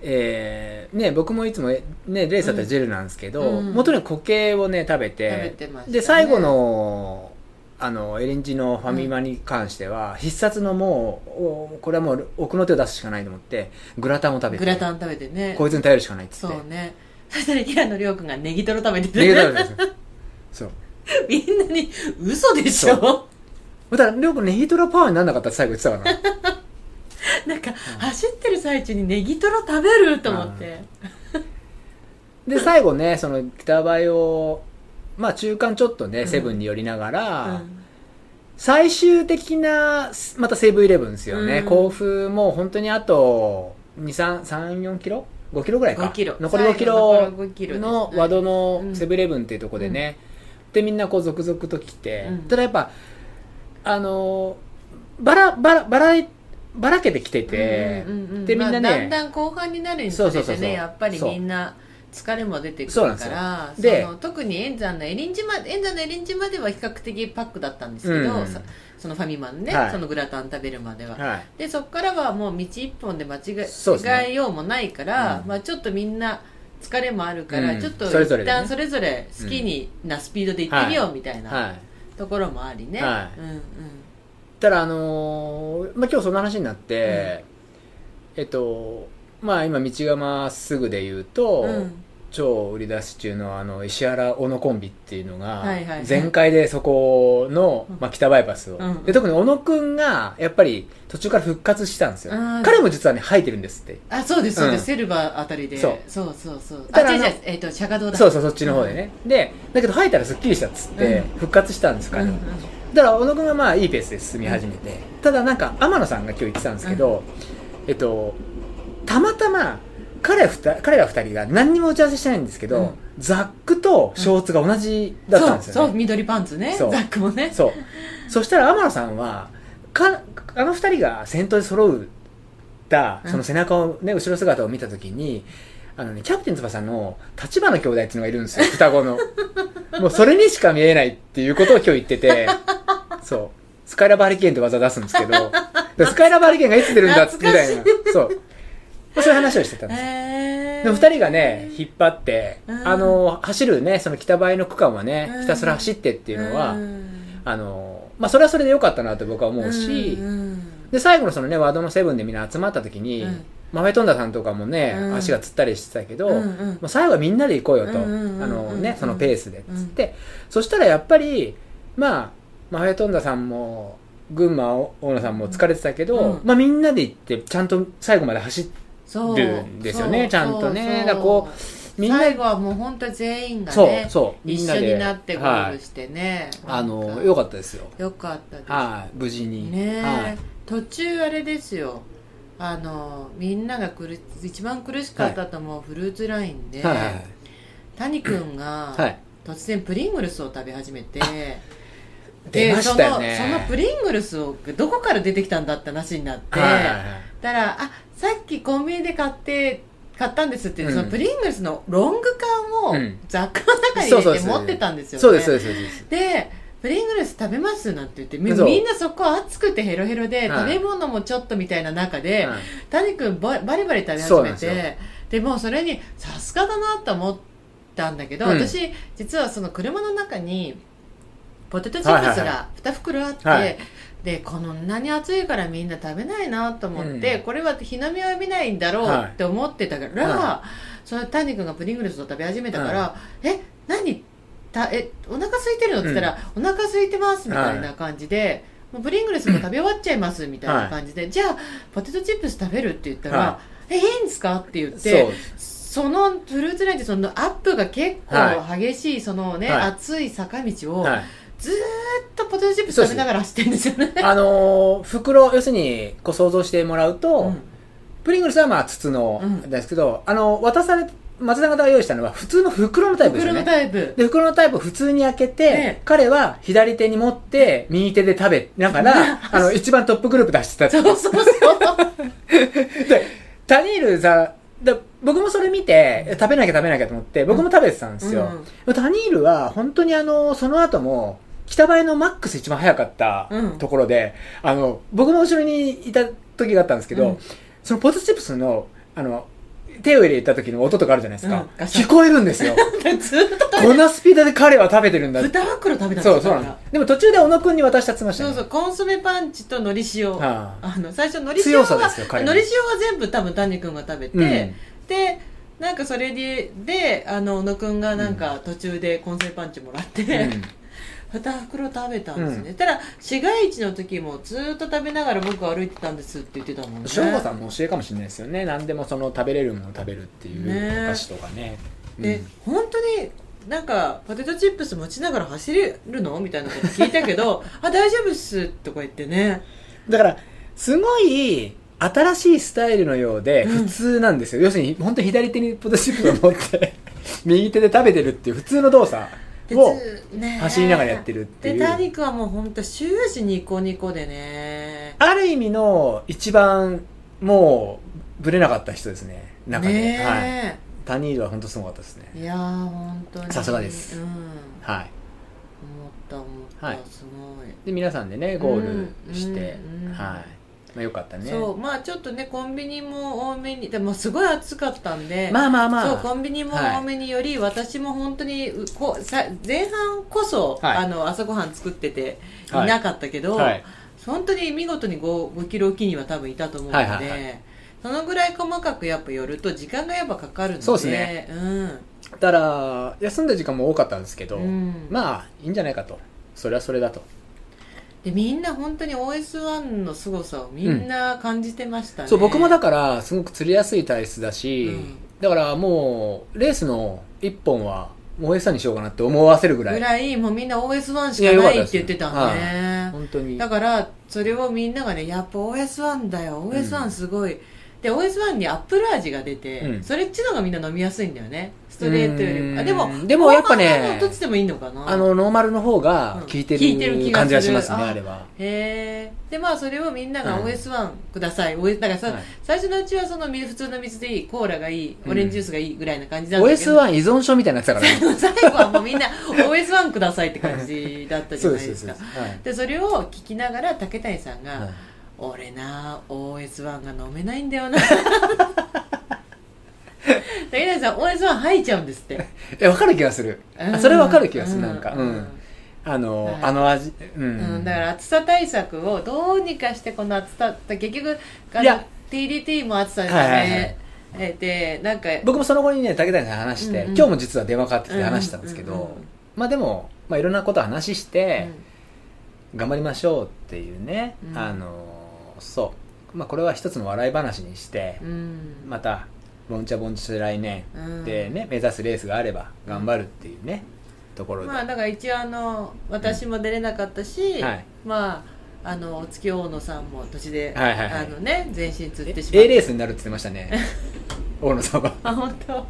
[SPEAKER 3] えーね、僕もいつも、ね、レースだったらジェルなんですけど、
[SPEAKER 2] うん
[SPEAKER 3] もうとにかく固形をね食べて
[SPEAKER 2] 食べてましたね
[SPEAKER 3] で最後のあのエレンジのファミマに関しては、必殺のもうおこれはもう奥の手を出すしかないと思ってグラタンを食べて
[SPEAKER 2] グラタン食べてね
[SPEAKER 3] こいつに頼るしかないっつ
[SPEAKER 2] そ
[SPEAKER 3] って
[SPEAKER 2] うねそしたら平野亮君がネギトロ食べてて
[SPEAKER 3] ネギトロですよそう
[SPEAKER 2] みんなに嘘でし
[SPEAKER 3] そ
[SPEAKER 2] ょ
[SPEAKER 3] だから、りょうくんね、ヒートロパワーになんなかったって最後言ってたから な。
[SPEAKER 2] なんか走ってる最中にネギトロ食べると思って
[SPEAKER 3] で、最後ね、その、北バイを、まあ、中間ちょっとね、セブンに寄りながら、最終的な、すまたセブンイレブンですよね。
[SPEAKER 2] うん
[SPEAKER 3] 甲府も本当にあと、2、3、3、4キロ ?5 キロぐらいか。
[SPEAKER 2] 5キロ
[SPEAKER 3] 残り5キロ
[SPEAKER 2] 最後の残り5キロですね
[SPEAKER 3] の和戸のセブンイレブンっていうとこでね。で、みんなこう続々と来て、
[SPEAKER 2] うん
[SPEAKER 3] ただやっぱ、あのー、ばら、ばら、ばらえ、ばらけてきてて、
[SPEAKER 2] うんうんうんうん
[SPEAKER 3] で、みんなね、
[SPEAKER 2] まあだんだん後半になるにつ
[SPEAKER 3] そう
[SPEAKER 2] れ
[SPEAKER 3] そうそ
[SPEAKER 2] て
[SPEAKER 3] うそう
[SPEAKER 2] ねやっぱりみんな疲れも出てくる
[SPEAKER 3] そ
[SPEAKER 2] か
[SPEAKER 3] うな
[SPEAKER 2] ら
[SPEAKER 3] すよで
[SPEAKER 2] その特に円山のエリンジまで円山のエリンジまでは比較的パックだったんですけど、
[SPEAKER 3] うん
[SPEAKER 2] さそのファミマのね、
[SPEAKER 3] はい
[SPEAKER 2] そのグラタン食べるまでは、
[SPEAKER 3] はい。
[SPEAKER 2] でそこからはもう道一本で間違え
[SPEAKER 3] そうですね
[SPEAKER 2] 違えようもないから、
[SPEAKER 3] うん
[SPEAKER 2] まあ、ちょっとみんな疲れもあるから、
[SPEAKER 3] うん
[SPEAKER 2] ちょっと
[SPEAKER 3] それぞれ
[SPEAKER 2] 一
[SPEAKER 3] でね
[SPEAKER 2] 旦それぞれ好きになスピードで行ってみようみたいな
[SPEAKER 3] はい。
[SPEAKER 2] ところもありね、
[SPEAKER 3] は
[SPEAKER 2] うんうん
[SPEAKER 3] たら、あのーまあ、今日そんな話になって、えっと、まあ今、道がまっすぐで言うと、
[SPEAKER 2] うん
[SPEAKER 3] 超売り出し中のあの、石原小野コンビっていうのが
[SPEAKER 2] はいはい、
[SPEAKER 3] 全開でそこの、まあ、北バイパスを。
[SPEAKER 2] うん
[SPEAKER 3] で特に小野くんが、やっぱり途中から復活したんですよ
[SPEAKER 2] うん。
[SPEAKER 3] 彼も実はね、生えてるんですって。
[SPEAKER 2] あそうですそうです、
[SPEAKER 3] うん
[SPEAKER 2] セルバーあたりで
[SPEAKER 3] そう
[SPEAKER 2] そうそうそうあ
[SPEAKER 3] ただ
[SPEAKER 2] 違う違
[SPEAKER 3] あ
[SPEAKER 2] う
[SPEAKER 3] の
[SPEAKER 2] えっ、と釈迦堂だ
[SPEAKER 3] そうそう、そっちの方でね。で、だけど生えたらスッキリしたっつって
[SPEAKER 2] う、
[SPEAKER 3] 復活したんです
[SPEAKER 2] う
[SPEAKER 3] か
[SPEAKER 2] んう
[SPEAKER 3] ら、
[SPEAKER 2] ん
[SPEAKER 3] だから小野君がまあいいペースで進み始めて、ただなんか天野さんが今日言ってたんですけど、えっとたまたま彼ふた彼ら二人が何にも打ち合わせしてないんですけど、
[SPEAKER 2] うん
[SPEAKER 3] ザックとショーツが同じだったんです
[SPEAKER 2] そう
[SPEAKER 3] よ
[SPEAKER 2] そう
[SPEAKER 3] ね、
[SPEAKER 2] 緑パンツねザ
[SPEAKER 3] そう
[SPEAKER 2] ックもね
[SPEAKER 3] そうそしたら天野さんはかあの二人が先頭で揃うた
[SPEAKER 2] うん
[SPEAKER 3] その背中をね後ろ姿を見た時にあのね、キャプテン翼の立花兄弟っていうのがいるんですよ、双 子の。もうそれにしか見えないっていうことを今日言ってて、そう。スカイラバーリケーンって技出すんですけど、だからスカイラバーリケーンがいつ出るんだってみたいな。そう。まあそういう話をしてたんですよ。
[SPEAKER 2] へー
[SPEAKER 3] でも二人がね、引っ張って、
[SPEAKER 2] うん
[SPEAKER 3] あの、走るね、その北映えの区間はね
[SPEAKER 2] うん、
[SPEAKER 3] ひたすら走ってっていうのは
[SPEAKER 2] う、ん
[SPEAKER 3] あの、まあそれはそれで良かったなと僕は思うし
[SPEAKER 2] う、ん
[SPEAKER 3] で、最後のそのね、ワードのセブンでみんな集まった時に
[SPEAKER 2] うん、
[SPEAKER 3] 豆飛んださんとかもね、
[SPEAKER 2] うん
[SPEAKER 3] 足がつったりしてたけど、
[SPEAKER 2] うん
[SPEAKER 3] も
[SPEAKER 2] うん
[SPEAKER 3] う最後はみんなで行こうよと、
[SPEAKER 2] うんうんうんうん
[SPEAKER 3] あのね、そのペースでっつって、そしたらやっぱりまあマフェトンダさんも群馬大野さんも疲れてたけど、
[SPEAKER 2] うん
[SPEAKER 3] まあ、みんなで行ってちゃんと最後まで走って
[SPEAKER 2] そう
[SPEAKER 3] 出るんですよね
[SPEAKER 2] そう
[SPEAKER 3] ちゃんとね
[SPEAKER 2] そうそう
[SPEAKER 3] だからこみんな
[SPEAKER 2] 最後はもう本当に全員が
[SPEAKER 3] そう
[SPEAKER 2] ね
[SPEAKER 3] そうみん
[SPEAKER 2] 一
[SPEAKER 3] な
[SPEAKER 2] 緒
[SPEAKER 3] で
[SPEAKER 2] になってゴールしてね、
[SPEAKER 3] はい、あの
[SPEAKER 2] よ
[SPEAKER 3] よかったですよ
[SPEAKER 2] よかったです、
[SPEAKER 3] はい無事に、
[SPEAKER 2] ねえ、
[SPEAKER 3] はい
[SPEAKER 2] 途中あれですよあのみんなが苦し一番苦しかったと思うフルーツラインで、
[SPEAKER 3] はい
[SPEAKER 2] 谷君が
[SPEAKER 3] はい
[SPEAKER 2] 突然プリングルスを食べ始め て、
[SPEAKER 3] 出ましたよね
[SPEAKER 2] そのそのプリングルスをどこから出てきたんだって話になって、
[SPEAKER 3] はいはいはい
[SPEAKER 2] たら「あさっきコンビニで買って買ったんです」って、
[SPEAKER 3] うん
[SPEAKER 2] そのプリングルスのロング
[SPEAKER 3] う
[SPEAKER 2] 缶を
[SPEAKER 3] ん
[SPEAKER 2] ザックの中に
[SPEAKER 3] そうそ
[SPEAKER 2] 入
[SPEAKER 3] う
[SPEAKER 2] れて
[SPEAKER 3] です
[SPEAKER 2] 持ってたんですよね
[SPEAKER 3] そうですそうですそうです
[SPEAKER 2] でプリングルス食べますなんて言ってみ
[SPEAKER 3] そう
[SPEAKER 2] みんなそこ暑くてヘロヘロで、
[SPEAKER 3] はい
[SPEAKER 2] 食べ物もちょっとみたいな中で、
[SPEAKER 3] はい
[SPEAKER 2] 谷君ババリバリ食べ始
[SPEAKER 3] そうなん
[SPEAKER 2] め
[SPEAKER 3] ですよ
[SPEAKER 2] てでもうそれにさすがだなと思ったんだけど、
[SPEAKER 3] うん
[SPEAKER 2] 私実はその車の中にポテトチップス
[SPEAKER 3] はいはい
[SPEAKER 2] が2袋あって、
[SPEAKER 3] はい
[SPEAKER 2] でこんなに暑いからみんな食べないなと思って、
[SPEAKER 3] うん
[SPEAKER 2] これは日の目を浴びないんだろうって思ってたから、
[SPEAKER 3] は
[SPEAKER 2] その谷君がプリングルスを食べ始めたから「え何たえお腹空いてるの?」って言ったら「お腹空いてます」みたいな感じで。もうプリングルスも食べ終わっちゃいますみたいな感じで、じゃあポテトチップス食べるって言ったら、
[SPEAKER 3] は
[SPEAKER 2] えいいんですかって言っ
[SPEAKER 3] そう
[SPEAKER 2] てそのフルーツラインってそのアップが結構激しい、そのね、
[SPEAKER 3] はい
[SPEAKER 2] 暑い坂道を、
[SPEAKER 3] は
[SPEAKER 2] ずーっとポテトチップス食べながら走ってるんですよね
[SPEAKER 3] い、あのー袋要するにこう想像してもらうと、
[SPEAKER 2] うん
[SPEAKER 3] プリングルスはまあ筒の
[SPEAKER 2] うん
[SPEAKER 3] ですけど、あの渡され松田方が用意したのは普通の袋のタイプです
[SPEAKER 2] 袋
[SPEAKER 3] よ
[SPEAKER 2] の
[SPEAKER 3] ね
[SPEAKER 2] タイプ
[SPEAKER 3] で袋のタイプを普通に開けて、
[SPEAKER 2] ね
[SPEAKER 3] 彼は左手に持って右手で食べなが らあの一番トップグループ出してた
[SPEAKER 2] そうそうそ う
[SPEAKER 3] でタニールさで僕もそれ見て食べなきゃ食べなきゃと思って僕も食べてたんですよ、
[SPEAKER 2] うん
[SPEAKER 3] タニールは本当にあのその後も北前のマックス一番早かった
[SPEAKER 2] うん
[SPEAKER 3] ところで、あの僕の後ろにいた時があったんですけど、
[SPEAKER 2] うん
[SPEAKER 3] そのポテトチップスのあの手を入れた時の音とかあるじゃないですか、
[SPEAKER 2] うんガシャ
[SPEAKER 3] 聞こえる んですよ
[SPEAKER 2] ずーっと
[SPEAKER 3] こんなスピードで彼は食べてるんだって
[SPEAKER 2] 2袋食べたんです
[SPEAKER 3] そ
[SPEAKER 2] よ
[SPEAKER 3] うそうな
[SPEAKER 2] だ
[SPEAKER 3] ん
[SPEAKER 2] か
[SPEAKER 3] で
[SPEAKER 2] ら
[SPEAKER 3] すでも途中で小野くんに渡したっつってました
[SPEAKER 2] そ
[SPEAKER 3] ね
[SPEAKER 2] うそうコンソメパンチとのり塩、
[SPEAKER 3] はあ
[SPEAKER 2] あの最初のり塩
[SPEAKER 3] 強さで
[SPEAKER 2] は
[SPEAKER 3] すよ彼の
[SPEAKER 2] のり塩は全部多分谷君が食べて、
[SPEAKER 3] うん
[SPEAKER 2] でなんかそれでであの小野君がなんか途中でコンソメパンチもらって、
[SPEAKER 3] うん
[SPEAKER 2] 2袋食べたんですね、
[SPEAKER 3] う
[SPEAKER 2] ただ市街地の時もずーっと食べながら僕歩いてたんですって言ってたもんね
[SPEAKER 3] 翔吾さんの教えかもしれないですよね何でもその食べれるものを食べるってい
[SPEAKER 2] ね
[SPEAKER 3] うお菓子とかね
[SPEAKER 2] で、本当になんかポテトチップス持ちながら走れるのみたいなこと聞いたけ どあ大丈夫っすとか言ってね
[SPEAKER 3] うんだからすごい新しいスタイルのようで
[SPEAKER 2] うん
[SPEAKER 3] 普通なんですよ、要するに本当に左手にポテトチップを持って 右手で食べてるっていう普通の動作
[SPEAKER 2] で
[SPEAKER 3] を
[SPEAKER 2] ずーね
[SPEAKER 3] 走りながらやってるって
[SPEAKER 2] で
[SPEAKER 3] いう
[SPEAKER 2] 谷君はもう本当終始ニコニコでね
[SPEAKER 3] ある意味の一番もうブレなかった人ですね中で、はい、
[SPEAKER 2] ね
[SPEAKER 3] タニールは本当すごかったですね
[SPEAKER 2] え、い、やー本当に
[SPEAKER 3] さすがです
[SPEAKER 2] うん思
[SPEAKER 3] はい
[SPEAKER 2] った思った、
[SPEAKER 3] はい
[SPEAKER 2] すごい
[SPEAKER 3] で皆さんでねゴールして、
[SPEAKER 2] うんうん
[SPEAKER 3] はい、まあ、よかったね
[SPEAKER 2] そうまあちょっとねコンビニも多めにでもすごい暑かったんで、
[SPEAKER 3] まあまあまあ
[SPEAKER 2] そうコンビニも多めにより、私も本当にうこさ前半こそ、
[SPEAKER 3] はい
[SPEAKER 2] あの朝ごはん作っててい
[SPEAKER 3] はい
[SPEAKER 2] なかったけど、
[SPEAKER 3] はい
[SPEAKER 2] 本当に見事に 5, 5キロおきには多分いたと思うので、
[SPEAKER 3] はいはいはい
[SPEAKER 2] そのぐらい細かくやっぱ寄ると時間がやっぱかかるので
[SPEAKER 3] そうですね
[SPEAKER 2] うん
[SPEAKER 3] たら休んだ時間も多かったんですけど、
[SPEAKER 2] うん
[SPEAKER 3] まあいいんじゃないかとそれはそれだと、
[SPEAKER 2] でみんな本当に OS1 の凄さをみんな感じてましたね、
[SPEAKER 3] そう僕もだからすごく釣りやすい体質だし、
[SPEAKER 2] うん
[SPEAKER 3] だからもうレースの一本はもう餌にしようかなって思わせるぐらい
[SPEAKER 2] ぐらいもうみんな OS1 し
[SPEAKER 3] いや
[SPEAKER 2] か
[SPEAKER 3] よか
[SPEAKER 2] な
[SPEAKER 3] った
[SPEAKER 2] い
[SPEAKER 3] で
[SPEAKER 2] っ
[SPEAKER 3] す
[SPEAKER 2] て言ってたんね、
[SPEAKER 3] 本当に
[SPEAKER 2] だからそれをみんながねやっぱ OS1 だよ OS1 すごい、で OS1 にアップル味が出て、
[SPEAKER 3] うん
[SPEAKER 2] それっちの方がみんな飲みやすいんだよねストレートよ
[SPEAKER 3] う
[SPEAKER 2] り
[SPEAKER 3] ん
[SPEAKER 2] あでも
[SPEAKER 3] でもやっぱね
[SPEAKER 2] 後半はどっちでもいいのかな
[SPEAKER 3] あのノーマルの方が
[SPEAKER 2] うん
[SPEAKER 3] 効いて
[SPEAKER 2] 効いてる気
[SPEAKER 3] る
[SPEAKER 2] が
[SPEAKER 3] 感じがしますね、
[SPEAKER 2] する
[SPEAKER 3] あれは
[SPEAKER 2] へえでまあそれをみんなが
[SPEAKER 3] うん
[SPEAKER 2] OS1 ください、OS だからさ、
[SPEAKER 3] はい
[SPEAKER 2] 最初のうちはそのみ普通の水でいいコーラがいい
[SPEAKER 3] うん
[SPEAKER 2] オレンジジュースがいいぐらいな感じなんだけど、
[SPEAKER 3] OS1 依存症みたいになってたからね
[SPEAKER 2] 最後はもうみんな OS1 くださいって感じだったじ
[SPEAKER 3] そ
[SPEAKER 2] ゃ
[SPEAKER 3] う
[SPEAKER 2] な
[SPEAKER 3] で
[SPEAKER 2] い
[SPEAKER 3] す
[SPEAKER 2] です
[SPEAKER 3] そう
[SPEAKER 2] か
[SPEAKER 3] ですはい
[SPEAKER 2] でそれを聞きながら竹谷さんが、
[SPEAKER 3] はい
[SPEAKER 2] 俺な OS1 が飲めないんだ よな竹谷さん OS1 吐いちゃうんですって
[SPEAKER 3] え分かる気がする、
[SPEAKER 2] う
[SPEAKER 3] あ
[SPEAKER 2] ん
[SPEAKER 3] それ分かる気がする、
[SPEAKER 2] う
[SPEAKER 3] なんか、うん
[SPEAKER 2] うん
[SPEAKER 3] あの、
[SPEAKER 2] はい
[SPEAKER 3] あの味う
[SPEAKER 2] うんだから暑さ対策をどうにかしてこの暑さ結局あの
[SPEAKER 3] いや
[SPEAKER 2] TDT もあってたんですよ
[SPEAKER 3] はいはいは
[SPEAKER 2] ね
[SPEAKER 3] い。
[SPEAKER 2] えーで、なんか、
[SPEAKER 3] 僕もその後にね武田に話して、
[SPEAKER 2] うんうん
[SPEAKER 3] 今日も実は電話かかってきて話したんですけど、
[SPEAKER 2] うんうんうんうん
[SPEAKER 3] まあでも、まあ、いろんなこと話して、
[SPEAKER 2] う
[SPEAKER 3] 頑張りましょうっていうね、
[SPEAKER 2] うん
[SPEAKER 3] あのそう、まあ、これは一つの笑い話にして、
[SPEAKER 2] ん
[SPEAKER 3] またボンチャボンチャ来年
[SPEAKER 2] うん
[SPEAKER 3] でね、目指すレースがあれば頑張るっていうね、ところで、
[SPEAKER 2] まあだから一応あの私も出れなかったし、
[SPEAKER 3] はい
[SPEAKER 2] まああの月大野さんも途中で、
[SPEAKER 3] はいはいは
[SPEAKER 2] あ
[SPEAKER 3] い
[SPEAKER 2] のね全身つってしまっ
[SPEAKER 3] A レー
[SPEAKER 2] ス
[SPEAKER 3] スになるって言ってましたね大野さんは
[SPEAKER 2] あ本当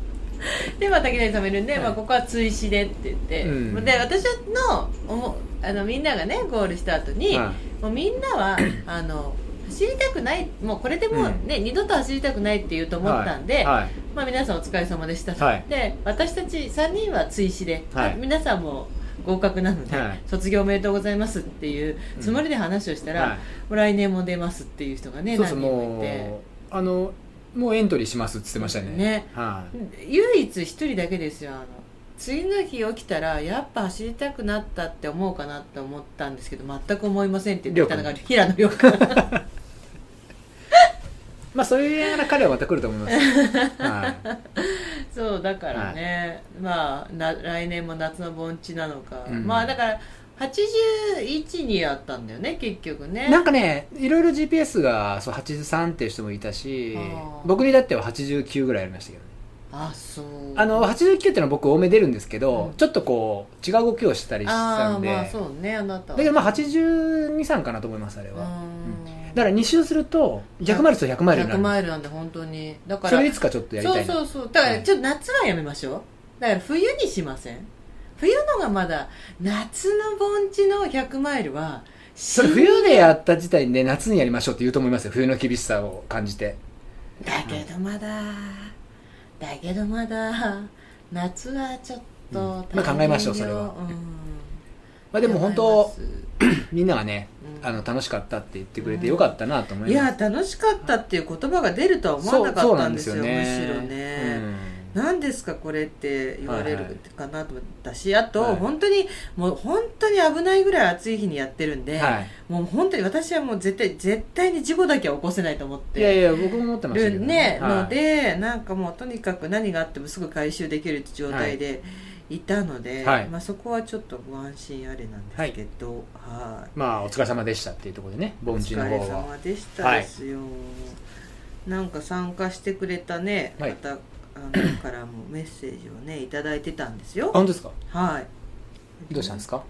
[SPEAKER 2] でまあ竹内さんもいるんで、
[SPEAKER 3] はい
[SPEAKER 2] まあここは追試でって言って、
[SPEAKER 3] うん
[SPEAKER 2] で私のおもあのみんながねゴールした後に、
[SPEAKER 3] は
[SPEAKER 2] もうみんなは あの走りたくないもうこれでもうね、二度と走りたくないって言うと思ったんで、
[SPEAKER 3] はい
[SPEAKER 2] まあ、皆さんお疲れ様でした、
[SPEAKER 3] はい
[SPEAKER 2] で私たち3人は追試で、
[SPEAKER 3] はい
[SPEAKER 2] 皆さんも合格なので、
[SPEAKER 3] はい
[SPEAKER 2] 卒業おめでとうございますっていうつもりで話をしたら、
[SPEAKER 3] は
[SPEAKER 2] もう来年も出ますっていう人が
[SPEAKER 3] い
[SPEAKER 2] ね
[SPEAKER 3] そうそ
[SPEAKER 2] 何
[SPEAKER 3] う
[SPEAKER 2] 人もいて
[SPEAKER 3] もうあのもうエントリーしますって言ってましたね
[SPEAKER 2] ね
[SPEAKER 3] はい
[SPEAKER 2] 唯一1人だけですよあの次の日起きたらやっぱ走りたくなったって思うかなって思ったんですけど全く思いませんって言ってたのが
[SPEAKER 3] りょ
[SPEAKER 2] 平野亮君
[SPEAKER 3] まあそういうやら彼はまた来ると思い ます、は
[SPEAKER 2] そうだからね、まあな来年も夏の盆地なのか、
[SPEAKER 3] うん
[SPEAKER 2] まあだから81にあったんだよね結局ね
[SPEAKER 3] い、なんかねいろいろ GPS がそう83っていう人もいたし
[SPEAKER 2] あー
[SPEAKER 3] 僕にだっては89ぐらいありましたけどね
[SPEAKER 2] あそう
[SPEAKER 3] あの89っていうのは僕多め出るんですけど、
[SPEAKER 2] うん
[SPEAKER 3] ちょっとこう違う動きをしたりして
[SPEAKER 2] あ
[SPEAKER 3] た
[SPEAKER 2] あ
[SPEAKER 3] んで、
[SPEAKER 2] まあそうねあなたは
[SPEAKER 3] だけどまあ823かなと思いますあれは、
[SPEAKER 2] うん
[SPEAKER 3] だから2周すると100マイルと100マイルにな
[SPEAKER 2] 100
[SPEAKER 3] る
[SPEAKER 2] マイルなんで本当にだから
[SPEAKER 3] それいつかちょっとやりたい
[SPEAKER 2] そう
[SPEAKER 3] な
[SPEAKER 2] そうそうだからちょっと夏はやめましょうだから冬にしません冬のがまだ夏の盆地の100マイルは
[SPEAKER 3] それ冬でやった時点で夏にやりましょうって言うと思いますよ冬の厳しさを感じて
[SPEAKER 2] だけどまだ、だけどまだ夏はちょっと、
[SPEAKER 3] うんまあ考えましょう
[SPEAKER 2] 大変よ
[SPEAKER 3] それは
[SPEAKER 2] うん
[SPEAKER 3] まあでも本
[SPEAKER 2] 考
[SPEAKER 3] 当
[SPEAKER 2] えます
[SPEAKER 3] みんながね
[SPEAKER 2] うん
[SPEAKER 3] あの楽しかったって言ってくれてよかったなと思
[SPEAKER 2] い
[SPEAKER 3] います、
[SPEAKER 2] や楽しかったっていう言葉が出るとは思
[SPEAKER 3] そ
[SPEAKER 2] わな
[SPEAKER 3] うそ
[SPEAKER 2] か
[SPEAKER 3] う
[SPEAKER 2] っ
[SPEAKER 3] な
[SPEAKER 2] た
[SPEAKER 3] ん
[SPEAKER 2] ん
[SPEAKER 3] で
[SPEAKER 2] ですす
[SPEAKER 3] よ
[SPEAKER 2] よ
[SPEAKER 3] ね
[SPEAKER 2] むしろね、何ですかこれって言われるかなと思ったし、あと、
[SPEAKER 3] はい
[SPEAKER 2] 本当にもう本当に危ないぐらい暑い日にやってるん
[SPEAKER 3] う
[SPEAKER 2] で、
[SPEAKER 3] んはい、
[SPEAKER 2] もう本当に私はもう絶対絶対に事故だけは起こせないと思っ
[SPEAKER 3] いや
[SPEAKER 2] て
[SPEAKER 3] いや僕も思ってましたけ
[SPEAKER 2] る
[SPEAKER 3] ど
[SPEAKER 2] ね、
[SPEAKER 3] はい
[SPEAKER 2] のでなんかもうとにかく何があってもすぐ回収できる状態でいたので、
[SPEAKER 3] はい
[SPEAKER 2] まあ、そこはちょっとご安心あれなんですけど、はい
[SPEAKER 3] まあお疲れ様でしたっていうところでね
[SPEAKER 2] お
[SPEAKER 3] 盆地
[SPEAKER 2] 疲
[SPEAKER 3] の
[SPEAKER 2] れ
[SPEAKER 3] 方は
[SPEAKER 2] 様でしたですよ、なんか参加してくれたね、
[SPEAKER 3] はい
[SPEAKER 2] 方あ のからもメッセージをね頂いただいてたんです
[SPEAKER 3] あ
[SPEAKER 2] よ
[SPEAKER 3] 本当ですか
[SPEAKER 2] はい
[SPEAKER 3] どうしたんですか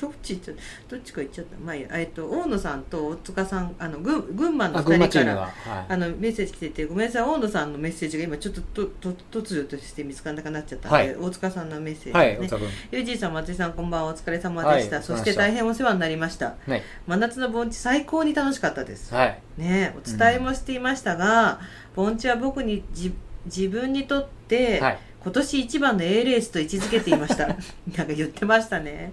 [SPEAKER 2] どっち行っちゃったどっちか行っちゃったまあいいやえっと大野さんと大塚さんあの群群馬の
[SPEAKER 3] あ群馬
[SPEAKER 2] 2人か
[SPEAKER 3] チーム
[SPEAKER 2] ら
[SPEAKER 3] が、
[SPEAKER 2] あ
[SPEAKER 3] はい
[SPEAKER 2] のメッセージ来ててごめんなさい大野さんのメッセージが今ちょっととと突如として見つからなくなっちゃったんで、
[SPEAKER 3] はい
[SPEAKER 2] 大塚さんのメッセージ、ね
[SPEAKER 3] はい、お疲れ様
[SPEAKER 2] ゆうじいさん松井さんこんばんはお疲れ様でした、
[SPEAKER 3] はい
[SPEAKER 2] そして大変お世話になりました
[SPEAKER 3] はい、
[SPEAKER 2] 真夏の盆地最高に楽しかったです
[SPEAKER 3] はい、
[SPEAKER 2] ねえお伝えもしていましたが、盆地は僕にじ自分にとって、
[SPEAKER 3] はい
[SPEAKER 2] 今年一番の A レースと位置づけていました なんか言ってましたね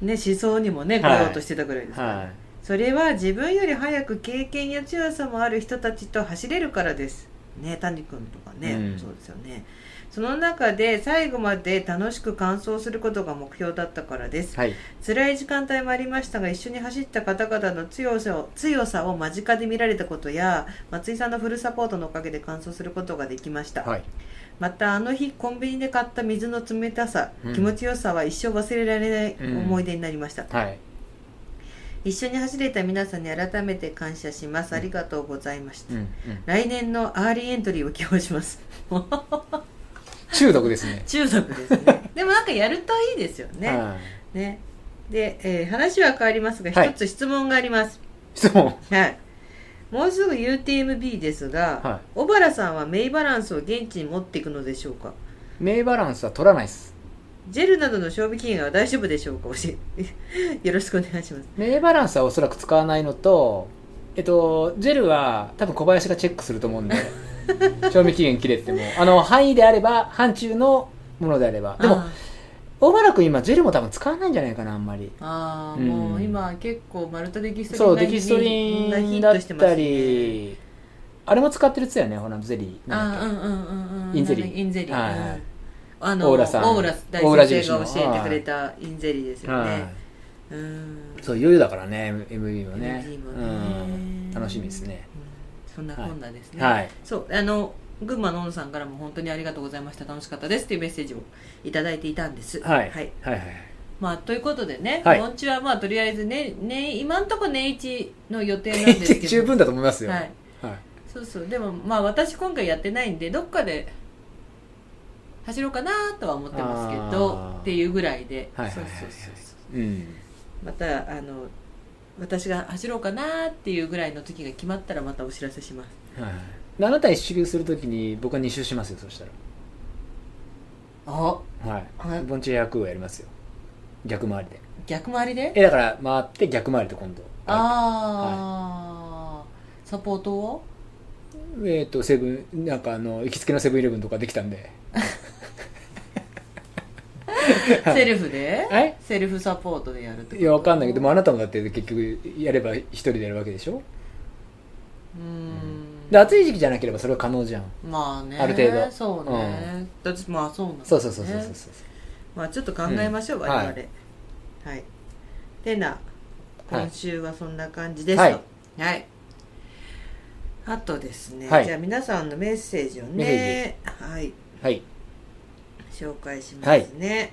[SPEAKER 2] ね思想にもね来
[SPEAKER 3] はい
[SPEAKER 2] ようとしてたぐらいですから、
[SPEAKER 3] はい
[SPEAKER 2] それは自分より早く経験や強さもある人たちと走れるからですね谷君とかね、
[SPEAKER 3] うん
[SPEAKER 2] そうですよねその中で最後まで楽しく完走することが目標だったからです
[SPEAKER 3] はい、
[SPEAKER 2] 辛い時間帯もありましたが一緒に走った方々の強さを強さを間近で見られたことや松井さんのフルサポートのおかげで完走することができました、
[SPEAKER 3] はい、
[SPEAKER 2] またあの日コンビニで買った水の冷たさ、
[SPEAKER 3] うん
[SPEAKER 2] 気持ちよさは一生忘れられない思い出になりました、
[SPEAKER 3] はい、
[SPEAKER 2] 一緒に走れた皆さんに改めて感謝しますありがとうございました、
[SPEAKER 3] うん、うん、
[SPEAKER 2] 来年のアーリーエントリーを希望します
[SPEAKER 3] 中毒ですね。
[SPEAKER 2] 中毒 ですねでもなんかやるといいですよね、
[SPEAKER 3] はい
[SPEAKER 2] ねで、えー話は変わりますが
[SPEAKER 3] はい
[SPEAKER 2] 一つ質問があります、
[SPEAKER 3] 質 問、
[SPEAKER 2] はい。もうすぐ UTMB です
[SPEAKER 3] は
[SPEAKER 2] が、小原さんはメイバランスを現地に持っていくのでしょうか
[SPEAKER 3] 名バランスは取らないです。
[SPEAKER 2] ジェルなどの賞味期限は大丈夫でしょうか教え よろしくお願いします。
[SPEAKER 3] 名バランスはおそらく使わないのと、えっと、ジェルは多分小林がチェックすると 思うんで、賞味期限切れてても、あの、範囲であれば、範疇のものであれば。でも、
[SPEAKER 2] あ
[SPEAKER 3] 大原君今、ジェルも多分使わないんじゃないかな、あんまり。
[SPEAKER 2] あ
[SPEAKER 3] うん
[SPEAKER 2] もう今結構マルタデキストリン
[SPEAKER 3] そう、
[SPEAKER 2] が
[SPEAKER 3] デキストリ
[SPEAKER 2] み
[SPEAKER 3] ン
[SPEAKER 2] ん
[SPEAKER 3] だ
[SPEAKER 2] な
[SPEAKER 3] っ
[SPEAKER 2] ヒットしてます
[SPEAKER 3] た
[SPEAKER 2] ね
[SPEAKER 3] り、あれも使ってるやつやね、ほら、ゼリー。なんだっ
[SPEAKER 2] あ
[SPEAKER 3] け
[SPEAKER 2] あうんうんうんうん
[SPEAKER 3] インゼリー
[SPEAKER 2] インゼリー
[SPEAKER 3] はいはい
[SPEAKER 2] うんあの
[SPEAKER 3] オーラさん
[SPEAKER 2] オーラ大
[SPEAKER 3] オーラ
[SPEAKER 2] 先
[SPEAKER 3] 印
[SPEAKER 2] 生
[SPEAKER 3] の
[SPEAKER 2] が教えてくれたインゼリーですよ
[SPEAKER 3] はい
[SPEAKER 2] ね。うん
[SPEAKER 3] そういよいよだからね MV もね
[SPEAKER 2] MV も
[SPEAKER 3] う
[SPEAKER 2] ね
[SPEAKER 3] ん楽しみですね
[SPEAKER 2] うんそそんなこんなですね、
[SPEAKER 3] はい
[SPEAKER 2] そうあの群馬の小野さんからも本当にありがとうございました楽しかったですっていうメッセージをいただいていたんです
[SPEAKER 3] はい
[SPEAKER 2] はい
[SPEAKER 3] はいはい
[SPEAKER 2] まあ、ということでね、
[SPEAKER 3] はい
[SPEAKER 2] 盆地はまあとりあえずねね今んとこ年一の予定なんで
[SPEAKER 3] 年
[SPEAKER 2] すけ
[SPEAKER 3] 一
[SPEAKER 2] ど
[SPEAKER 3] 十分だと思いますよ
[SPEAKER 2] はい、
[SPEAKER 3] はい
[SPEAKER 2] そうそうでもまあ私今回やってないんでどっかで走ろうかなとは思ってますけ
[SPEAKER 3] あ
[SPEAKER 2] ど
[SPEAKER 3] ー
[SPEAKER 2] っていうぐらいで、
[SPEAKER 3] はいはい
[SPEAKER 2] そ
[SPEAKER 3] は
[SPEAKER 2] う
[SPEAKER 3] い
[SPEAKER 2] そう
[SPEAKER 3] はい
[SPEAKER 2] そうそう
[SPEAKER 3] うん
[SPEAKER 2] またあの私が走ろうかなっていうぐらいの時が決まったらまたお知らせします
[SPEAKER 3] はいであなた一周するときに僕は二周しますよそした
[SPEAKER 2] あ
[SPEAKER 3] らは
[SPEAKER 2] はい
[SPEAKER 3] い盆地100をやりますよ逆回りで
[SPEAKER 2] 逆回りで
[SPEAKER 3] えだから回って逆回りと今度
[SPEAKER 2] ああ、サポートを
[SPEAKER 3] えっ、とセブンなんかあの行きつけのセブンイレブンとかできたんで
[SPEAKER 2] セルフで
[SPEAKER 3] え
[SPEAKER 2] セルフサポートでやるってこと
[SPEAKER 3] いやわかんないけどでもあなたもだって結局やれば一人でやるわけでしょ
[SPEAKER 2] うーん
[SPEAKER 3] で暑い時期じゃなければそれは可能じゃん
[SPEAKER 2] まあね
[SPEAKER 3] ある程度
[SPEAKER 2] そうね、だってまあそうなんだね
[SPEAKER 3] そうそうそうそうそうそう
[SPEAKER 2] まあちょっと考えましょう、
[SPEAKER 3] うん
[SPEAKER 2] 我々は
[SPEAKER 3] はい
[SPEAKER 2] い、てな今週はそんな感じですとは
[SPEAKER 3] はいい、
[SPEAKER 2] あとですね、
[SPEAKER 3] はい
[SPEAKER 2] じゃあ皆さんのメッセージをね
[SPEAKER 3] メ
[SPEAKER 2] はい
[SPEAKER 3] はい
[SPEAKER 2] 紹介しますね、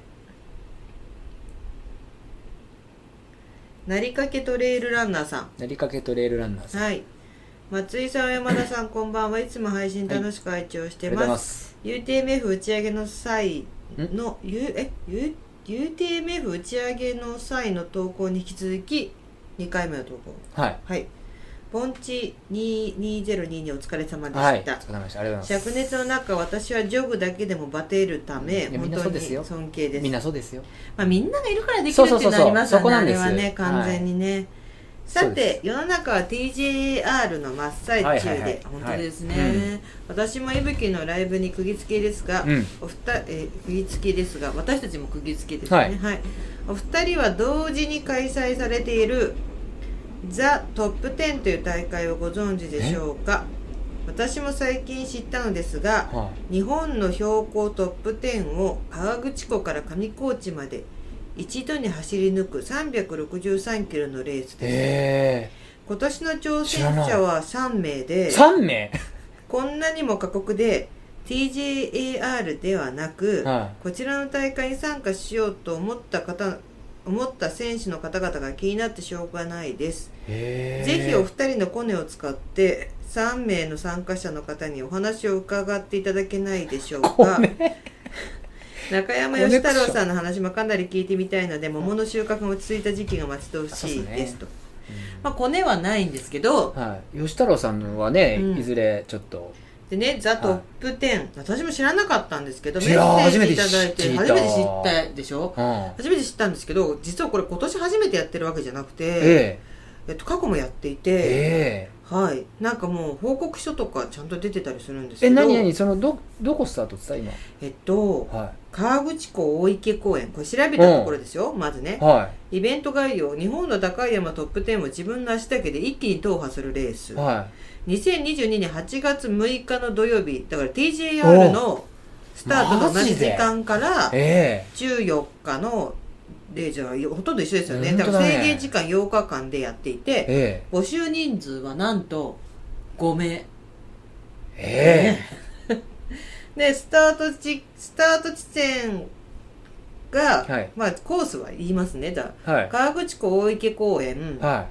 [SPEAKER 2] なりかけトレイルランナーさん
[SPEAKER 3] なりかけとレールランナーさんあ
[SPEAKER 2] はい松井さん山田さんこんばんはいつも配信楽しく拝聴して
[SPEAKER 3] りがとうござい
[SPEAKER 2] ま、
[SPEAKER 3] ますす
[SPEAKER 2] UTMF 打ち上げの際の、U、え U UTMF 打ち上げの際の投稿に引き続き2回目の投稿
[SPEAKER 3] はい
[SPEAKER 2] はい盆地2022お疲れ様で
[SPEAKER 3] はいお
[SPEAKER 2] した、
[SPEAKER 3] 疲れ様でしたありがとうございます
[SPEAKER 2] 灼熱の中私はジョグだけでもバテるため、
[SPEAKER 3] うんいやみ
[SPEAKER 2] 本
[SPEAKER 3] んな
[SPEAKER 2] 当
[SPEAKER 3] そう
[SPEAKER 2] に
[SPEAKER 3] ですよ
[SPEAKER 2] 尊敬です
[SPEAKER 3] みんなそうですよ
[SPEAKER 2] まあ、みんながいるからできる
[SPEAKER 3] そう
[SPEAKER 2] って
[SPEAKER 3] そう
[SPEAKER 2] いう
[SPEAKER 3] そう
[SPEAKER 2] のあ
[SPEAKER 3] そ
[SPEAKER 2] りますよ
[SPEAKER 3] うそこ
[SPEAKER 2] ねあ
[SPEAKER 3] なん
[SPEAKER 2] れ
[SPEAKER 3] です
[SPEAKER 2] はね完全にね、さ
[SPEAKER 3] そうで
[SPEAKER 2] て世の中は TJR の真っ最中で、
[SPEAKER 3] はいはいはい
[SPEAKER 2] 本当ですね、
[SPEAKER 3] はい
[SPEAKER 2] 私もいぶきのライブに釘付けですが、
[SPEAKER 3] うん
[SPEAKER 2] お二えー釘付けですが私たちも釘付けですねは、
[SPEAKER 3] はいい
[SPEAKER 2] お二人は同時に開催されているザ・トップ10という大会をご存知でしょうか私も最近知ったのですが、
[SPEAKER 3] は
[SPEAKER 2] 日本の標高トップ10を川口湖から上高地まで一度に走り抜く363キロのレース
[SPEAKER 3] い
[SPEAKER 2] です、
[SPEAKER 3] へ
[SPEAKER 2] 今年の挑戦
[SPEAKER 3] 知ら
[SPEAKER 2] 者は3名
[SPEAKER 3] え
[SPEAKER 2] で
[SPEAKER 3] 3名
[SPEAKER 2] こんなにも過酷で TJAR ではなく、
[SPEAKER 3] はい
[SPEAKER 2] こちらの大会に参加しようと思った方思った選手の方々が気になってしょうがないです
[SPEAKER 3] へえ
[SPEAKER 2] ぜひお二人のコネを使って3名の参加者の方にお話を伺っていただけないでしょうか中山義太郎さんの話もかなり聞いてみたいので桃の収穫も落ち着いた時期が待ち遠しいですと、まあコネはないんですけど
[SPEAKER 3] はい、吉太郎さんのはね、
[SPEAKER 2] うん
[SPEAKER 3] いずれちょっと
[SPEAKER 2] でね「ザ・トップ10、私も知らなかったんですけどメ
[SPEAKER 3] いやー
[SPEAKER 2] ッセージいただいて初
[SPEAKER 3] 初
[SPEAKER 2] め
[SPEAKER 3] め
[SPEAKER 2] て
[SPEAKER 3] て
[SPEAKER 2] 知
[SPEAKER 3] 知
[SPEAKER 2] っ
[SPEAKER 3] った
[SPEAKER 2] でしょ
[SPEAKER 3] うん
[SPEAKER 2] 初めて知ったんですけど実はこれ今年初めてやってるわけじゃなくて、
[SPEAKER 3] え
[SPEAKER 2] えっと、過去もやってい
[SPEAKER 3] え
[SPEAKER 2] て、
[SPEAKER 3] え
[SPEAKER 2] はいなんかもう報告書とかちゃんと出てたりするんです
[SPEAKER 3] え
[SPEAKER 2] け
[SPEAKER 3] え
[SPEAKER 2] ど
[SPEAKER 3] 何何そのどどこスタートって言っ
[SPEAKER 2] えっと、
[SPEAKER 3] た今は
[SPEAKER 2] 川口湖大池公園、これ調べたところですよ、まずね
[SPEAKER 3] い。は
[SPEAKER 2] イベント概要、日本の高い山トップ10を自分の足だけで一気に踏破するレース。
[SPEAKER 3] いは
[SPEAKER 2] 2022年8月6日の土曜日、だから TJR のスタートと同じ時間から
[SPEAKER 3] いえ
[SPEAKER 2] 14日の0時はほとんど一緒ですよね。
[SPEAKER 3] 本
[SPEAKER 2] だ
[SPEAKER 3] 当
[SPEAKER 2] か
[SPEAKER 3] だ
[SPEAKER 2] ら
[SPEAKER 3] ね
[SPEAKER 2] 制限時間8日間でやってい
[SPEAKER 3] え
[SPEAKER 2] て、
[SPEAKER 3] え
[SPEAKER 2] 募集人数はなんと5名。
[SPEAKER 3] ええ
[SPEAKER 2] でスタート地スタート地点が、
[SPEAKER 3] はい
[SPEAKER 2] まあ、コースは言いますねだ
[SPEAKER 3] えはい
[SPEAKER 2] 川口湖大池公園
[SPEAKER 3] は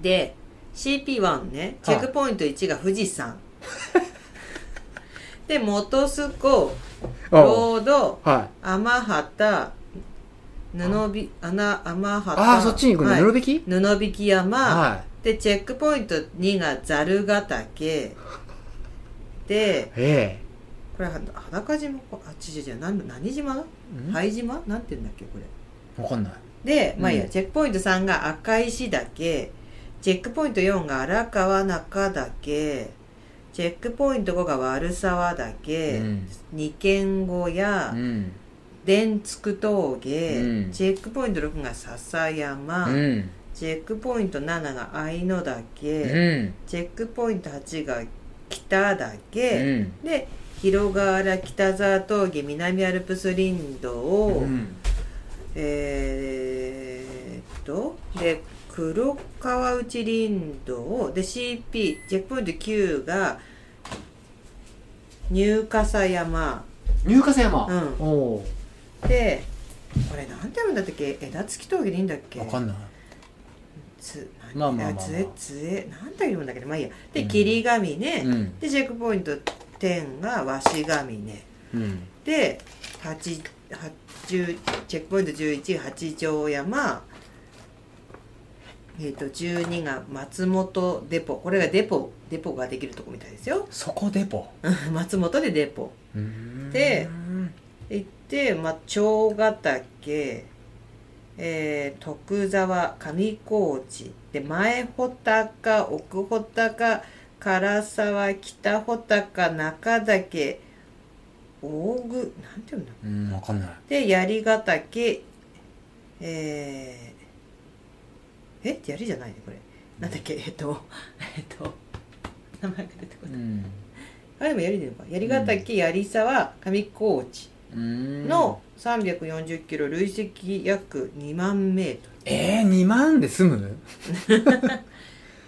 [SPEAKER 2] で CP1 ねチ
[SPEAKER 3] はい
[SPEAKER 2] ェックポイント1が富士山、 で本栖湖
[SPEAKER 3] いおう
[SPEAKER 2] ロード
[SPEAKER 3] はい
[SPEAKER 2] 天畑布び穴天畑
[SPEAKER 3] ああそっちに行くの、
[SPEAKER 2] はい
[SPEAKER 3] 布引き
[SPEAKER 2] 布引山、
[SPEAKER 3] は
[SPEAKER 2] でチェックポイント2がザルヶ岳で
[SPEAKER 3] いえ
[SPEAKER 2] これは裸島かあ違う違う何何島だ
[SPEAKER 3] えん
[SPEAKER 2] 灰島なんて言うんだっけこれ
[SPEAKER 3] わかんない
[SPEAKER 2] でまあいいや、
[SPEAKER 3] うん
[SPEAKER 2] チェックポイント3が赤石岳チェックポイント4が荒川中岳チェックポイント5が悪沢岳、
[SPEAKER 3] うん
[SPEAKER 2] 二軒小屋、
[SPEAKER 3] うん
[SPEAKER 2] 伝築峠、
[SPEAKER 3] うん
[SPEAKER 2] チェックポイント6が笹山、
[SPEAKER 3] うん
[SPEAKER 2] チェックポイント7が愛の岳、
[SPEAKER 3] うん
[SPEAKER 2] チェックポイント8が北
[SPEAKER 3] う
[SPEAKER 2] 岳、
[SPEAKER 3] ん
[SPEAKER 2] で広川原北沢峠南アルプス林道を、
[SPEAKER 3] うん
[SPEAKER 2] えーっとで黒川内林道で CP チェックポイント9が入笠山
[SPEAKER 3] 入笠山、
[SPEAKER 2] うん
[SPEAKER 3] おお
[SPEAKER 2] でこれなんて読むんだったっけ枝付き峠でいいんだっけ
[SPEAKER 3] 分かんない
[SPEAKER 2] つ
[SPEAKER 3] まあ
[SPEAKER 2] 何
[SPEAKER 3] まあまあまあ
[SPEAKER 2] つえつえなんて読むんだっけどまあいいや
[SPEAKER 3] う
[SPEAKER 2] で
[SPEAKER 3] ん
[SPEAKER 2] 霧ヶ峰、
[SPEAKER 3] うん
[SPEAKER 2] でチェックポイント10が鷲ヶ峰
[SPEAKER 3] うん
[SPEAKER 2] で八八十チェックポイント11八丈山えー、と12が松本デポこれがデポデポができるとこみたいですよ
[SPEAKER 3] そこデポ
[SPEAKER 2] 松本でデポで行って、まあ、長ヶ岳、えー徳沢上高地で前穂高奥穂高唐沢北穂高中岳大具なんていうんだ
[SPEAKER 3] うん分かんない
[SPEAKER 2] で槍ヶ岳えー、え槍じゃないねこれなんだっけえっと えっと名前が出てこない、
[SPEAKER 3] ん
[SPEAKER 2] あれも槍でいいのか槍ヶ岳槍沢上高地
[SPEAKER 3] うん
[SPEAKER 2] の340キロ累積約2万メートル
[SPEAKER 3] えー、2万で済む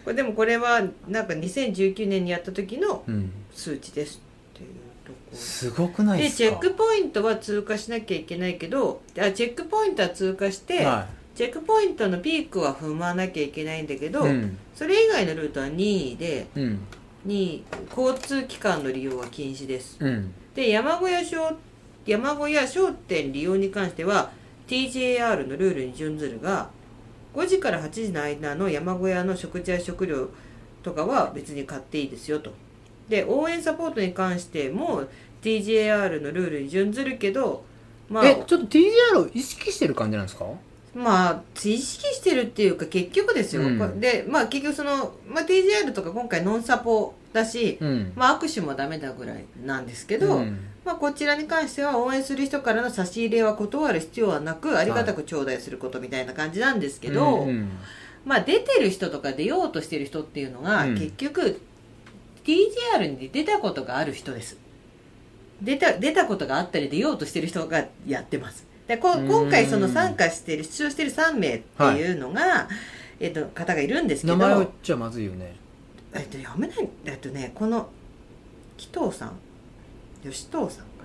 [SPEAKER 2] これでもこれはなんか2019年にやった時の
[SPEAKER 3] うん
[SPEAKER 2] 数値ですっていうとこ
[SPEAKER 3] すごくない
[SPEAKER 2] で
[SPEAKER 3] です
[SPEAKER 2] チ
[SPEAKER 3] か
[SPEAKER 2] ェックポイントは通過しなきゃいけないけどあチェックポイントは通過して、
[SPEAKER 3] は
[SPEAKER 2] チェックポイントのピークは踏まなきゃいけないんだけ
[SPEAKER 3] い
[SPEAKER 2] ど、
[SPEAKER 3] うん
[SPEAKER 2] それ以外のルートは任意で
[SPEAKER 3] うん
[SPEAKER 2] 任意交通機関の利用は禁止です
[SPEAKER 3] うん
[SPEAKER 2] で山小屋商山小屋商店利用に関しては TJR のルールに準ずるが5時から8時の間の山小屋の食事や食料とかは別に買っていいですよとで応援サポートに関しても TJR のルールに準ずるけどまあ
[SPEAKER 3] えちょっと TGR を意識してる感じなんですか
[SPEAKER 2] まあ意識してるっていうか結局ですよ、
[SPEAKER 3] うん
[SPEAKER 2] こでまあ結局その、まあ、TJR とか今回ノンサポだし、
[SPEAKER 3] うん
[SPEAKER 2] まあ、握手もダメだぐらいなんですけど、
[SPEAKER 3] うん
[SPEAKER 2] まあ、こちらに関しては応援する人からの差し入れは断る必要はなくありがたく頂戴することみたいな感じなんですけど、
[SPEAKER 3] うん
[SPEAKER 2] まあ、出てる人とか出ようとしてる人っていうのが、
[SPEAKER 3] うん
[SPEAKER 2] 結局 TGR に出たことがある人です出た出たことがあったり出ようとしてる人がやってますでこ
[SPEAKER 3] うん
[SPEAKER 2] 今回その参加してる出場してる3名っていうのが、えっと、方がいるんですけ
[SPEAKER 3] 名
[SPEAKER 2] ど
[SPEAKER 3] 前を言っちゃまずいよね
[SPEAKER 2] えっと、やめないえっとねこの紀藤さん吉藤さんか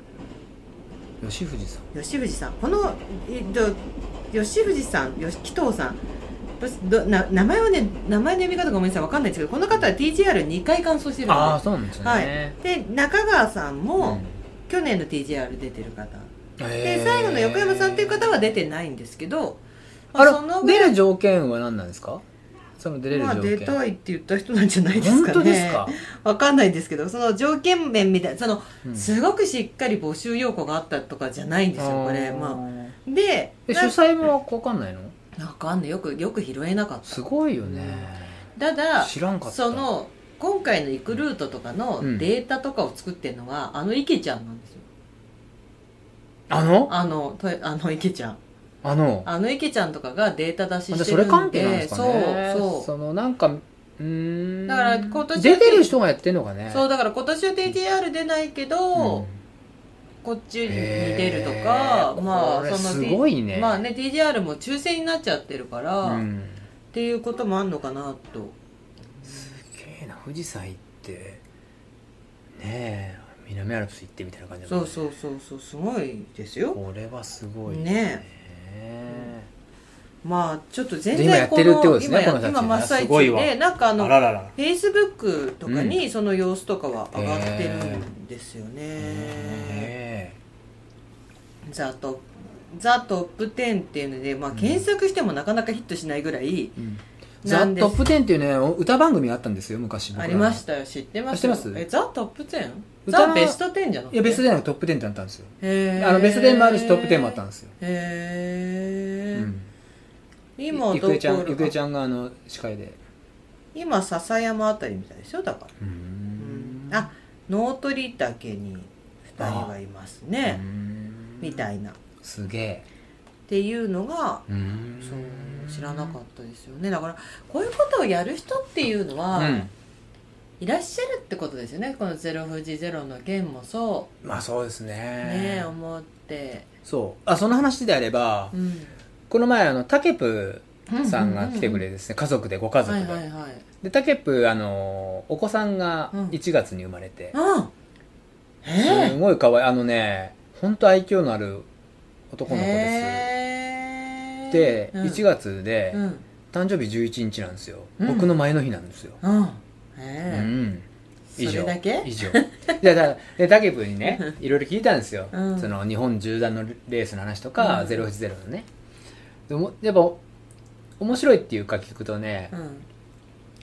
[SPEAKER 2] な
[SPEAKER 3] 吉藤さん
[SPEAKER 2] 吉藤さんこの、えっと、吉藤さん吉紀藤さん私どな名前はね名前の読み方ごめんなさいわかんないんですけどこの方は TGR2 回完走してるん
[SPEAKER 3] ああ
[SPEAKER 2] で
[SPEAKER 3] そうなんですね
[SPEAKER 2] はいで中川さん
[SPEAKER 3] う
[SPEAKER 2] も、
[SPEAKER 3] ん
[SPEAKER 2] 去年の TGR 出てる方
[SPEAKER 3] え
[SPEAKER 2] で
[SPEAKER 3] ー
[SPEAKER 2] 最後の横山さんっていう方は出てないんですけど、ま
[SPEAKER 3] あ
[SPEAKER 2] あ、
[SPEAKER 3] れ
[SPEAKER 2] そのぐ
[SPEAKER 3] 出
[SPEAKER 2] ら
[SPEAKER 3] る
[SPEAKER 2] い
[SPEAKER 3] 条件は何なんですかその出れる
[SPEAKER 2] ま
[SPEAKER 3] 条
[SPEAKER 2] あ
[SPEAKER 3] 件、
[SPEAKER 2] 出たいって言った人なんじゃないです
[SPEAKER 3] 本
[SPEAKER 2] かね
[SPEAKER 3] 当ですか、
[SPEAKER 2] わかんないんですけどその条件面みたいなその、
[SPEAKER 3] うん
[SPEAKER 2] すごくしっかり募集要項があったとかじゃないんですよこれま
[SPEAKER 3] あ
[SPEAKER 2] あで
[SPEAKER 3] ーえ主催も分かんないの
[SPEAKER 2] わかんないよくよく拾えなかっ
[SPEAKER 3] すごいよね、
[SPEAKER 2] たただ
[SPEAKER 3] 知らんかった
[SPEAKER 2] その今回の行くルートとかの
[SPEAKER 3] うん
[SPEAKER 2] データとかを作ってるのが、あの池ちゃんなんですよ
[SPEAKER 3] あの
[SPEAKER 2] あのとあの池ちゃん
[SPEAKER 3] あの
[SPEAKER 2] あの池ちゃんとかがデータ出しし
[SPEAKER 3] あじゃあ
[SPEAKER 2] て
[SPEAKER 3] そ
[SPEAKER 2] る
[SPEAKER 3] れ
[SPEAKER 2] ん
[SPEAKER 3] 関
[SPEAKER 2] で
[SPEAKER 3] 係なんですかね
[SPEAKER 2] そうそう
[SPEAKER 3] そのなんかうーん
[SPEAKER 2] だから今年は
[SPEAKER 3] 出てる人がやってんのかね
[SPEAKER 2] そうだから今年は TTR 出ないけど、
[SPEAKER 3] うん
[SPEAKER 2] こっちに出るとか、
[SPEAKER 3] えー
[SPEAKER 2] ま
[SPEAKER 3] こ
[SPEAKER 2] あ
[SPEAKER 3] れ
[SPEAKER 2] その
[SPEAKER 3] すごいね
[SPEAKER 2] まあね TGR も抽選になっちゃってるから、
[SPEAKER 3] う
[SPEAKER 2] っ
[SPEAKER 3] ん
[SPEAKER 2] ていうこともあんのかなと
[SPEAKER 3] すげえな富士山行ってねえ南アルプス行ってみたいな感じだもん
[SPEAKER 2] そう
[SPEAKER 3] ね
[SPEAKER 2] そうそうそうすごいですよ
[SPEAKER 3] これはすごい
[SPEAKER 2] ねまあちょっと全
[SPEAKER 3] で今
[SPEAKER 2] 然
[SPEAKER 3] やってるってことですね
[SPEAKER 2] 今や
[SPEAKER 3] この人
[SPEAKER 2] 今
[SPEAKER 3] たち
[SPEAKER 2] 真っ最
[SPEAKER 3] すごい
[SPEAKER 2] 中で
[SPEAKER 3] わ
[SPEAKER 2] なんかあ
[SPEAKER 3] あ
[SPEAKER 2] の
[SPEAKER 3] ららら
[SPEAKER 2] フェイスブックとかにその様子とかは上がってるんですよね、
[SPEAKER 3] え
[SPEAKER 2] ザトップザトップ10っていうので、まあ、検索してもなかなかヒットしないぐらい
[SPEAKER 3] えうん
[SPEAKER 2] な
[SPEAKER 3] ザ・
[SPEAKER 2] んです
[SPEAKER 3] トップ10っていうねお歌番組があったんですよ昔僕ら
[SPEAKER 2] あ
[SPEAKER 3] の
[SPEAKER 2] りましたよ知ってます
[SPEAKER 3] 知ってます
[SPEAKER 2] えザトップ 10?
[SPEAKER 3] 歌
[SPEAKER 2] ザ
[SPEAKER 3] の
[SPEAKER 2] ベスト10じゃなくて
[SPEAKER 3] いやベスト10のトップ10ってあったんですよ
[SPEAKER 2] へー
[SPEAKER 3] あのベスト10もあるしトップ10もあったんですよ
[SPEAKER 2] へえ、
[SPEAKER 3] うん
[SPEAKER 2] 今
[SPEAKER 3] ゆ
[SPEAKER 2] ど
[SPEAKER 3] く
[SPEAKER 2] こ
[SPEAKER 3] えちゃん
[SPEAKER 2] ろ
[SPEAKER 3] ゆくえちゃんがあの司会で
[SPEAKER 2] 今笹山あたりみたいでしょだから、
[SPEAKER 3] う
[SPEAKER 2] うん
[SPEAKER 3] ん、
[SPEAKER 2] あノートリだけに2人はいますねみた
[SPEAKER 3] い
[SPEAKER 2] いなっ
[SPEAKER 3] すげえ
[SPEAKER 2] ていうのが
[SPEAKER 3] うん
[SPEAKER 2] そう知らなかったですよねだからこういうことをやる人っていうのは、
[SPEAKER 3] うん
[SPEAKER 2] いらっしゃるってことですよねこの「ゼロ富士ゼロの件もそ
[SPEAKER 3] まあそうです
[SPEAKER 2] う
[SPEAKER 3] ね
[SPEAKER 2] ね思って
[SPEAKER 3] そうあその話であれば
[SPEAKER 2] うん
[SPEAKER 3] この前あのタケプさんが来てくれてですね、家族でご家族
[SPEAKER 4] は
[SPEAKER 3] で、
[SPEAKER 4] いはいはい
[SPEAKER 3] でタケプあのお子さんが
[SPEAKER 4] うん
[SPEAKER 3] 1月に生まれて、
[SPEAKER 4] うんえ
[SPEAKER 3] すごい可愛いあのね本当愛嬌のある男の子で
[SPEAKER 4] え
[SPEAKER 3] すで、
[SPEAKER 4] うん
[SPEAKER 3] 1月で、
[SPEAKER 4] うん
[SPEAKER 3] 誕生日11日なんですよ、
[SPEAKER 4] うん
[SPEAKER 3] 僕の前の日なんですよ、
[SPEAKER 4] うん
[SPEAKER 3] うん
[SPEAKER 4] ええ
[SPEAKER 3] 以
[SPEAKER 4] そ
[SPEAKER 3] 上
[SPEAKER 4] れだけ
[SPEAKER 3] 以上いやだでタケプにねいろいろ聞いたんですよ、
[SPEAKER 4] うん
[SPEAKER 3] その日本縦断のレースの話とか、
[SPEAKER 4] うん
[SPEAKER 3] 080のねでもやっぱ面白いっていうか聞くとね、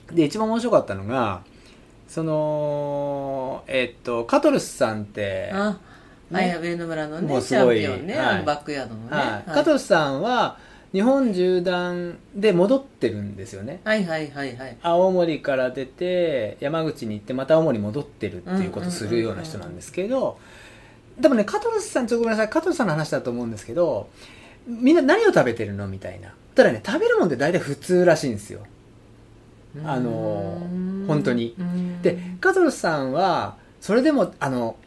[SPEAKER 4] うん
[SPEAKER 3] で一番面白かったのがそのえっとカトルスさんって、
[SPEAKER 4] あはい上野村の
[SPEAKER 3] も
[SPEAKER 4] ね
[SPEAKER 3] う
[SPEAKER 4] チ
[SPEAKER 3] す
[SPEAKER 4] ャン
[SPEAKER 3] ごい
[SPEAKER 4] ピオンね
[SPEAKER 3] はい
[SPEAKER 4] あのバックヤードのね
[SPEAKER 3] はい、
[SPEAKER 4] はい
[SPEAKER 3] カトルスさんは日本縦断で戻ってるんですよね
[SPEAKER 4] はいはいはいはい
[SPEAKER 3] 青森から出て山口に行ってまた青森に戻ってるっていうことをするような人なんですけどでもねカトルスさんちょっとごめんなさいカトルスさんの話だと思うんですけどみんな何を食べてるのみたいなただね食べるもんって大体普通らしいんですよあの
[SPEAKER 4] うん
[SPEAKER 3] 本当に
[SPEAKER 4] うん
[SPEAKER 3] でカトルスさんはそれでもあの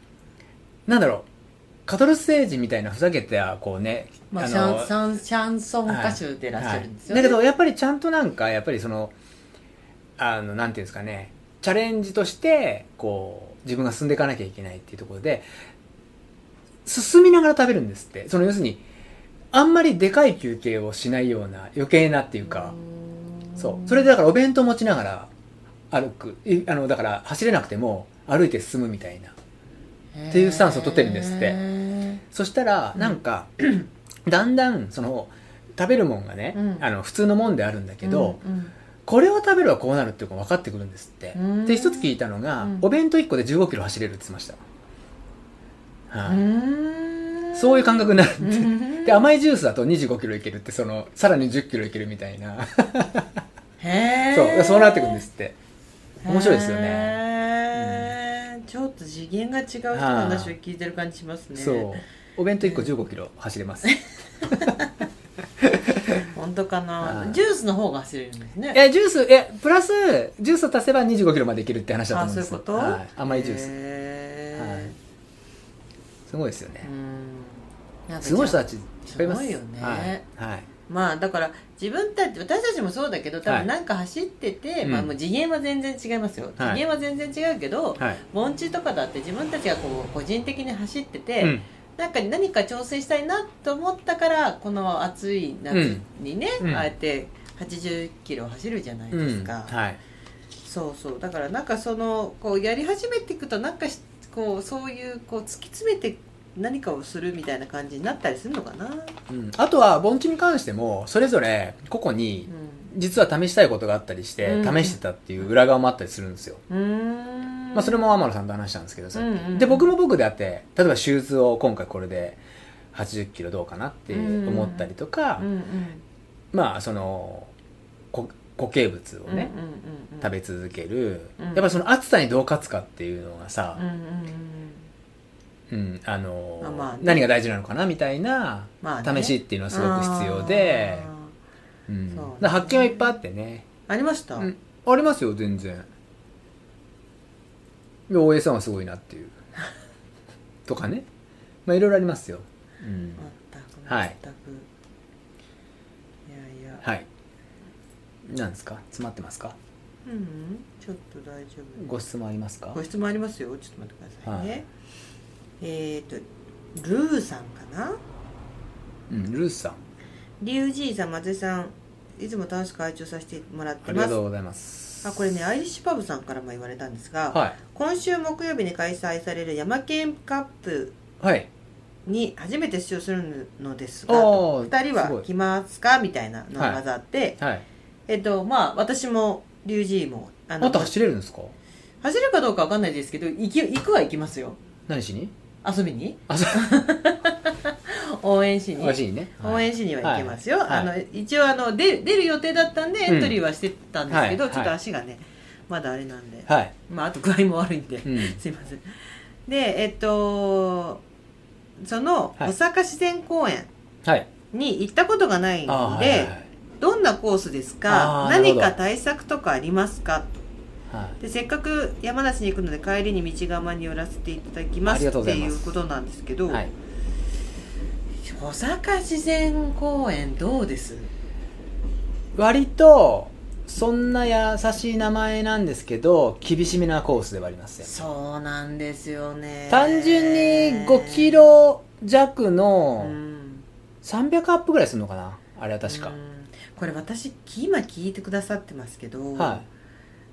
[SPEAKER 3] なんだろうカトルス星人みたいなふざけてはこうね、
[SPEAKER 4] まあ
[SPEAKER 3] の
[SPEAKER 4] シャンシャンシャンソン歌手でいらっしゃるんですよ
[SPEAKER 3] は
[SPEAKER 4] ね
[SPEAKER 3] いだけどやっぱりちゃんとなんかやっぱりそのあのなんていうんですかねチャレンジとしてこう自分が進んでいかなきゃいけないっていうところで進みながら食べるんですってその要するにあんまりでかい休憩をしないような余計なっていうかそうそれでだからお弁当持ちながら歩くいあのだから走れなくても歩いて進むみたいな
[SPEAKER 4] っ
[SPEAKER 3] っていうスタンスを取ってるんですってそしたら
[SPEAKER 4] うん
[SPEAKER 3] なんか、だんだんその食べるもんがね、
[SPEAKER 4] うん
[SPEAKER 3] あの普通のもんであるんだけど、これを食べればこうなるっていうのが分かってくるんですって、で一つ聞いたのが、
[SPEAKER 4] うん
[SPEAKER 3] お弁当1個で1 5キロ走れるって言ってました、はい
[SPEAKER 4] うん
[SPEAKER 3] そういう感覚になるんで,、
[SPEAKER 4] 覚
[SPEAKER 3] で甘いジュースだと2 5キロいけるってそのさらに1 0キロいけるみたいな
[SPEAKER 4] へ
[SPEAKER 3] そ
[SPEAKER 4] ー
[SPEAKER 3] うそうなってくるんですって面白いですよね
[SPEAKER 4] へー
[SPEAKER 2] ちょっと次元が違う人の話を聞いてる感じしますね。
[SPEAKER 3] そうお弁当1個1 5キロ走れます
[SPEAKER 2] 本当かな
[SPEAKER 3] は。い
[SPEAKER 2] ジュースの方が走れるんですね。
[SPEAKER 3] えジュースえプラスジュースを足せば2 5キロまでいけるって話だと思うんです
[SPEAKER 2] あそういうこと
[SPEAKER 3] はい甘いジュース、
[SPEAKER 2] へ
[SPEAKER 3] はい
[SPEAKER 2] ー、
[SPEAKER 3] すごいですよね、
[SPEAKER 4] なんか
[SPEAKER 3] すごい人たちいっぱいいます
[SPEAKER 4] すごいよね
[SPEAKER 3] はいはい
[SPEAKER 2] まあだから自分たち私たちもそうだけど多
[SPEAKER 3] はい
[SPEAKER 2] 分なんか走ってて、
[SPEAKER 3] うん
[SPEAKER 2] まあもう次元は全然違いますよ、
[SPEAKER 3] はい
[SPEAKER 2] 次元は全然違うけど、
[SPEAKER 3] はい
[SPEAKER 2] 盆地とかだって自分たちがこう個人的に走ってて、
[SPEAKER 3] うん
[SPEAKER 2] なんか何か挑戦したいなと思ったからこの暑い夏にね、
[SPEAKER 3] うんうん
[SPEAKER 2] ああやって80キロ走るじゃないですか、
[SPEAKER 3] うんはい
[SPEAKER 2] そうそうだからなんかそのこうやり始めていくとなんかしこうそういうこう突き詰めて何かをするみたいな感じになったりするのかな、う
[SPEAKER 3] うん、あとは盆地に関してもそれぞれ個々に
[SPEAKER 2] ん
[SPEAKER 3] 実は試したいことがあったりして、
[SPEAKER 2] うん
[SPEAKER 3] 試してたっていう裏側もあったりするんですよ、
[SPEAKER 2] うーん
[SPEAKER 3] まあ、それも天野さんと話したんですけどさっき、
[SPEAKER 2] うんうんうん
[SPEAKER 3] で僕も僕であって例えば手術を今回これで8 0キロどうかなって思ったりとか、
[SPEAKER 2] うんうん
[SPEAKER 3] まあそのこ固形物を
[SPEAKER 2] うんうんうん
[SPEAKER 3] ね、
[SPEAKER 2] うん
[SPEAKER 3] 食べ続ける、
[SPEAKER 2] うん
[SPEAKER 3] やっぱりその暑さにどう勝つかっていうのがさ
[SPEAKER 2] うん、うんうん
[SPEAKER 3] うんあの
[SPEAKER 2] あまあね
[SPEAKER 3] 何が大事なのかなみたいな
[SPEAKER 2] まあね
[SPEAKER 3] 試しっていうのはすごく必要で、うん
[SPEAKER 2] そうね
[SPEAKER 3] だから発見はいっぱいあってね
[SPEAKER 2] あーありました、
[SPEAKER 3] うんありますよ全然いや大江さんはすごいなっ ていうとかねまあいろいろありますよ、うん
[SPEAKER 2] 全く全く、
[SPEAKER 3] はい
[SPEAKER 2] いやいや、
[SPEAKER 3] はいなんですか詰まってますか
[SPEAKER 2] うんうんちょっと大丈夫
[SPEAKER 3] ご質問ありますか
[SPEAKER 2] ご質問ありますよちょっと待ってくださいね、
[SPEAKER 3] はい
[SPEAKER 2] えっ、とルーさんかな
[SPEAKER 3] うんルースさん
[SPEAKER 2] リュウジーさん松井さんいつも楽しく会長させてもらっ
[SPEAKER 3] あ
[SPEAKER 2] て
[SPEAKER 3] り
[SPEAKER 2] ま
[SPEAKER 3] が
[SPEAKER 2] す
[SPEAKER 3] とう
[SPEAKER 2] あ
[SPEAKER 3] ございます
[SPEAKER 2] これねアイリッシュパブさんからも言われたんですが、
[SPEAKER 3] は
[SPEAKER 2] 今週木曜日に開催される山県カップ
[SPEAKER 3] いはい
[SPEAKER 2] に初めて出場するのですが
[SPEAKER 3] おー
[SPEAKER 2] 2人
[SPEAKER 3] すご
[SPEAKER 2] はい来ますかみたいなのが混ざって、
[SPEAKER 3] はい
[SPEAKER 2] えっとまあ私もリュウジーもあ
[SPEAKER 3] あなた走れるんですか
[SPEAKER 2] 走るかどうかわかんないですけど行き行くは行きますよ
[SPEAKER 3] 何しに
[SPEAKER 2] 遊びに
[SPEAKER 3] あそう
[SPEAKER 2] 応援しに
[SPEAKER 3] おかしいねはい
[SPEAKER 2] 応援しには行けますよ、
[SPEAKER 3] はい
[SPEAKER 2] あの一応あの出出る予定だったんでエントリーはしてたんですけど、
[SPEAKER 3] うんはい
[SPEAKER 2] ちょっと足がねまだあれなんで、
[SPEAKER 3] はい
[SPEAKER 2] まあ、あと具合も悪いんで、
[SPEAKER 3] うん
[SPEAKER 2] すいませんでえっとその
[SPEAKER 3] はい
[SPEAKER 2] 小坂自然公園
[SPEAKER 3] はい
[SPEAKER 2] に行ったことがないんで、
[SPEAKER 3] あーはいはい
[SPEAKER 2] どんなコースです
[SPEAKER 3] あ
[SPEAKER 2] か
[SPEAKER 3] ーなるほ
[SPEAKER 2] 何
[SPEAKER 3] ど
[SPEAKER 2] か対策とかありますか
[SPEAKER 3] はいはい
[SPEAKER 2] でせっかく山梨に行くので帰りに道釜に寄らせていただきま
[SPEAKER 3] あり
[SPEAKER 2] す
[SPEAKER 3] がとう
[SPEAKER 2] っ
[SPEAKER 3] ござ
[SPEAKER 2] て
[SPEAKER 3] いま
[SPEAKER 2] い
[SPEAKER 3] す
[SPEAKER 2] うことなんですけど、
[SPEAKER 3] はい
[SPEAKER 2] 小坂自然公園どうです
[SPEAKER 3] 割とそんな優しい名前なんですけど厳しめなコースではありますよ
[SPEAKER 2] そうなんですよね
[SPEAKER 3] 単純に5キロ弱
[SPEAKER 2] う
[SPEAKER 3] の
[SPEAKER 2] ん
[SPEAKER 3] 300アップぐらいするのかなあれは確か
[SPEAKER 2] うんこれ私今聞いてくださってますけど、
[SPEAKER 3] は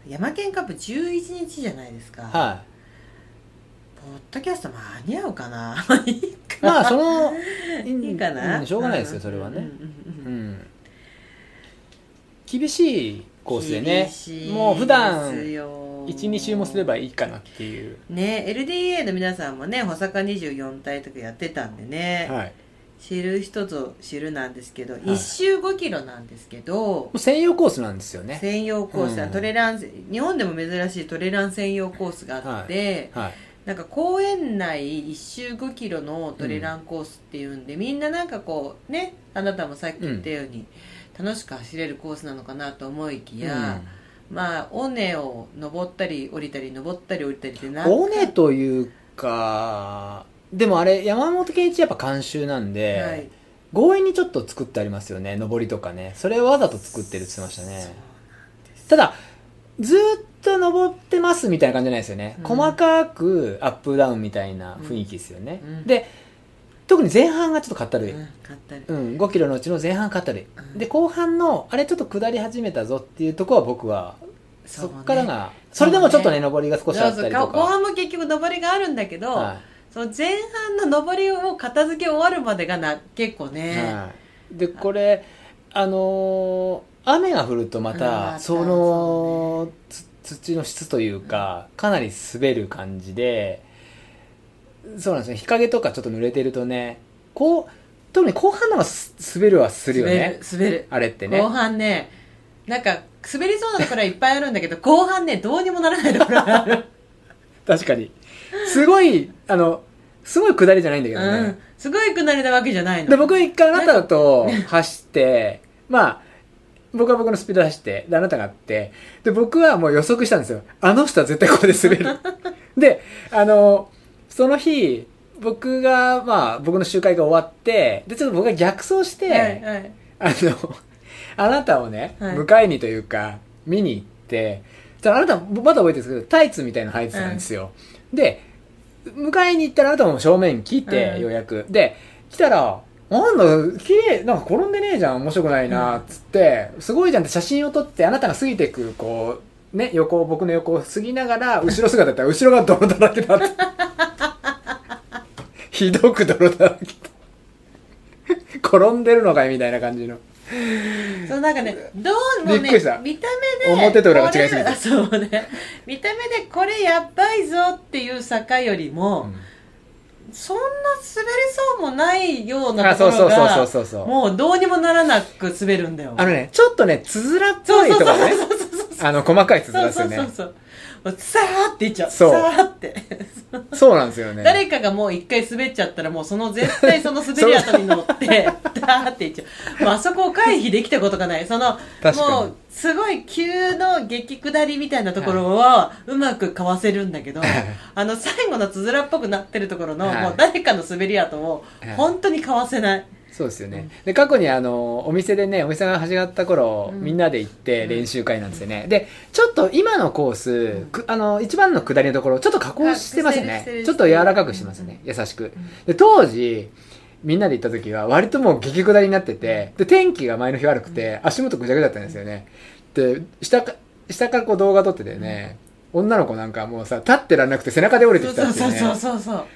[SPEAKER 2] 山県カップ11日じゃないですか、
[SPEAKER 3] は
[SPEAKER 2] ポッドキャスト間に合うかないい
[SPEAKER 3] い
[SPEAKER 2] か
[SPEAKER 3] まあ その
[SPEAKER 2] いいかな、
[SPEAKER 3] うんしょうがないですよそれはね
[SPEAKER 2] うんうん
[SPEAKER 3] う
[SPEAKER 2] うん
[SPEAKER 3] ん厳しいコースでね
[SPEAKER 2] 厳しい
[SPEAKER 3] もう普段
[SPEAKER 2] ですよ
[SPEAKER 3] 12周もすればいいかなっていう
[SPEAKER 2] ね LDA の皆さんもね保坂24体とかやってたんでね、
[SPEAKER 3] はい
[SPEAKER 2] 知る人ぞ知るなんですけど、
[SPEAKER 3] い
[SPEAKER 2] 一周5キロなんですけど
[SPEAKER 3] もう専用コースなんですよね
[SPEAKER 2] 専用コース、
[SPEAKER 3] うん
[SPEAKER 2] トレラン日本でも珍しいトレラン専用コースがあって、
[SPEAKER 3] はい
[SPEAKER 2] なんか公園内1周5キロのトレランコースっていうんで、みんななんかこうねあなたもさっき言ったように、楽しく走れるコースなのかなと思いきや、まあ尾根を登ったり降りたり登ったり降りたりってなんか
[SPEAKER 3] 尾根というかでもあれ山本健一やっぱ監修なんで、
[SPEAKER 2] はい
[SPEAKER 3] 強引にちょっと作ってありますよね上りとかねそれをわざと作ってるって言ってました
[SPEAKER 2] そう
[SPEAKER 3] ねただずーっと登ってますみたいな感じじゃないですよね、
[SPEAKER 2] うん
[SPEAKER 3] 細かくアップダウンみたいな雰囲気ですよね、
[SPEAKER 2] うん
[SPEAKER 3] で特に前半がちょっとかったるい、
[SPEAKER 2] う
[SPEAKER 3] うん
[SPEAKER 2] ん買ったり
[SPEAKER 3] 5キロのうちの前半かったるい、
[SPEAKER 2] うん
[SPEAKER 3] で後半のあれちょっと下り始めたぞっていうところは僕は
[SPEAKER 2] そ
[SPEAKER 3] そう
[SPEAKER 2] ね
[SPEAKER 3] っからがそ,、れでもちょっとね上りが少し
[SPEAKER 2] そう
[SPEAKER 3] あっ
[SPEAKER 2] そ
[SPEAKER 3] た
[SPEAKER 2] う
[SPEAKER 3] り
[SPEAKER 2] か
[SPEAKER 3] と
[SPEAKER 2] 後
[SPEAKER 3] か
[SPEAKER 2] 半も結局登りがあるんだけど、
[SPEAKER 3] はい
[SPEAKER 2] その前半の上りを片付け終わるまでがな結構ね、
[SPEAKER 3] はい、でこれあのー雨が降るとま
[SPEAKER 2] うんま
[SPEAKER 3] た
[SPEAKER 2] た
[SPEAKER 3] そのつ土の質というかかなり滑る感じでそうなんですね日陰とかちょっと濡れてるとねこう特に後半のがす滑るはするよ
[SPEAKER 2] 滑
[SPEAKER 3] ね
[SPEAKER 2] る滑る
[SPEAKER 3] あれってね
[SPEAKER 2] 後半ねなんか滑りそうなところはいっぱいあるんだけど 後半ねどうにもならないところがある、
[SPEAKER 3] 確かにすごいあのすごい下りじゃないんだけどね、
[SPEAKER 2] うん、すごいくなりなわけじゃないの
[SPEAKER 3] で僕が一回あなただと走ってまあ僕は僕のスピードで走ってであなたがあってで僕はもう予測したんですよあの人は絶対ここで 滑るであのその日僕がまあ僕の集会が終わってでちょっと僕が逆走して、
[SPEAKER 2] はいはい
[SPEAKER 3] あのあなたをね、
[SPEAKER 2] はい
[SPEAKER 3] 迎えにというか見に行ってじゃああなたまだ覚えてるんですけどタイツみたいなの履いてたんですよ、で迎えに行ったらあなたも正面来て、
[SPEAKER 2] うん
[SPEAKER 3] ようやくで来たらなんだ綺麗なんか転んでねえじゃん面白くないなっつって、すごいじゃんって写真を撮ってあなたが過ぎてくこうね横を僕の横を過ぎながら後ろ姿だったら後ろが泥だらけだった ひどく泥だらけだ転んでるのかいみたいな感じの
[SPEAKER 2] そのなんかねどうもね
[SPEAKER 3] びっくりした
[SPEAKER 2] 見た目で
[SPEAKER 3] 表と裏が違いすぎて
[SPEAKER 2] これあそうね見た目でこれやばいぞっていう坂よりも、そんな滑りそうもないような
[SPEAKER 3] あ
[SPEAKER 2] と
[SPEAKER 3] そう
[SPEAKER 2] こ
[SPEAKER 3] そ
[SPEAKER 2] ろ
[SPEAKER 3] うそうそ
[SPEAKER 2] が
[SPEAKER 3] うそうそう
[SPEAKER 2] もうどうにもならなく滑るんだよ
[SPEAKER 3] あのねちょっとねつづらっぽ
[SPEAKER 2] そう
[SPEAKER 3] い
[SPEAKER 2] そう
[SPEAKER 3] と
[SPEAKER 2] そう
[SPEAKER 3] かね
[SPEAKER 2] そうそうそう
[SPEAKER 3] あの細かいつづら
[SPEAKER 2] そうそ
[SPEAKER 3] ですよ
[SPEAKER 2] う
[SPEAKER 3] ね
[SPEAKER 2] そうそうもうさーっていっちゃう
[SPEAKER 3] そう
[SPEAKER 2] さーって
[SPEAKER 3] そうなんですよね
[SPEAKER 2] 誰かがもう一回滑っちゃったらもうその絶対その滑り跡に乗ってダーっていっちゃうもうあそこを回避できたことがないその
[SPEAKER 3] 確かに
[SPEAKER 2] もうすごい急の激下りみたいなところをうまくかわせるんだけど、あの最後のつづらっぽくなってるところの、
[SPEAKER 3] はい
[SPEAKER 2] もう誰かの滑り跡を
[SPEAKER 3] はい
[SPEAKER 2] 本当にかわせない、
[SPEAKER 3] そうですよね、で過去にあのお店でねお店が始まった頃、
[SPEAKER 2] うん
[SPEAKER 3] みんなで行って練習会なんですよね、でちょっと今のコース、くあの一番の下りのところちょっと加工してますよ
[SPEAKER 2] あしてるして
[SPEAKER 3] ね
[SPEAKER 2] る
[SPEAKER 3] ちょっと柔らかくしてますね、優しくで当時みんなで行った時は割ともう激下りになっててで天気が前の日悪くて足元ぐちゃぐちゃだったんですよねで下か下からこう動画撮っててね、女の子なんかもうさ立ってらんなくて背中で降りて
[SPEAKER 2] そう
[SPEAKER 3] きた
[SPEAKER 2] そう
[SPEAKER 3] ってい
[SPEAKER 2] そううそう
[SPEAKER 3] ね
[SPEAKER 2] そうそう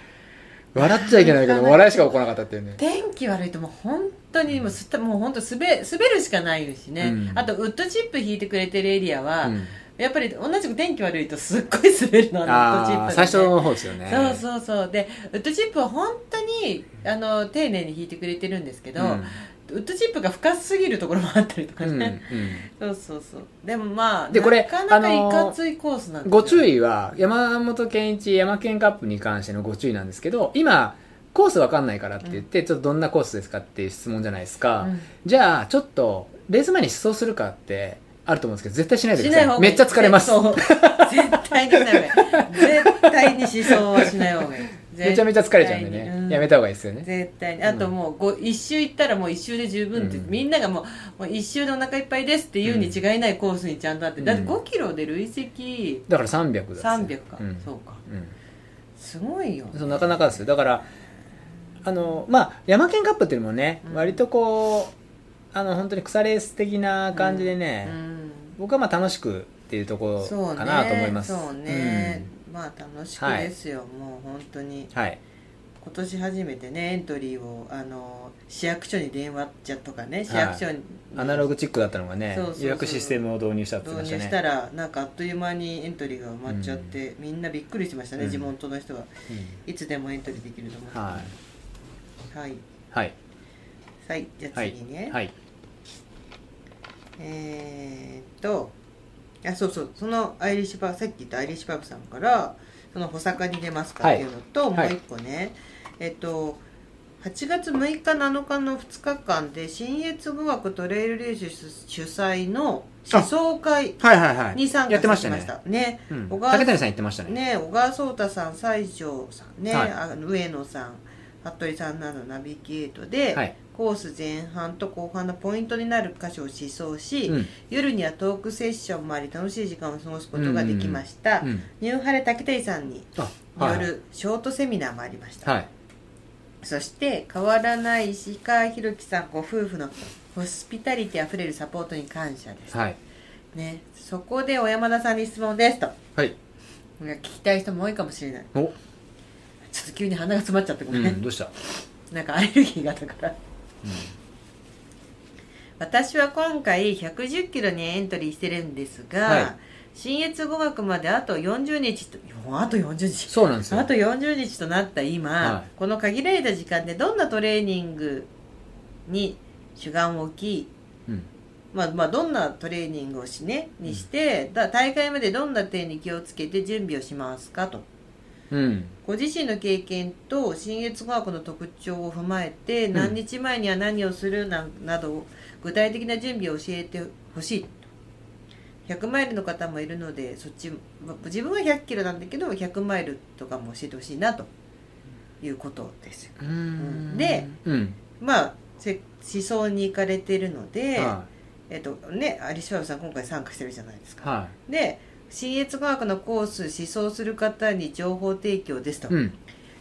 [SPEAKER 3] 笑っちゃいけな いけど笑いしか起こらなかったっていうね
[SPEAKER 2] 天気悪いともう本当にもうすったもう本当滑滑るしかないしね、
[SPEAKER 3] うん
[SPEAKER 2] あとウッドチップ引いてくれてるエリアは、
[SPEAKER 3] うん
[SPEAKER 2] やっぱり同じく天気悪いとすっごい滑るのあのウッドチップ、
[SPEAKER 3] あ
[SPEAKER 2] ね、
[SPEAKER 3] ー最初の方ですよね
[SPEAKER 2] そうそうそうでウッドチップは本当にあの丁寧に引いてくれてるんですけど、
[SPEAKER 3] うん
[SPEAKER 2] ウッドチップが深すぎるところもあったりとか
[SPEAKER 3] うんう
[SPEAKER 2] ね、
[SPEAKER 3] ん
[SPEAKER 2] そうそうそうでもまあ
[SPEAKER 3] でこれ
[SPEAKER 2] なかなか
[SPEAKER 3] あの
[SPEAKER 2] いかついコースなんですよ
[SPEAKER 3] ご注意は山本健一山県カップに関してのご注意なんですけど今コースわかんないからって言って、ちょっとどんなコースですかっていう質問じゃないです
[SPEAKER 2] う
[SPEAKER 3] か、
[SPEAKER 2] ん
[SPEAKER 3] じゃあちょっとレース前に試走するかってあると思うんですけど絶対しないで
[SPEAKER 2] し
[SPEAKER 3] くだ
[SPEAKER 2] ない
[SPEAKER 3] さい
[SPEAKER 2] 方がいい
[SPEAKER 3] めっちゃ疲れます
[SPEAKER 2] そう絶対にしない方がいい絶対に思想はしない方がいい絶
[SPEAKER 3] めちゃめちゃ疲れちゃうんで
[SPEAKER 2] 絶対にう
[SPEAKER 3] ね
[SPEAKER 2] ん
[SPEAKER 3] やめた方がいいですよね
[SPEAKER 2] 絶対にあともうご一周行ったらもう一周で十分って、
[SPEAKER 3] うん
[SPEAKER 2] みんながもうもう一周でお腹いっぱいですって言うに違いないコースにちゃんとあって、
[SPEAKER 3] うん
[SPEAKER 2] だって5キロで累積
[SPEAKER 3] だから300だっつって
[SPEAKER 2] 300か、
[SPEAKER 3] うん
[SPEAKER 2] そうか
[SPEAKER 3] うん
[SPEAKER 2] すごいよ
[SPEAKER 3] そうなかなかですよだからあのまあ山県カップっていうのもね、
[SPEAKER 2] うん
[SPEAKER 3] 割とこうあの本当に草レース的な感じでね、
[SPEAKER 2] うん
[SPEAKER 3] 僕はまあ楽しくっていうとこ
[SPEAKER 2] そう
[SPEAKER 3] ろ
[SPEAKER 2] ね
[SPEAKER 3] かなと思います
[SPEAKER 2] そうね、まあ楽しくですよ、もう本当に
[SPEAKER 3] うんはい
[SPEAKER 2] 今年初めてねエントリーをあの市役所に電話じゃとかね市役所に
[SPEAKER 3] アナログチックだったのがね
[SPEAKER 2] そうそうそう
[SPEAKER 3] 予約システムを導入したって言ってま
[SPEAKER 2] 導
[SPEAKER 3] し
[SPEAKER 2] 入
[SPEAKER 3] たね
[SPEAKER 2] したらなんかあっという間にエントリーが埋まっちゃって、みんなびっくりしましたね、
[SPEAKER 3] うん
[SPEAKER 2] 地元の人がいつでもエントリーできると思って
[SPEAKER 3] うんはい
[SPEAKER 2] はい、
[SPEAKER 3] はい
[SPEAKER 2] はい、じゃあ
[SPEAKER 3] はい
[SPEAKER 2] 次ね、
[SPEAKER 3] はい
[SPEAKER 2] えーっとあそうそうそのアイリッシュパーさっき言ったアイリッシュパークさんからその補佐課に出ますかっていうのと、
[SPEAKER 3] はい
[SPEAKER 2] もう一個ね、えっと8月6日7日の2日間で新越語学トレイル練習主催の思想会
[SPEAKER 3] はいはいは
[SPEAKER 2] に参加
[SPEAKER 3] やってまし
[SPEAKER 2] したま
[SPEAKER 3] ね
[SPEAKER 2] したね
[SPEAKER 3] うん
[SPEAKER 2] 小
[SPEAKER 3] 竹
[SPEAKER 2] 川
[SPEAKER 3] 谷さん言ってましたね
[SPEAKER 2] ね小川聡太さん西条さんね、
[SPEAKER 3] はい
[SPEAKER 2] あの上野さん服部さんなどナビゲートで、
[SPEAKER 3] はい、
[SPEAKER 2] コース前半と後半のポイントになる箇所を試走し、
[SPEAKER 3] うん
[SPEAKER 2] 夜にはトークセッションもあり楽しい時間を過ごすことができました、
[SPEAKER 3] うん、
[SPEAKER 2] ニューハレ竹谷さんに
[SPEAKER 3] あ
[SPEAKER 2] よ
[SPEAKER 3] はい
[SPEAKER 2] るショートセミナーもありました、
[SPEAKER 3] はい
[SPEAKER 2] そして変わらない石川博樹さんご夫婦のホスピタリティあふれるサポートに感謝です、
[SPEAKER 3] はい
[SPEAKER 2] ね、そこで小山田さんに質問ですと
[SPEAKER 3] はい
[SPEAKER 2] いや聞きたい人も多いかもしれない
[SPEAKER 3] お、
[SPEAKER 2] ちょっと急に鼻が詰まっちゃってご
[SPEAKER 3] う
[SPEAKER 2] めんね、
[SPEAKER 3] ん、どうした、
[SPEAKER 2] なんかアレルギーがだから私は今回110キロにエントリーしてるんですが、
[SPEAKER 3] はい
[SPEAKER 2] 新越語学まであと40日ともうあと40日
[SPEAKER 3] そうなんですよ
[SPEAKER 2] あと40日となった今、
[SPEAKER 3] はい
[SPEAKER 2] この限られた時間でどんなトレーニングに主眼を置き、
[SPEAKER 3] うん
[SPEAKER 2] まあまあ、どんなトレーニングをしねにして、だ大会までどんな点に気をつけて準備をしますかと
[SPEAKER 3] うん
[SPEAKER 2] ご自身の経験と新越語学の特徴を踏まえて、
[SPEAKER 3] ん
[SPEAKER 2] 何日前には何をするななど具体的な準備を教えてほしい100マイルの方もいるのでそっちま自分は100キロなんだけど100マイルとかも教えてほしいなということですよ
[SPEAKER 3] うん
[SPEAKER 2] で
[SPEAKER 3] うん
[SPEAKER 2] まあせ思想に行かれてるので、
[SPEAKER 3] は
[SPEAKER 2] えっとね有リシさん今回参加してるじゃないです
[SPEAKER 3] い
[SPEAKER 2] か、
[SPEAKER 3] は
[SPEAKER 2] で新越語学のコース思想する方に情報提供ですと、
[SPEAKER 3] いうん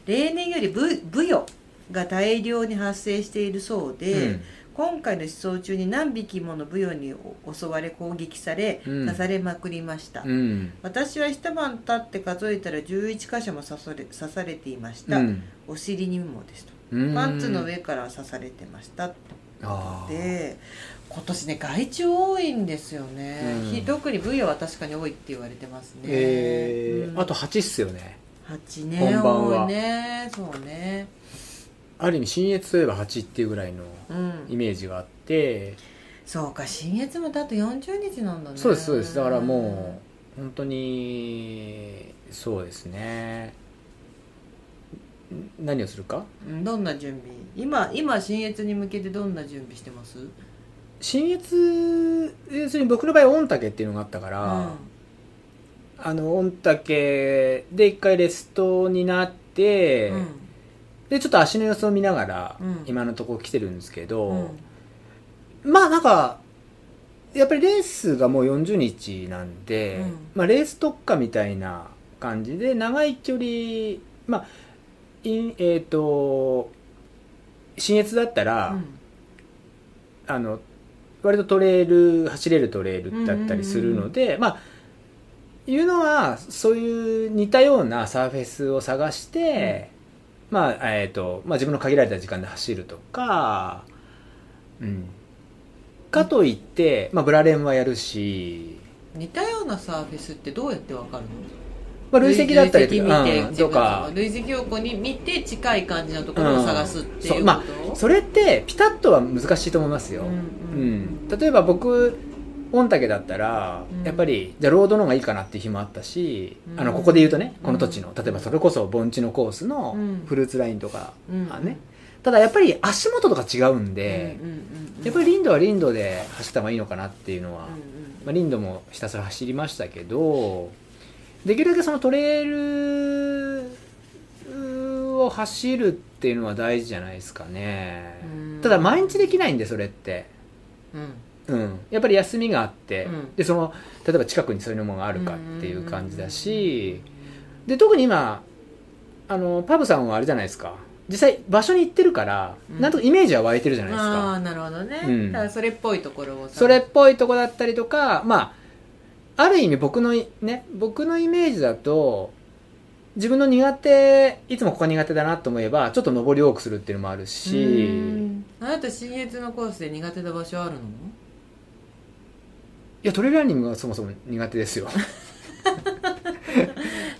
[SPEAKER 2] 例年よりぶブヨが大量に発生しているそうで、今回の思想中に何匹ものブヨに襲われ攻撃され
[SPEAKER 3] うん
[SPEAKER 2] 刺されまくりました、
[SPEAKER 3] うんうん
[SPEAKER 2] 私は一晩経って数えたら11箇所も刺され刺されていました、
[SPEAKER 3] うん
[SPEAKER 2] お尻にもですと
[SPEAKER 3] うん
[SPEAKER 2] パンツの上から刺されてました
[SPEAKER 3] あー
[SPEAKER 2] で今年ね害虫多いんですよね、
[SPEAKER 3] うん
[SPEAKER 2] ひ特にブヨは確かに多いって言われてますね、
[SPEAKER 3] えー
[SPEAKER 2] うん
[SPEAKER 3] あと8っすよね
[SPEAKER 2] 蜂ね
[SPEAKER 3] 本番は
[SPEAKER 2] 多いねそうね
[SPEAKER 3] ある意味新越といえば8っていうぐらいの
[SPEAKER 2] うん
[SPEAKER 3] イメージがあって、
[SPEAKER 2] そうか新月まであと40日なんだね
[SPEAKER 3] そうですそうですだからもう本当にそうですねん何をするか
[SPEAKER 2] うんどんな準備今今新越に向けてどんな準備してます
[SPEAKER 3] 新越要するに僕の場合御嶽っていうのがあったから、あの御嶽で一回レストになっ
[SPEAKER 2] う
[SPEAKER 3] て、
[SPEAKER 2] ん
[SPEAKER 3] でちょっと足の様子を見ながら、
[SPEAKER 2] うん
[SPEAKER 3] 今のところ来てるんですけ
[SPEAKER 2] う
[SPEAKER 3] ど、
[SPEAKER 2] ん
[SPEAKER 3] まあなんかやっぱりレースがもう40日なんで、
[SPEAKER 2] うん
[SPEAKER 3] まあ、レース特化みたいな感じで長い距離まあいえっ、と新越だったら、あの割とトレイル走れるトレイルだったりするので、まあいうのはそういう似たようなサーフェスを探して、まあえっ、と、まあ、自分の限られた時間で走るとか、うん、かといって、まあ、ブラレンはやるし、
[SPEAKER 2] 似たようなサーフェスってどうやってわかるの
[SPEAKER 3] まあ、累積だったりと
[SPEAKER 2] 累
[SPEAKER 3] か,、
[SPEAKER 2] 積見て
[SPEAKER 3] うん
[SPEAKER 2] 自
[SPEAKER 3] と
[SPEAKER 2] 分の
[SPEAKER 3] か
[SPEAKER 2] 累積をこうに見て近い感じのところを探すっていううんこと
[SPEAKER 3] それってピタッとは難しいと思いますよ。うん、例えば僕御嶽だったら、
[SPEAKER 2] うん
[SPEAKER 3] やっぱりじゃあロードの方がいいかなっていう日もあったし、
[SPEAKER 2] うん
[SPEAKER 3] あのここで言うとね
[SPEAKER 2] うん
[SPEAKER 3] この土地の、例えばそれこそ盆地のコースの
[SPEAKER 2] うん
[SPEAKER 3] フルーツラインとか、
[SPEAKER 2] うん
[SPEAKER 3] あねただやっぱり足元とか違うんで、やっぱり
[SPEAKER 2] り
[SPEAKER 3] リンドはリンドで走った方がいいのかなっていうのは、まあ、リンドもひたすら走りましたけどできるだけそのトレイルうーを走るっていうのは大事じゃないですかね
[SPEAKER 2] うん
[SPEAKER 3] ただ毎日できないんでそれって
[SPEAKER 2] うん
[SPEAKER 3] うん、やっぱり休みがあって、
[SPEAKER 2] うん
[SPEAKER 3] でその例えば近くにそういうものがあるかっていう感じだし、で特に今あのパブさんはあれじゃないですか実際場所に行ってるから、
[SPEAKER 2] うん
[SPEAKER 3] なんとイメージは湧いてるじゃないで
[SPEAKER 2] あ
[SPEAKER 3] すか、
[SPEAKER 2] あなるほどね、
[SPEAKER 3] うん
[SPEAKER 2] だからそれっぽいところをさ
[SPEAKER 3] それっぽいとこだったりとかまあある意味僕のいね僕のイメージだと自分の苦手いつもここ苦手だなと思えばちょっと上り多くするっていうのもあるし
[SPEAKER 2] あなた新越のコースで苦手な場所あるの
[SPEAKER 3] いやトレーラーニングがそもそも苦手ですよ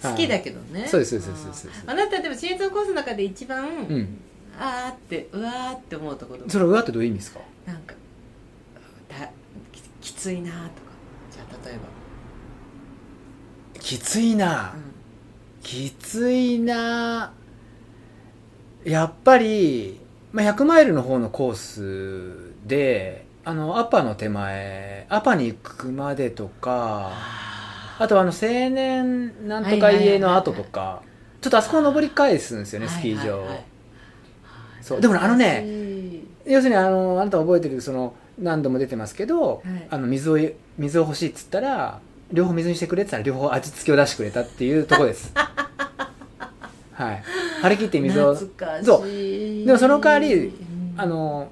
[SPEAKER 2] 好きだけどね、
[SPEAKER 3] そうですそうですそうですそうです
[SPEAKER 2] あーあなたでも新越のコースの中で一番、
[SPEAKER 3] うん
[SPEAKER 2] あーってうわーって思うところ
[SPEAKER 3] それうわってどういう意味ですか
[SPEAKER 2] なんかだききついなーとかじゃあ例えば、
[SPEAKER 3] きついな
[SPEAKER 2] う
[SPEAKER 3] きついなやっぱり、まあ、100マイルの方のコースであのアパの手前アパに行くまでとかあとあの青年なんとか家の後とかちょっとあそこを登り返すんですよ
[SPEAKER 2] ん
[SPEAKER 3] ねスキー場、
[SPEAKER 2] はいはいはい
[SPEAKER 3] そうでもねあのね
[SPEAKER 2] 懐かしい
[SPEAKER 3] 要するにあのあなた覚えてるその何度も出てますけど、
[SPEAKER 2] はい
[SPEAKER 3] あの水を水を欲しいっつったら両方水にしてくれって言ったら両方味付けを出してくれたっていうとこです はい張り切って水を
[SPEAKER 2] 懐かしい
[SPEAKER 3] そでもその代わり
[SPEAKER 2] うん
[SPEAKER 3] あの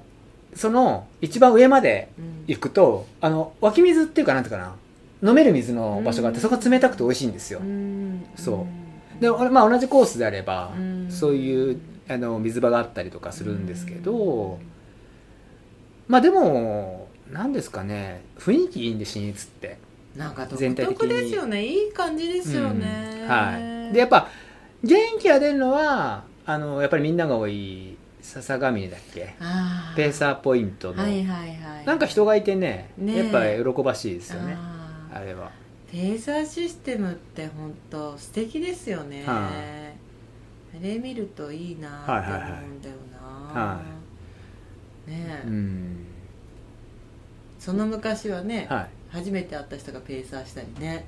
[SPEAKER 3] その一番上まで
[SPEAKER 2] うん
[SPEAKER 3] 行くとあの湧き水っていうかなんていうかな飲める水の場所があっ
[SPEAKER 2] う
[SPEAKER 3] て
[SPEAKER 2] ん
[SPEAKER 3] そこが冷たくて美味しいんですよ
[SPEAKER 2] うん
[SPEAKER 3] そ
[SPEAKER 2] ん
[SPEAKER 3] で、まあ、同じコースであれば
[SPEAKER 2] うん
[SPEAKER 3] そういうあの水場があったりとかするんですけどまあでも何ですかね雰囲気いいんで新越って
[SPEAKER 2] なんか独
[SPEAKER 3] 全体的
[SPEAKER 2] 特
[SPEAKER 3] に
[SPEAKER 2] ですよねいい感じですよね、
[SPEAKER 3] うんはい、でやっぱ元気が出るのはあのやっぱりみんなが多い笹上だっけ
[SPEAKER 2] あー
[SPEAKER 3] ペーサーポイントの、
[SPEAKER 2] はいはいはい
[SPEAKER 3] なんか人がいてね
[SPEAKER 2] ねえ
[SPEAKER 3] やっぱり喜ばしいですよね
[SPEAKER 2] あー
[SPEAKER 3] あれは
[SPEAKER 2] ペーザーシステムって本当素敵ですよね、
[SPEAKER 3] は
[SPEAKER 2] あれ見るといいなって思うんだよな、
[SPEAKER 3] は
[SPEAKER 2] ねえ、
[SPEAKER 3] うん
[SPEAKER 2] その昔はね、
[SPEAKER 3] はい
[SPEAKER 2] 初めて会った人がペーサーしたりね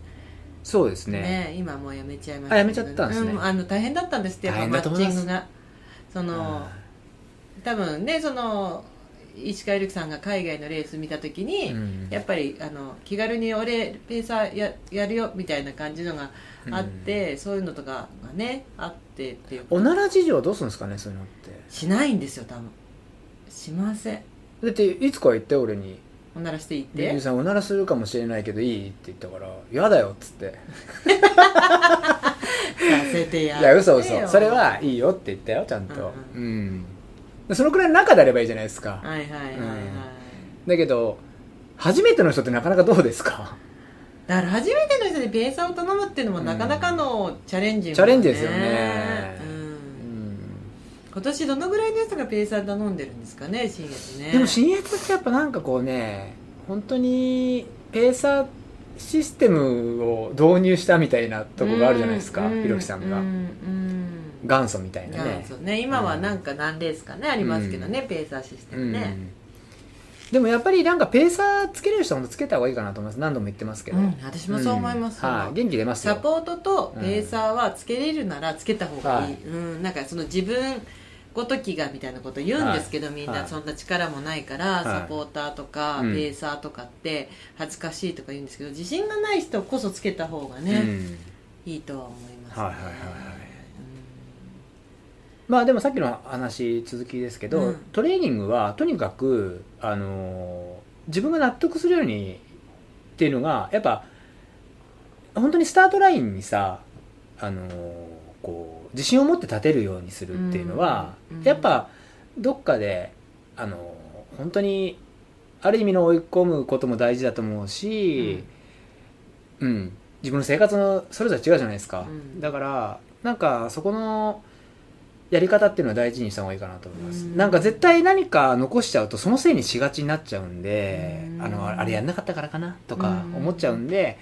[SPEAKER 3] そうですね
[SPEAKER 2] ねえ今もうやめちゃいました
[SPEAKER 3] あやめちゃったんですね
[SPEAKER 2] うあの大変だったんですってやっぱ
[SPEAKER 3] 大変
[SPEAKER 2] マ
[SPEAKER 3] だと
[SPEAKER 2] ッ
[SPEAKER 3] 思
[SPEAKER 2] チ
[SPEAKER 3] い
[SPEAKER 2] ン
[SPEAKER 3] ます
[SPEAKER 2] グがその
[SPEAKER 3] あ
[SPEAKER 2] 多分ねその石川由紀さんが海外のレース見た時に、
[SPEAKER 3] ーうん
[SPEAKER 2] やっぱりあの気軽に俺ペーサーややるよみたいな感じのがあって、そういうのとかがねあってっていう
[SPEAKER 3] おなら事情はどうするんですかねそういうのって
[SPEAKER 2] しないんですよ多分しません
[SPEAKER 3] だっていつか言って俺に
[SPEAKER 2] おならしていっ
[SPEAKER 3] 「ゆう
[SPEAKER 2] て
[SPEAKER 3] さんおならするかもしれないけどいい?」って言ったから「嫌だよ」っつって
[SPEAKER 2] させてや
[SPEAKER 3] いや嘘
[SPEAKER 2] ってよ
[SPEAKER 3] 嘘それはいいよって言ったよちゃんと
[SPEAKER 2] う
[SPEAKER 3] うん、そのくらいの中であればいいじゃないですか、
[SPEAKER 2] はいはいはいはい、
[SPEAKER 3] うんだけど初めての人ってなかなかどうですか
[SPEAKER 2] だから初めての人にペーサーを頼むっていうのもなかなかのチャレンジ、
[SPEAKER 3] チャレンジですよね
[SPEAKER 2] う、
[SPEAKER 3] うんん
[SPEAKER 2] 今年どのぐらいの人がペーサー頼んでるんですかね新月ね
[SPEAKER 3] でも新越ってやっぱなんかこうね本当にペーサーシステムを導入したみたいなとこがあるじゃないですか、
[SPEAKER 2] う
[SPEAKER 3] ひろきさんが、
[SPEAKER 2] うんうん
[SPEAKER 3] 元祖みたいな
[SPEAKER 2] ね
[SPEAKER 3] ね、
[SPEAKER 2] ね今はなんか何レースかね、ありますけどね、ペーサーシステ
[SPEAKER 3] う
[SPEAKER 2] ム
[SPEAKER 3] ん
[SPEAKER 2] ね、
[SPEAKER 3] でもやっぱりなんかペーサーつけれる人は本当つけた方がいいかなと思います何度も言ってますけ
[SPEAKER 2] う
[SPEAKER 3] ど、
[SPEAKER 2] ん、私もそう思います、
[SPEAKER 3] うんはい、元気出ますよ
[SPEAKER 2] サポートとペーサーはつけれるならつけた方がいい、うん、なんかその自分ごときがみたいなこと言うんですけど、みん
[SPEAKER 3] は
[SPEAKER 2] ないそんな力もないから、
[SPEAKER 3] い
[SPEAKER 2] サポーターとか
[SPEAKER 3] うん
[SPEAKER 2] ペーサーとかって恥ずかしいとか言うんですけど自信がない人こそつけた方が
[SPEAKER 3] う
[SPEAKER 2] ね、
[SPEAKER 3] ん
[SPEAKER 2] いいとは思います、ね
[SPEAKER 3] はいはいはいはいまあでもさっきの話続きですけど、
[SPEAKER 2] うん
[SPEAKER 3] トレーニングはとにかく、あのー自分が納得するようにっていうのがやっぱ本当にスタートラインにさ、あのーこう自信を持って立てるようにするっていうのは、
[SPEAKER 2] うんうん
[SPEAKER 3] やっぱどっかで、あのー本当にある意味の追い込むことも大事だと思うし、うん自分の生活のそれぞれ違うじゃないですか、
[SPEAKER 2] うん
[SPEAKER 3] だからなんかそこのやり方っていうのは大事にした方がいいかなと思います、
[SPEAKER 2] うん
[SPEAKER 3] なんか絶対何か残しちゃうとそのせいにしがちになっちゃうんで、
[SPEAKER 2] うん
[SPEAKER 3] あのあれやんなかったからかなとか
[SPEAKER 2] うん
[SPEAKER 3] 思っちゃうんで、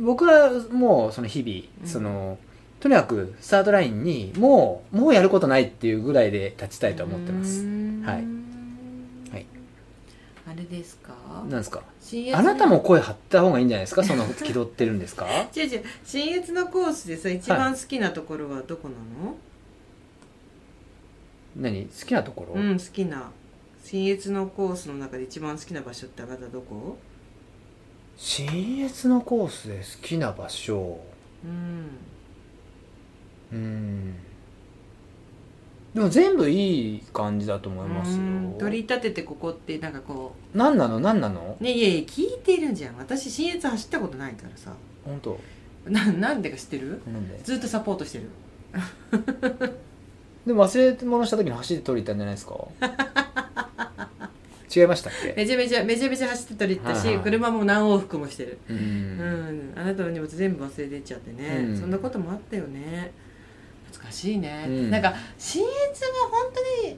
[SPEAKER 3] 僕はもうその日
[SPEAKER 2] うん
[SPEAKER 3] 々その、とにかくスタートラインにもうもうやることないっていうぐらいで立ちたいと思ってます、
[SPEAKER 2] うん
[SPEAKER 3] はいはい
[SPEAKER 2] あれですか
[SPEAKER 3] なんですか
[SPEAKER 2] CS
[SPEAKER 3] あなたも声張った方がいいんじゃないです かその気取ってるんですか
[SPEAKER 2] 違う違う新越のコースでさ一番好きなところはどこなの、
[SPEAKER 3] 何好きなところ、
[SPEAKER 2] うん好きな新越のコースの中で一番好きな場所ってあなたどこ
[SPEAKER 3] 新越のコースで好きな場所
[SPEAKER 2] うん
[SPEAKER 3] うんでも全部いい感じだと思います
[SPEAKER 2] う
[SPEAKER 3] よ
[SPEAKER 2] ん取り立ててここってなんかこ
[SPEAKER 3] 何なの何なの
[SPEAKER 2] うねいやいや聞いてるじゃん私新越走ったことないからさ
[SPEAKER 3] 本当
[SPEAKER 2] ななんでか知ってる
[SPEAKER 3] なんで
[SPEAKER 2] ずっとサポートしてる
[SPEAKER 3] でも忘れ物した時に走って取りに行ったんじゃな いですか違いましたっけ
[SPEAKER 2] めちゃめちゃめちゃめちゃ走って取り行ったし、
[SPEAKER 3] はいはい
[SPEAKER 2] 車も何往復もしてる
[SPEAKER 3] うん
[SPEAKER 2] うん、あなたの荷物全部忘れてっちゃってね、
[SPEAKER 3] うん
[SPEAKER 2] そんなこともあったよね
[SPEAKER 5] 難しいね、
[SPEAKER 3] うん
[SPEAKER 5] なんか新越が本当に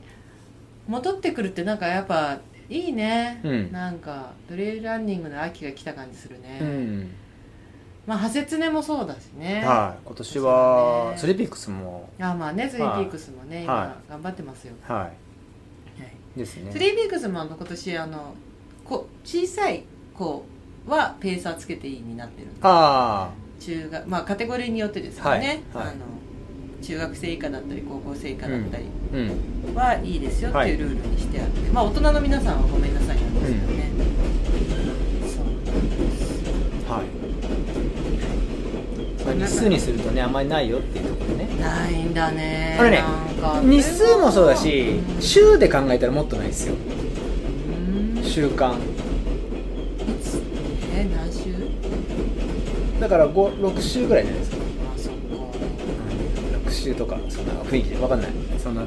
[SPEAKER 5] 戻ってくるってなんかやっぱいいね、
[SPEAKER 3] うん
[SPEAKER 5] なんかトレイルランニングの秋が来た感じするね、
[SPEAKER 3] うん
[SPEAKER 5] まあ初常もそうだしね、
[SPEAKER 3] はい今年
[SPEAKER 5] そう
[SPEAKER 3] は
[SPEAKER 5] ね
[SPEAKER 3] スリーピックスも
[SPEAKER 5] あまあねスリーピークスもね、
[SPEAKER 3] は
[SPEAKER 5] 今頑張ってますよ、
[SPEAKER 3] は
[SPEAKER 5] はい
[SPEAKER 3] いですね
[SPEAKER 5] スリーピークスもあの今年あのこ小さい子はペーサーつけていいになってるんで
[SPEAKER 3] あ
[SPEAKER 5] 中学まあカテゴリーによってですよね、
[SPEAKER 3] はいはい
[SPEAKER 5] あの中学生以下だったり高校生以下だったり
[SPEAKER 3] あうん
[SPEAKER 5] はいいですよっていうルールにしてあって、まあ大人の皆さんはごめんなさいなんですけどね、そう
[SPEAKER 3] はいまあ日数にするとねあんまりないよっていうところね
[SPEAKER 5] ないんだね
[SPEAKER 3] あれね
[SPEAKER 5] なんか
[SPEAKER 3] 日数もそうだし
[SPEAKER 5] うん
[SPEAKER 3] 週で考えたらもっとないですよ
[SPEAKER 5] うん
[SPEAKER 3] 週間
[SPEAKER 5] え何週
[SPEAKER 3] だから6週ぐらいじゃないですか
[SPEAKER 5] あそっか
[SPEAKER 3] 6週とかそんな雰囲気で分かんないそんな、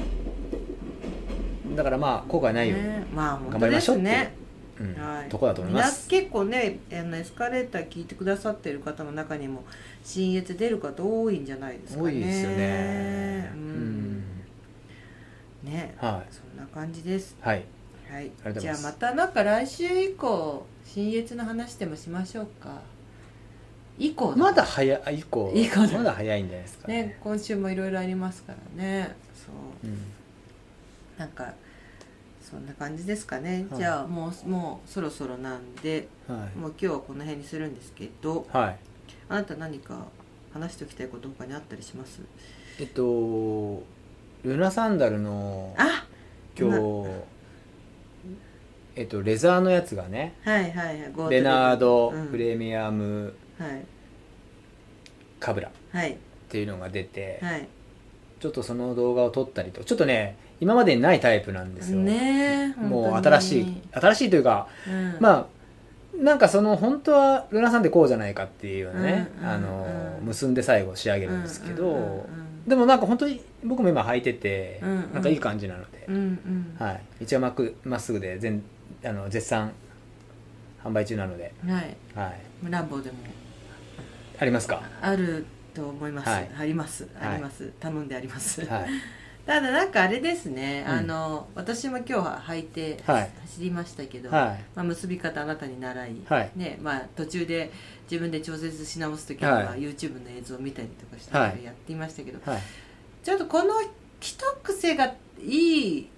[SPEAKER 3] はいだからまあ後悔ないように、
[SPEAKER 2] ねまあ本
[SPEAKER 3] 頑
[SPEAKER 2] 当
[SPEAKER 3] 張り
[SPEAKER 2] で
[SPEAKER 3] ましょ
[SPEAKER 2] す
[SPEAKER 3] うっていう
[SPEAKER 2] ね、
[SPEAKER 3] うん
[SPEAKER 2] はい
[SPEAKER 3] とこだと思います
[SPEAKER 2] みんな結構ねあのエスカレーター聞いてくださってる方の中にも新越出る方多いんじゃないですかね
[SPEAKER 3] 多いですよね
[SPEAKER 2] う
[SPEAKER 3] うん
[SPEAKER 2] ん、ね
[SPEAKER 3] は
[SPEAKER 2] そんな感じです
[SPEAKER 3] いはい
[SPEAKER 2] はい
[SPEAKER 3] ありがとうござ
[SPEAKER 5] じ
[SPEAKER 3] い
[SPEAKER 5] ゃ
[SPEAKER 3] ま
[SPEAKER 5] あ
[SPEAKER 3] す
[SPEAKER 5] またなんか来週以降新越の話でもしましょうか以降
[SPEAKER 3] まだ早い以降
[SPEAKER 5] 以降だ
[SPEAKER 3] まだ早いんじゃないですかね
[SPEAKER 5] ね今週もいろいろありますからね
[SPEAKER 2] そう
[SPEAKER 3] うん
[SPEAKER 2] なんかそんな感じですかね、
[SPEAKER 3] はい
[SPEAKER 2] じゃあもうもうそろそろなんで
[SPEAKER 3] は
[SPEAKER 2] もう今日はこの辺にするんですけど
[SPEAKER 3] い、はい、
[SPEAKER 2] あなた何か話しておきたいこと他にあったりします
[SPEAKER 3] えっとルナサンダルの
[SPEAKER 2] あ
[SPEAKER 3] 今日えっとレザーのやつがね
[SPEAKER 2] はいはいはいゴト
[SPEAKER 3] レ
[SPEAKER 2] レ
[SPEAKER 3] ナード
[SPEAKER 2] うん
[SPEAKER 3] プレミアム
[SPEAKER 2] はい
[SPEAKER 3] カブラっ
[SPEAKER 2] はい
[SPEAKER 3] ていうのが出て、
[SPEAKER 2] はい
[SPEAKER 3] ちょっとその動画を撮ったりとちょっとね今までにないタイプなんですよ、
[SPEAKER 2] ねえ
[SPEAKER 3] もう
[SPEAKER 2] 本当に
[SPEAKER 3] 新しい新しいというか、
[SPEAKER 2] うん
[SPEAKER 3] まあなんかその本当はルナさんってこうじゃないかっていうようなね、
[SPEAKER 2] うんうん
[SPEAKER 3] あの結んで最後仕上げるんですけど、
[SPEAKER 2] うん
[SPEAKER 3] でもなんか本当に僕も今履いてて、
[SPEAKER 2] うんうん
[SPEAKER 3] なんかいい感じなので
[SPEAKER 2] うんう、んうんは
[SPEAKER 3] はい、道はまっくまっすぐで全あの絶賛販売中なので、
[SPEAKER 2] い
[SPEAKER 3] はい、
[SPEAKER 2] ランボーでも
[SPEAKER 3] ありますか、
[SPEAKER 2] あると思います、
[SPEAKER 3] はい
[SPEAKER 2] あります
[SPEAKER 3] はい
[SPEAKER 2] あります、頼んであります、
[SPEAKER 3] はい
[SPEAKER 2] ただなんかあれですね、
[SPEAKER 3] うん
[SPEAKER 2] あの私も今日は履いて
[SPEAKER 3] はい
[SPEAKER 2] 走りましたけど、
[SPEAKER 3] はい
[SPEAKER 2] まあ、結び方あなたに習い、
[SPEAKER 3] はい
[SPEAKER 2] ねまあ、途中で自分で調節し直す時には、
[SPEAKER 3] はい
[SPEAKER 2] YouTube の映像を見たりとかしてや
[SPEAKER 3] はい
[SPEAKER 2] っていましたけど、
[SPEAKER 3] はい
[SPEAKER 2] ちょっとこの一癖がいい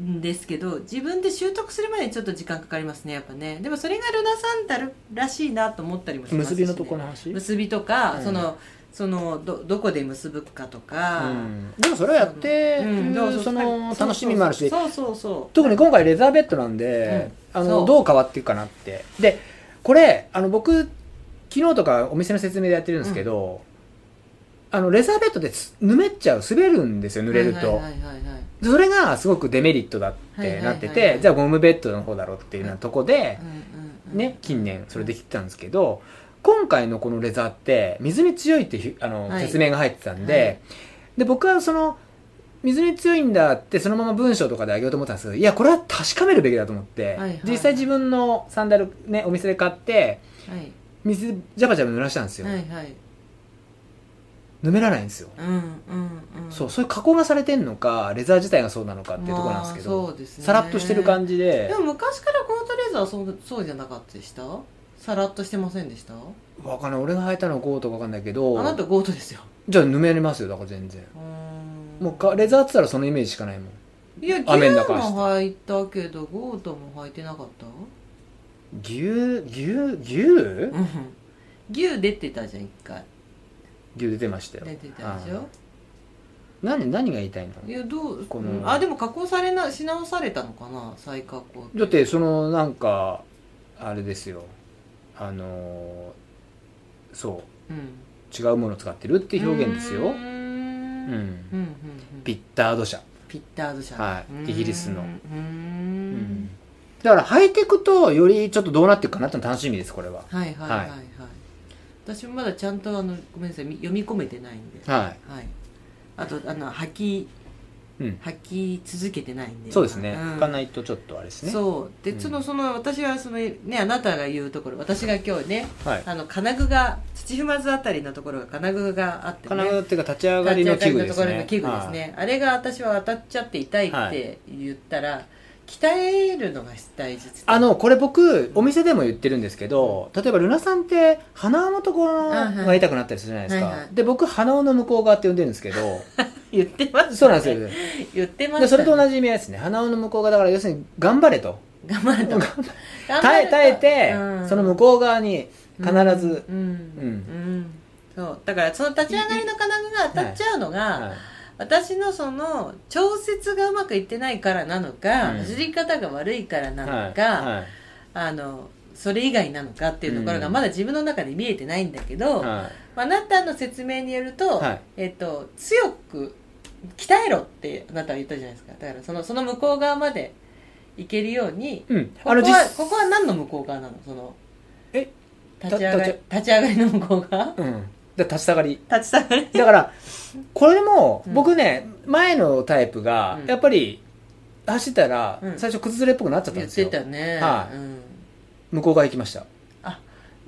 [SPEAKER 2] んですけど自分で習得するまでにちょっと時間かかりますねやっぱねでもそれがルナサンダルらしいなと思ったりもします
[SPEAKER 3] 結
[SPEAKER 2] し、ね、
[SPEAKER 3] びのとこの話、
[SPEAKER 2] 結びとか、
[SPEAKER 3] うん
[SPEAKER 2] そのそのどどこで結ぶかとか、
[SPEAKER 3] うんでもそれをやって
[SPEAKER 2] うん
[SPEAKER 3] る
[SPEAKER 2] そうそう
[SPEAKER 3] その
[SPEAKER 2] そう
[SPEAKER 3] 楽しみもあるし
[SPEAKER 2] そうそうそ
[SPEAKER 3] 特に今回レザーベッドなんで、あ
[SPEAKER 2] そ
[SPEAKER 3] の
[SPEAKER 2] う
[SPEAKER 3] どう変わっていくかなってでこれあの僕昨日とかお店の説明でやってるんですけど、あのレザーベッドってつぬめっちゃう滑るんですよ
[SPEAKER 2] う
[SPEAKER 3] 濡れると、
[SPEAKER 2] はいはいはいはいはい
[SPEAKER 3] でそれがすごくデメリットだってなってて、
[SPEAKER 2] はいはいはいはい
[SPEAKER 3] じゃあゴムベッドの方だろうっていうようなとこで
[SPEAKER 2] う、んうんうん
[SPEAKER 3] ね近年それできてたんですけど今回のこのレザーって水に強いってひあの、
[SPEAKER 2] はい
[SPEAKER 3] 説明が入ってたんで、
[SPEAKER 2] はい
[SPEAKER 3] で僕はその水に強いんだってそのまま文章とかであげようと思ったんですけどいやこれは確かめるべきだと思って、
[SPEAKER 2] はいはい
[SPEAKER 3] 実際自分のサンダルねお店で買って
[SPEAKER 2] はい
[SPEAKER 3] 水ジャバジャバ濡らしたんですよ、
[SPEAKER 2] はいはい
[SPEAKER 3] ぬめらないんですよ、
[SPEAKER 2] うんうんうん
[SPEAKER 3] そうそういう加工がされてんのかレザー自体がそうなのかっていうところなんですけど、
[SPEAKER 2] まあそうですね
[SPEAKER 3] さらっとしてる感じで
[SPEAKER 2] でも昔からゴートレーザーはそうそうじゃなかったでしたさらっとしてませんでしたあ
[SPEAKER 3] わかんない俺が履いたのはゴーとかわかんないけど
[SPEAKER 2] なたゴートですよ
[SPEAKER 3] じゃあぬめりますよだから全然
[SPEAKER 2] うーん
[SPEAKER 3] もうかレザーっつったらそのイメージしかないもん
[SPEAKER 2] いや
[SPEAKER 3] 雨
[SPEAKER 2] 雨
[SPEAKER 3] の
[SPEAKER 2] の
[SPEAKER 3] 中
[SPEAKER 2] 中
[SPEAKER 3] 走って
[SPEAKER 2] も履いたけどゴートも履いてなかった
[SPEAKER 3] 牛牛牛
[SPEAKER 2] うん牛出てたじゃん一回
[SPEAKER 3] 牛出てましたよ
[SPEAKER 2] 出てたでしょ
[SPEAKER 3] はい何何が言いたいんだろ
[SPEAKER 2] いやどう
[SPEAKER 3] この
[SPEAKER 2] あでも加工されなし直されたのかな再加工
[SPEAKER 3] うだってそのなんかあれですよあのーそ
[SPEAKER 2] うん
[SPEAKER 3] う違うものを使ってるっていう表現ですよ
[SPEAKER 2] うーん
[SPEAKER 3] う
[SPEAKER 2] うん
[SPEAKER 3] ん
[SPEAKER 2] うんうん
[SPEAKER 3] ピッタード社
[SPEAKER 2] ピッターズ社
[SPEAKER 3] はいイギリスの
[SPEAKER 2] うーん
[SPEAKER 3] うんだからハイテクとよりちょっとどうなっていくかなっての楽しみですこれは
[SPEAKER 2] はいはいはいはい、
[SPEAKER 3] はい
[SPEAKER 2] 私もまだちゃんとあのごめんなさいみ読み込めてないんでは、
[SPEAKER 3] はい
[SPEAKER 2] あとあの吐き
[SPEAKER 3] い、うん、
[SPEAKER 2] 吐き続けてないんで
[SPEAKER 3] そうですね
[SPEAKER 2] ん
[SPEAKER 3] 行かないとちょっとあれですね
[SPEAKER 2] そうで
[SPEAKER 3] うん
[SPEAKER 2] そのその私はそのねあなたが言うところ私が今日ね
[SPEAKER 3] はい
[SPEAKER 2] あの金具が土踏まずあたりのところが金具があってね
[SPEAKER 3] 金具っていうか立ち上がりの器具ですね
[SPEAKER 2] 立ち上がりのところの器具ですね、あれが私は当たっちゃって痛いっ
[SPEAKER 3] は
[SPEAKER 2] て
[SPEAKER 3] い
[SPEAKER 2] 言ったら、鍛えるのが大事って
[SPEAKER 3] あのこれ僕お店でも言ってるんですけど例えばルナさんって鼻緒のところが痛くなったりするじゃないですか、
[SPEAKER 2] はいはいはい
[SPEAKER 3] で僕鼻緒の向こう側って呼んでるんですけど
[SPEAKER 2] 言ってます、ね、
[SPEAKER 3] そうなんですよ
[SPEAKER 2] 言ってます、
[SPEAKER 3] でそれと同じ意味合いですね鼻緒の向こう側だから要するに頑張れと
[SPEAKER 2] 頑張ると頑張
[SPEAKER 3] 耐
[SPEAKER 2] る
[SPEAKER 3] え
[SPEAKER 2] と
[SPEAKER 3] 耐えて、
[SPEAKER 2] うん
[SPEAKER 3] その向こう側に必ず、
[SPEAKER 2] うんうんそうだからその立ち上がりの金具が当たっちゃうのが、
[SPEAKER 3] はい
[SPEAKER 2] 私のその調節がうまくいってないからなのか、
[SPEAKER 3] うん
[SPEAKER 2] 走り方が悪いからなのか、
[SPEAKER 3] はい
[SPEAKER 2] あのそれ以外なのかっていうところが
[SPEAKER 3] うん
[SPEAKER 2] まだ自分の中で見えてないんだけど、ま
[SPEAKER 3] は
[SPEAKER 2] ああなたの説明によると、
[SPEAKER 3] はい
[SPEAKER 2] えっと強く鍛えろってあなたは言ったじゃないですかだからそのその向こう側まで行けるように
[SPEAKER 3] いうん
[SPEAKER 2] ここ
[SPEAKER 3] あ
[SPEAKER 2] は
[SPEAKER 3] の実
[SPEAKER 2] ここは何の向こう側なのその
[SPEAKER 3] え
[SPEAKER 2] 立ち上がり
[SPEAKER 3] た
[SPEAKER 2] 立ち上がりの向こう側
[SPEAKER 3] うんで 立ち下がり
[SPEAKER 2] 立ち下がり
[SPEAKER 3] だから、これも
[SPEAKER 2] うん、
[SPEAKER 3] 僕ね、前のタイプが
[SPEAKER 2] う、ん
[SPEAKER 3] やっぱり、走ったら
[SPEAKER 2] う、ん
[SPEAKER 3] 最初崩れっぽくなっちゃったん
[SPEAKER 2] 言っ
[SPEAKER 3] です
[SPEAKER 2] て
[SPEAKER 3] よ。
[SPEAKER 2] たね、
[SPEAKER 3] はい
[SPEAKER 2] うん、
[SPEAKER 3] 向こう側行きました。
[SPEAKER 2] あ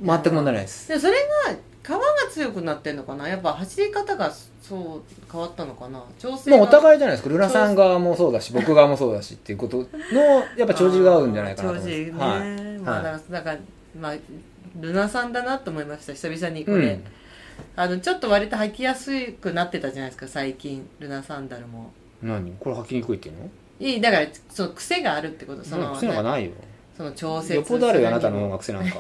[SPEAKER 3] 全く問題ないです。
[SPEAKER 2] でそれが皮が強くなってんのかなやっぱ走り方がそう変わったのかな調整
[SPEAKER 3] も
[SPEAKER 2] が
[SPEAKER 3] うお互いじゃないですか。ルナさん側もそうだし、僕側もそうだしっていうこと の、やっぱ帳尻が合うんじゃないかなと思います。
[SPEAKER 2] あー
[SPEAKER 3] はい
[SPEAKER 2] 長寿ね、まあ
[SPEAKER 3] は
[SPEAKER 2] なんかまあルナさんだなと思いました久々にこれ、
[SPEAKER 3] うん。
[SPEAKER 2] あのちょっと割と履きやすくなってたじゃないですか最近ルナサンダルも
[SPEAKER 3] 何これ履きにくいっていうの
[SPEAKER 2] いいだからその癖があるってことその
[SPEAKER 3] 癖なんかないよ。
[SPEAKER 2] その調節
[SPEAKER 3] よっぽどあるよ、あなたの方が癖な んか。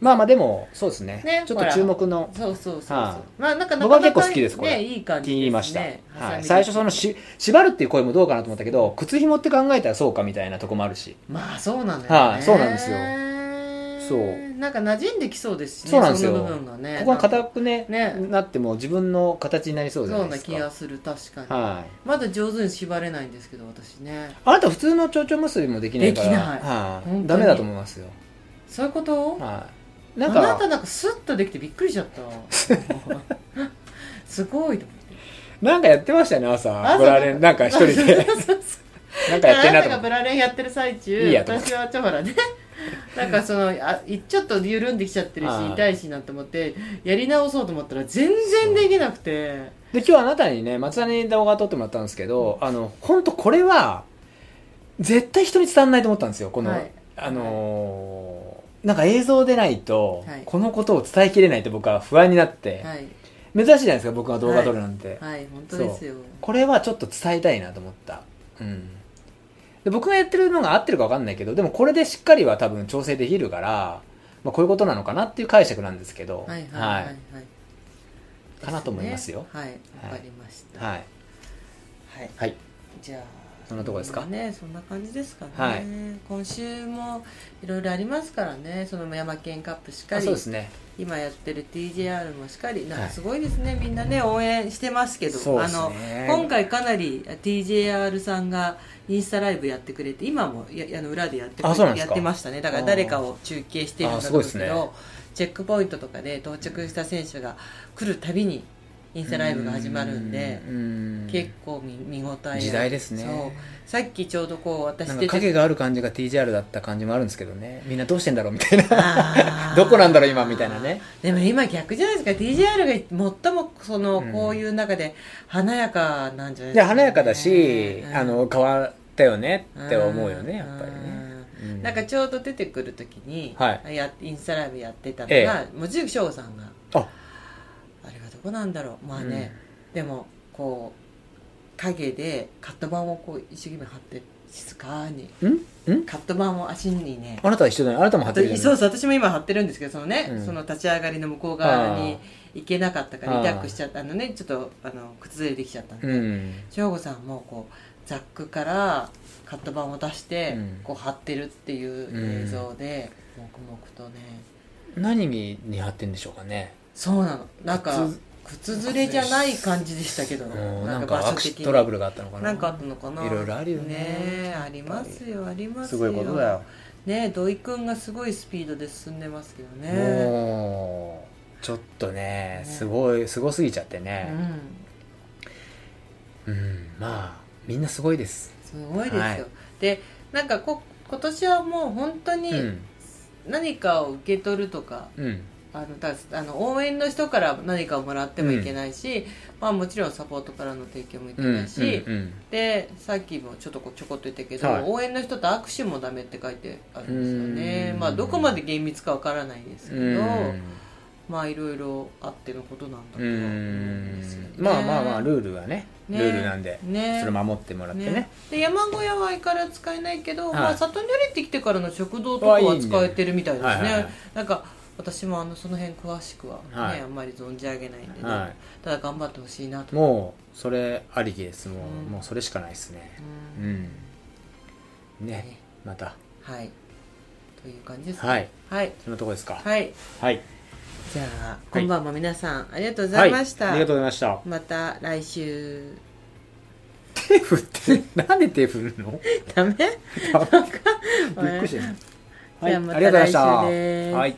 [SPEAKER 3] まあまあ、でも、そうです
[SPEAKER 2] ね
[SPEAKER 3] ね。ちょっと注目の。
[SPEAKER 2] そうそうそうそう、
[SPEAKER 3] はい
[SPEAKER 2] まあなんかなか
[SPEAKER 3] 僕は
[SPEAKER 2] な
[SPEAKER 3] 結
[SPEAKER 2] か
[SPEAKER 3] 構好きですこれ
[SPEAKER 2] ねいい感
[SPEAKER 3] 気
[SPEAKER 2] じ
[SPEAKER 3] に入りま
[SPEAKER 2] で
[SPEAKER 3] し
[SPEAKER 2] す
[SPEAKER 3] た、
[SPEAKER 2] ね
[SPEAKER 3] は
[SPEAKER 2] ハサミ
[SPEAKER 3] い、
[SPEAKER 2] で
[SPEAKER 3] 最初そのし縛るっていう声もどうかなと思ったけど靴ひもって考えたらそうかみたいなとこもあるし
[SPEAKER 2] まあそうなんだよね、
[SPEAKER 3] はいそうなんですよそう
[SPEAKER 2] なんか馴染んできそうですしね
[SPEAKER 3] そうなんですよ
[SPEAKER 2] の部分がね
[SPEAKER 3] ここが硬くね
[SPEAKER 2] ね
[SPEAKER 3] なっても自分の形になりそうじゃ
[SPEAKER 2] そ
[SPEAKER 3] な
[SPEAKER 2] うな
[SPEAKER 3] いです
[SPEAKER 2] 気
[SPEAKER 3] か
[SPEAKER 2] がする確かに、
[SPEAKER 3] はい
[SPEAKER 2] まだ上手に縛れないんですけど私ね
[SPEAKER 3] あなた普通の蝶々結びもできないから
[SPEAKER 2] できない
[SPEAKER 3] は
[SPEAKER 2] 本当に
[SPEAKER 3] ダメだと思いますよ、
[SPEAKER 2] そういうこと
[SPEAKER 3] はい、
[SPEAKER 2] な
[SPEAKER 3] なんん
[SPEAKER 2] かあなた
[SPEAKER 3] か
[SPEAKER 2] なんかスッとできてびっくりしちゃった すごいと思って
[SPEAKER 3] なんかやってましたよね朝ブラレンなんか 一人で
[SPEAKER 2] そうそうそう
[SPEAKER 3] なん
[SPEAKER 2] だ
[SPEAKER 3] か
[SPEAKER 2] からあ
[SPEAKER 3] やってん
[SPEAKER 2] な
[SPEAKER 3] な
[SPEAKER 2] たが
[SPEAKER 3] と
[SPEAKER 2] ブ
[SPEAKER 3] 思って
[SPEAKER 2] ラレンやってる最中
[SPEAKER 3] いいやと思っ
[SPEAKER 2] 私
[SPEAKER 3] て
[SPEAKER 2] はちょほら ねなんかそのあいちょっと緩んできちゃってるし
[SPEAKER 3] はい
[SPEAKER 2] 痛いしなと思ってやり直そうと思ったら全然できなくて
[SPEAKER 3] で今日あなたにね松田に動画撮ってもらったんですけど、あの本当これは絶対人に伝わらないと思ったんですよこの、
[SPEAKER 2] はい
[SPEAKER 3] あのーなんか映像でないと、
[SPEAKER 2] はい
[SPEAKER 3] このことを伝えきれないって僕は不安になって、
[SPEAKER 2] はい
[SPEAKER 3] 珍しいじゃないですか僕が動画撮るなんて、
[SPEAKER 2] はい本当ですよ
[SPEAKER 3] これはちょっと伝えたいなと思ったうんで僕がやってるのが合ってるか分かんないけどでもこれでしっかりは多分調整できるから、まあ、こういうことなのかなっていう解釈なんですけど
[SPEAKER 2] はいはいはいはい
[SPEAKER 3] かなと思いますよ
[SPEAKER 2] でねはいわかりました
[SPEAKER 3] はい
[SPEAKER 2] はい
[SPEAKER 3] はい
[SPEAKER 2] じゃあ
[SPEAKER 3] そんなとこですか
[SPEAKER 2] ねそんな感じですかね、
[SPEAKER 3] はい
[SPEAKER 2] 今週もいろいろありますからねその山県カップしか
[SPEAKER 3] あ
[SPEAKER 2] り
[SPEAKER 3] そうですね
[SPEAKER 2] 今やってる TJR もしっかりなんか
[SPEAKER 3] はい
[SPEAKER 2] すごいですね、みんなね応援してますけど、
[SPEAKER 3] そう
[SPEAKER 2] あ
[SPEAKER 3] です
[SPEAKER 2] の
[SPEAKER 3] ね
[SPEAKER 2] 今回かなり TJR さんがインスタライブやってくれて今もやあの裏でやってくれ
[SPEAKER 3] あそうなんで
[SPEAKER 2] やっ
[SPEAKER 3] すか
[SPEAKER 2] てましたねだから誰かを中継してるんだと思うんですけ
[SPEAKER 3] あすごい
[SPEAKER 2] どチェックポイントとかで到着した選手が来るたびにインスタライブが始まるんで。
[SPEAKER 3] うーん
[SPEAKER 2] 結構見見応えある
[SPEAKER 3] 時代ですね
[SPEAKER 2] そうさっきちょうどこう私
[SPEAKER 3] なん
[SPEAKER 2] 出
[SPEAKER 3] か
[SPEAKER 2] て
[SPEAKER 3] 影がある感じが TGR だった感じもあるんですけどねみんなどうしてんだろうみたい な
[SPEAKER 2] あー
[SPEAKER 3] どこなんだろう今みたいなね
[SPEAKER 2] でも今逆じゃないですか DJR が最もその
[SPEAKER 3] うん
[SPEAKER 2] こういう中で華やかなんじゃないで
[SPEAKER 3] い
[SPEAKER 2] す
[SPEAKER 3] や
[SPEAKER 2] か、
[SPEAKER 3] 華やかだし、
[SPEAKER 2] うん
[SPEAKER 3] あの変わったよねって思うよねやっぱりね、
[SPEAKER 2] うん
[SPEAKER 3] うん
[SPEAKER 2] なんかちょうど出てくる時に、
[SPEAKER 3] は
[SPEAKER 2] やインスタライブやってたの
[SPEAKER 3] え
[SPEAKER 2] が望月翔吾さんが
[SPEAKER 3] あ
[SPEAKER 2] あれはどこなんだろうまあね、でもこう影でカット板をこう一生懸命貼って静かに
[SPEAKER 3] んん
[SPEAKER 2] カット板を足にね
[SPEAKER 3] あなたは一緒だよねあなたも貼ってるじゃ
[SPEAKER 2] そ
[SPEAKER 3] な
[SPEAKER 2] う
[SPEAKER 3] い
[SPEAKER 2] そう私も今貼ってるんですけどそのね、
[SPEAKER 3] うん
[SPEAKER 2] その立ち上がりの向こう側に
[SPEAKER 3] あ
[SPEAKER 2] 行けなかったから
[SPEAKER 3] あー
[SPEAKER 2] リタックしちゃったあのねちょっとあの崩れてきちゃったんで
[SPEAKER 3] うん
[SPEAKER 2] 省吾さんもこうザックからカット板を出して、
[SPEAKER 3] うん
[SPEAKER 2] こう貼ってるっていう映像で、黙々とね
[SPEAKER 3] 何に貼ってんでしょうかね
[SPEAKER 2] そうなのなんか
[SPEAKER 3] 靴
[SPEAKER 2] 靴ずれじゃない感じでしたけど
[SPEAKER 3] うん
[SPEAKER 2] な
[SPEAKER 3] なんん
[SPEAKER 2] か
[SPEAKER 3] か
[SPEAKER 2] 場
[SPEAKER 3] ア
[SPEAKER 2] 所
[SPEAKER 3] クシ
[SPEAKER 2] 的
[SPEAKER 3] ョ
[SPEAKER 2] に
[SPEAKER 3] ントラブルがあったのかな
[SPEAKER 2] なんかあったのかない
[SPEAKER 3] ろいろあるよね
[SPEAKER 2] ねありますよあります
[SPEAKER 3] す
[SPEAKER 2] よ
[SPEAKER 3] ごいことだよ
[SPEAKER 2] ね土井くんがすごいスピードで進んでますけどね
[SPEAKER 3] もうちょっとね
[SPEAKER 2] ね
[SPEAKER 3] すごいすごすぎちゃって
[SPEAKER 2] う
[SPEAKER 3] ね
[SPEAKER 2] ん
[SPEAKER 3] うんまあみんなすごいです
[SPEAKER 2] すごいですよ、
[SPEAKER 3] はい
[SPEAKER 2] でなんかこ今年はもう本当
[SPEAKER 3] う
[SPEAKER 2] に
[SPEAKER 3] ん
[SPEAKER 2] 何かを受け取るとか、
[SPEAKER 3] うん
[SPEAKER 2] あのだあの応援の人から何かをもらってもいけないし、まあ、もちろんサポートからの提供もいけ
[SPEAKER 3] うん
[SPEAKER 2] ないし、
[SPEAKER 3] うん
[SPEAKER 2] でさっきもちょっとこうちょこっと言ったけど、
[SPEAKER 3] はい
[SPEAKER 2] 応援の人と握手もダメって書いてあるんですよね
[SPEAKER 3] うん
[SPEAKER 2] まあどこまで厳密かわからないですけ
[SPEAKER 3] う
[SPEAKER 2] ど、
[SPEAKER 3] ん
[SPEAKER 2] まあいろいろあってのことなんだと
[SPEAKER 3] う
[SPEAKER 2] は思うんですよね
[SPEAKER 3] んまあまあまあルールはねル
[SPEAKER 2] ね
[SPEAKER 3] ールなんで
[SPEAKER 2] ね
[SPEAKER 3] それ守ってもらって
[SPEAKER 2] ね
[SPEAKER 3] ね
[SPEAKER 2] で山小屋は相変わらず使えないけど、
[SPEAKER 3] はい
[SPEAKER 2] まあ、里に降りてきてからの食堂とかは使えてるみたいですね
[SPEAKER 3] はいはいはい
[SPEAKER 2] なんか私もあのその辺詳しくは、ね
[SPEAKER 3] はい
[SPEAKER 2] あんまり存じ上げないんでね、
[SPEAKER 3] は
[SPEAKER 2] ただ頑張ってほしいなと
[SPEAKER 3] いもうそれありきですも
[SPEAKER 2] う
[SPEAKER 3] うんもうそれしかないですね
[SPEAKER 2] うん
[SPEAKER 3] うんね
[SPEAKER 2] ね
[SPEAKER 3] また
[SPEAKER 2] はいという感じですか
[SPEAKER 3] はい
[SPEAKER 2] はい、
[SPEAKER 3] そんなとこですか
[SPEAKER 2] はい
[SPEAKER 3] はい
[SPEAKER 2] じゃあ今晩も皆さんありがとうござ
[SPEAKER 3] はいい
[SPEAKER 2] ました、
[SPEAKER 3] ありがとうございました
[SPEAKER 2] また来週
[SPEAKER 3] 手振ってなんで手振るの
[SPEAKER 2] ダメ
[SPEAKER 3] びっくりした。
[SPEAKER 2] じゃあまた
[SPEAKER 3] ありがとうございました
[SPEAKER 2] 来週です
[SPEAKER 3] はい。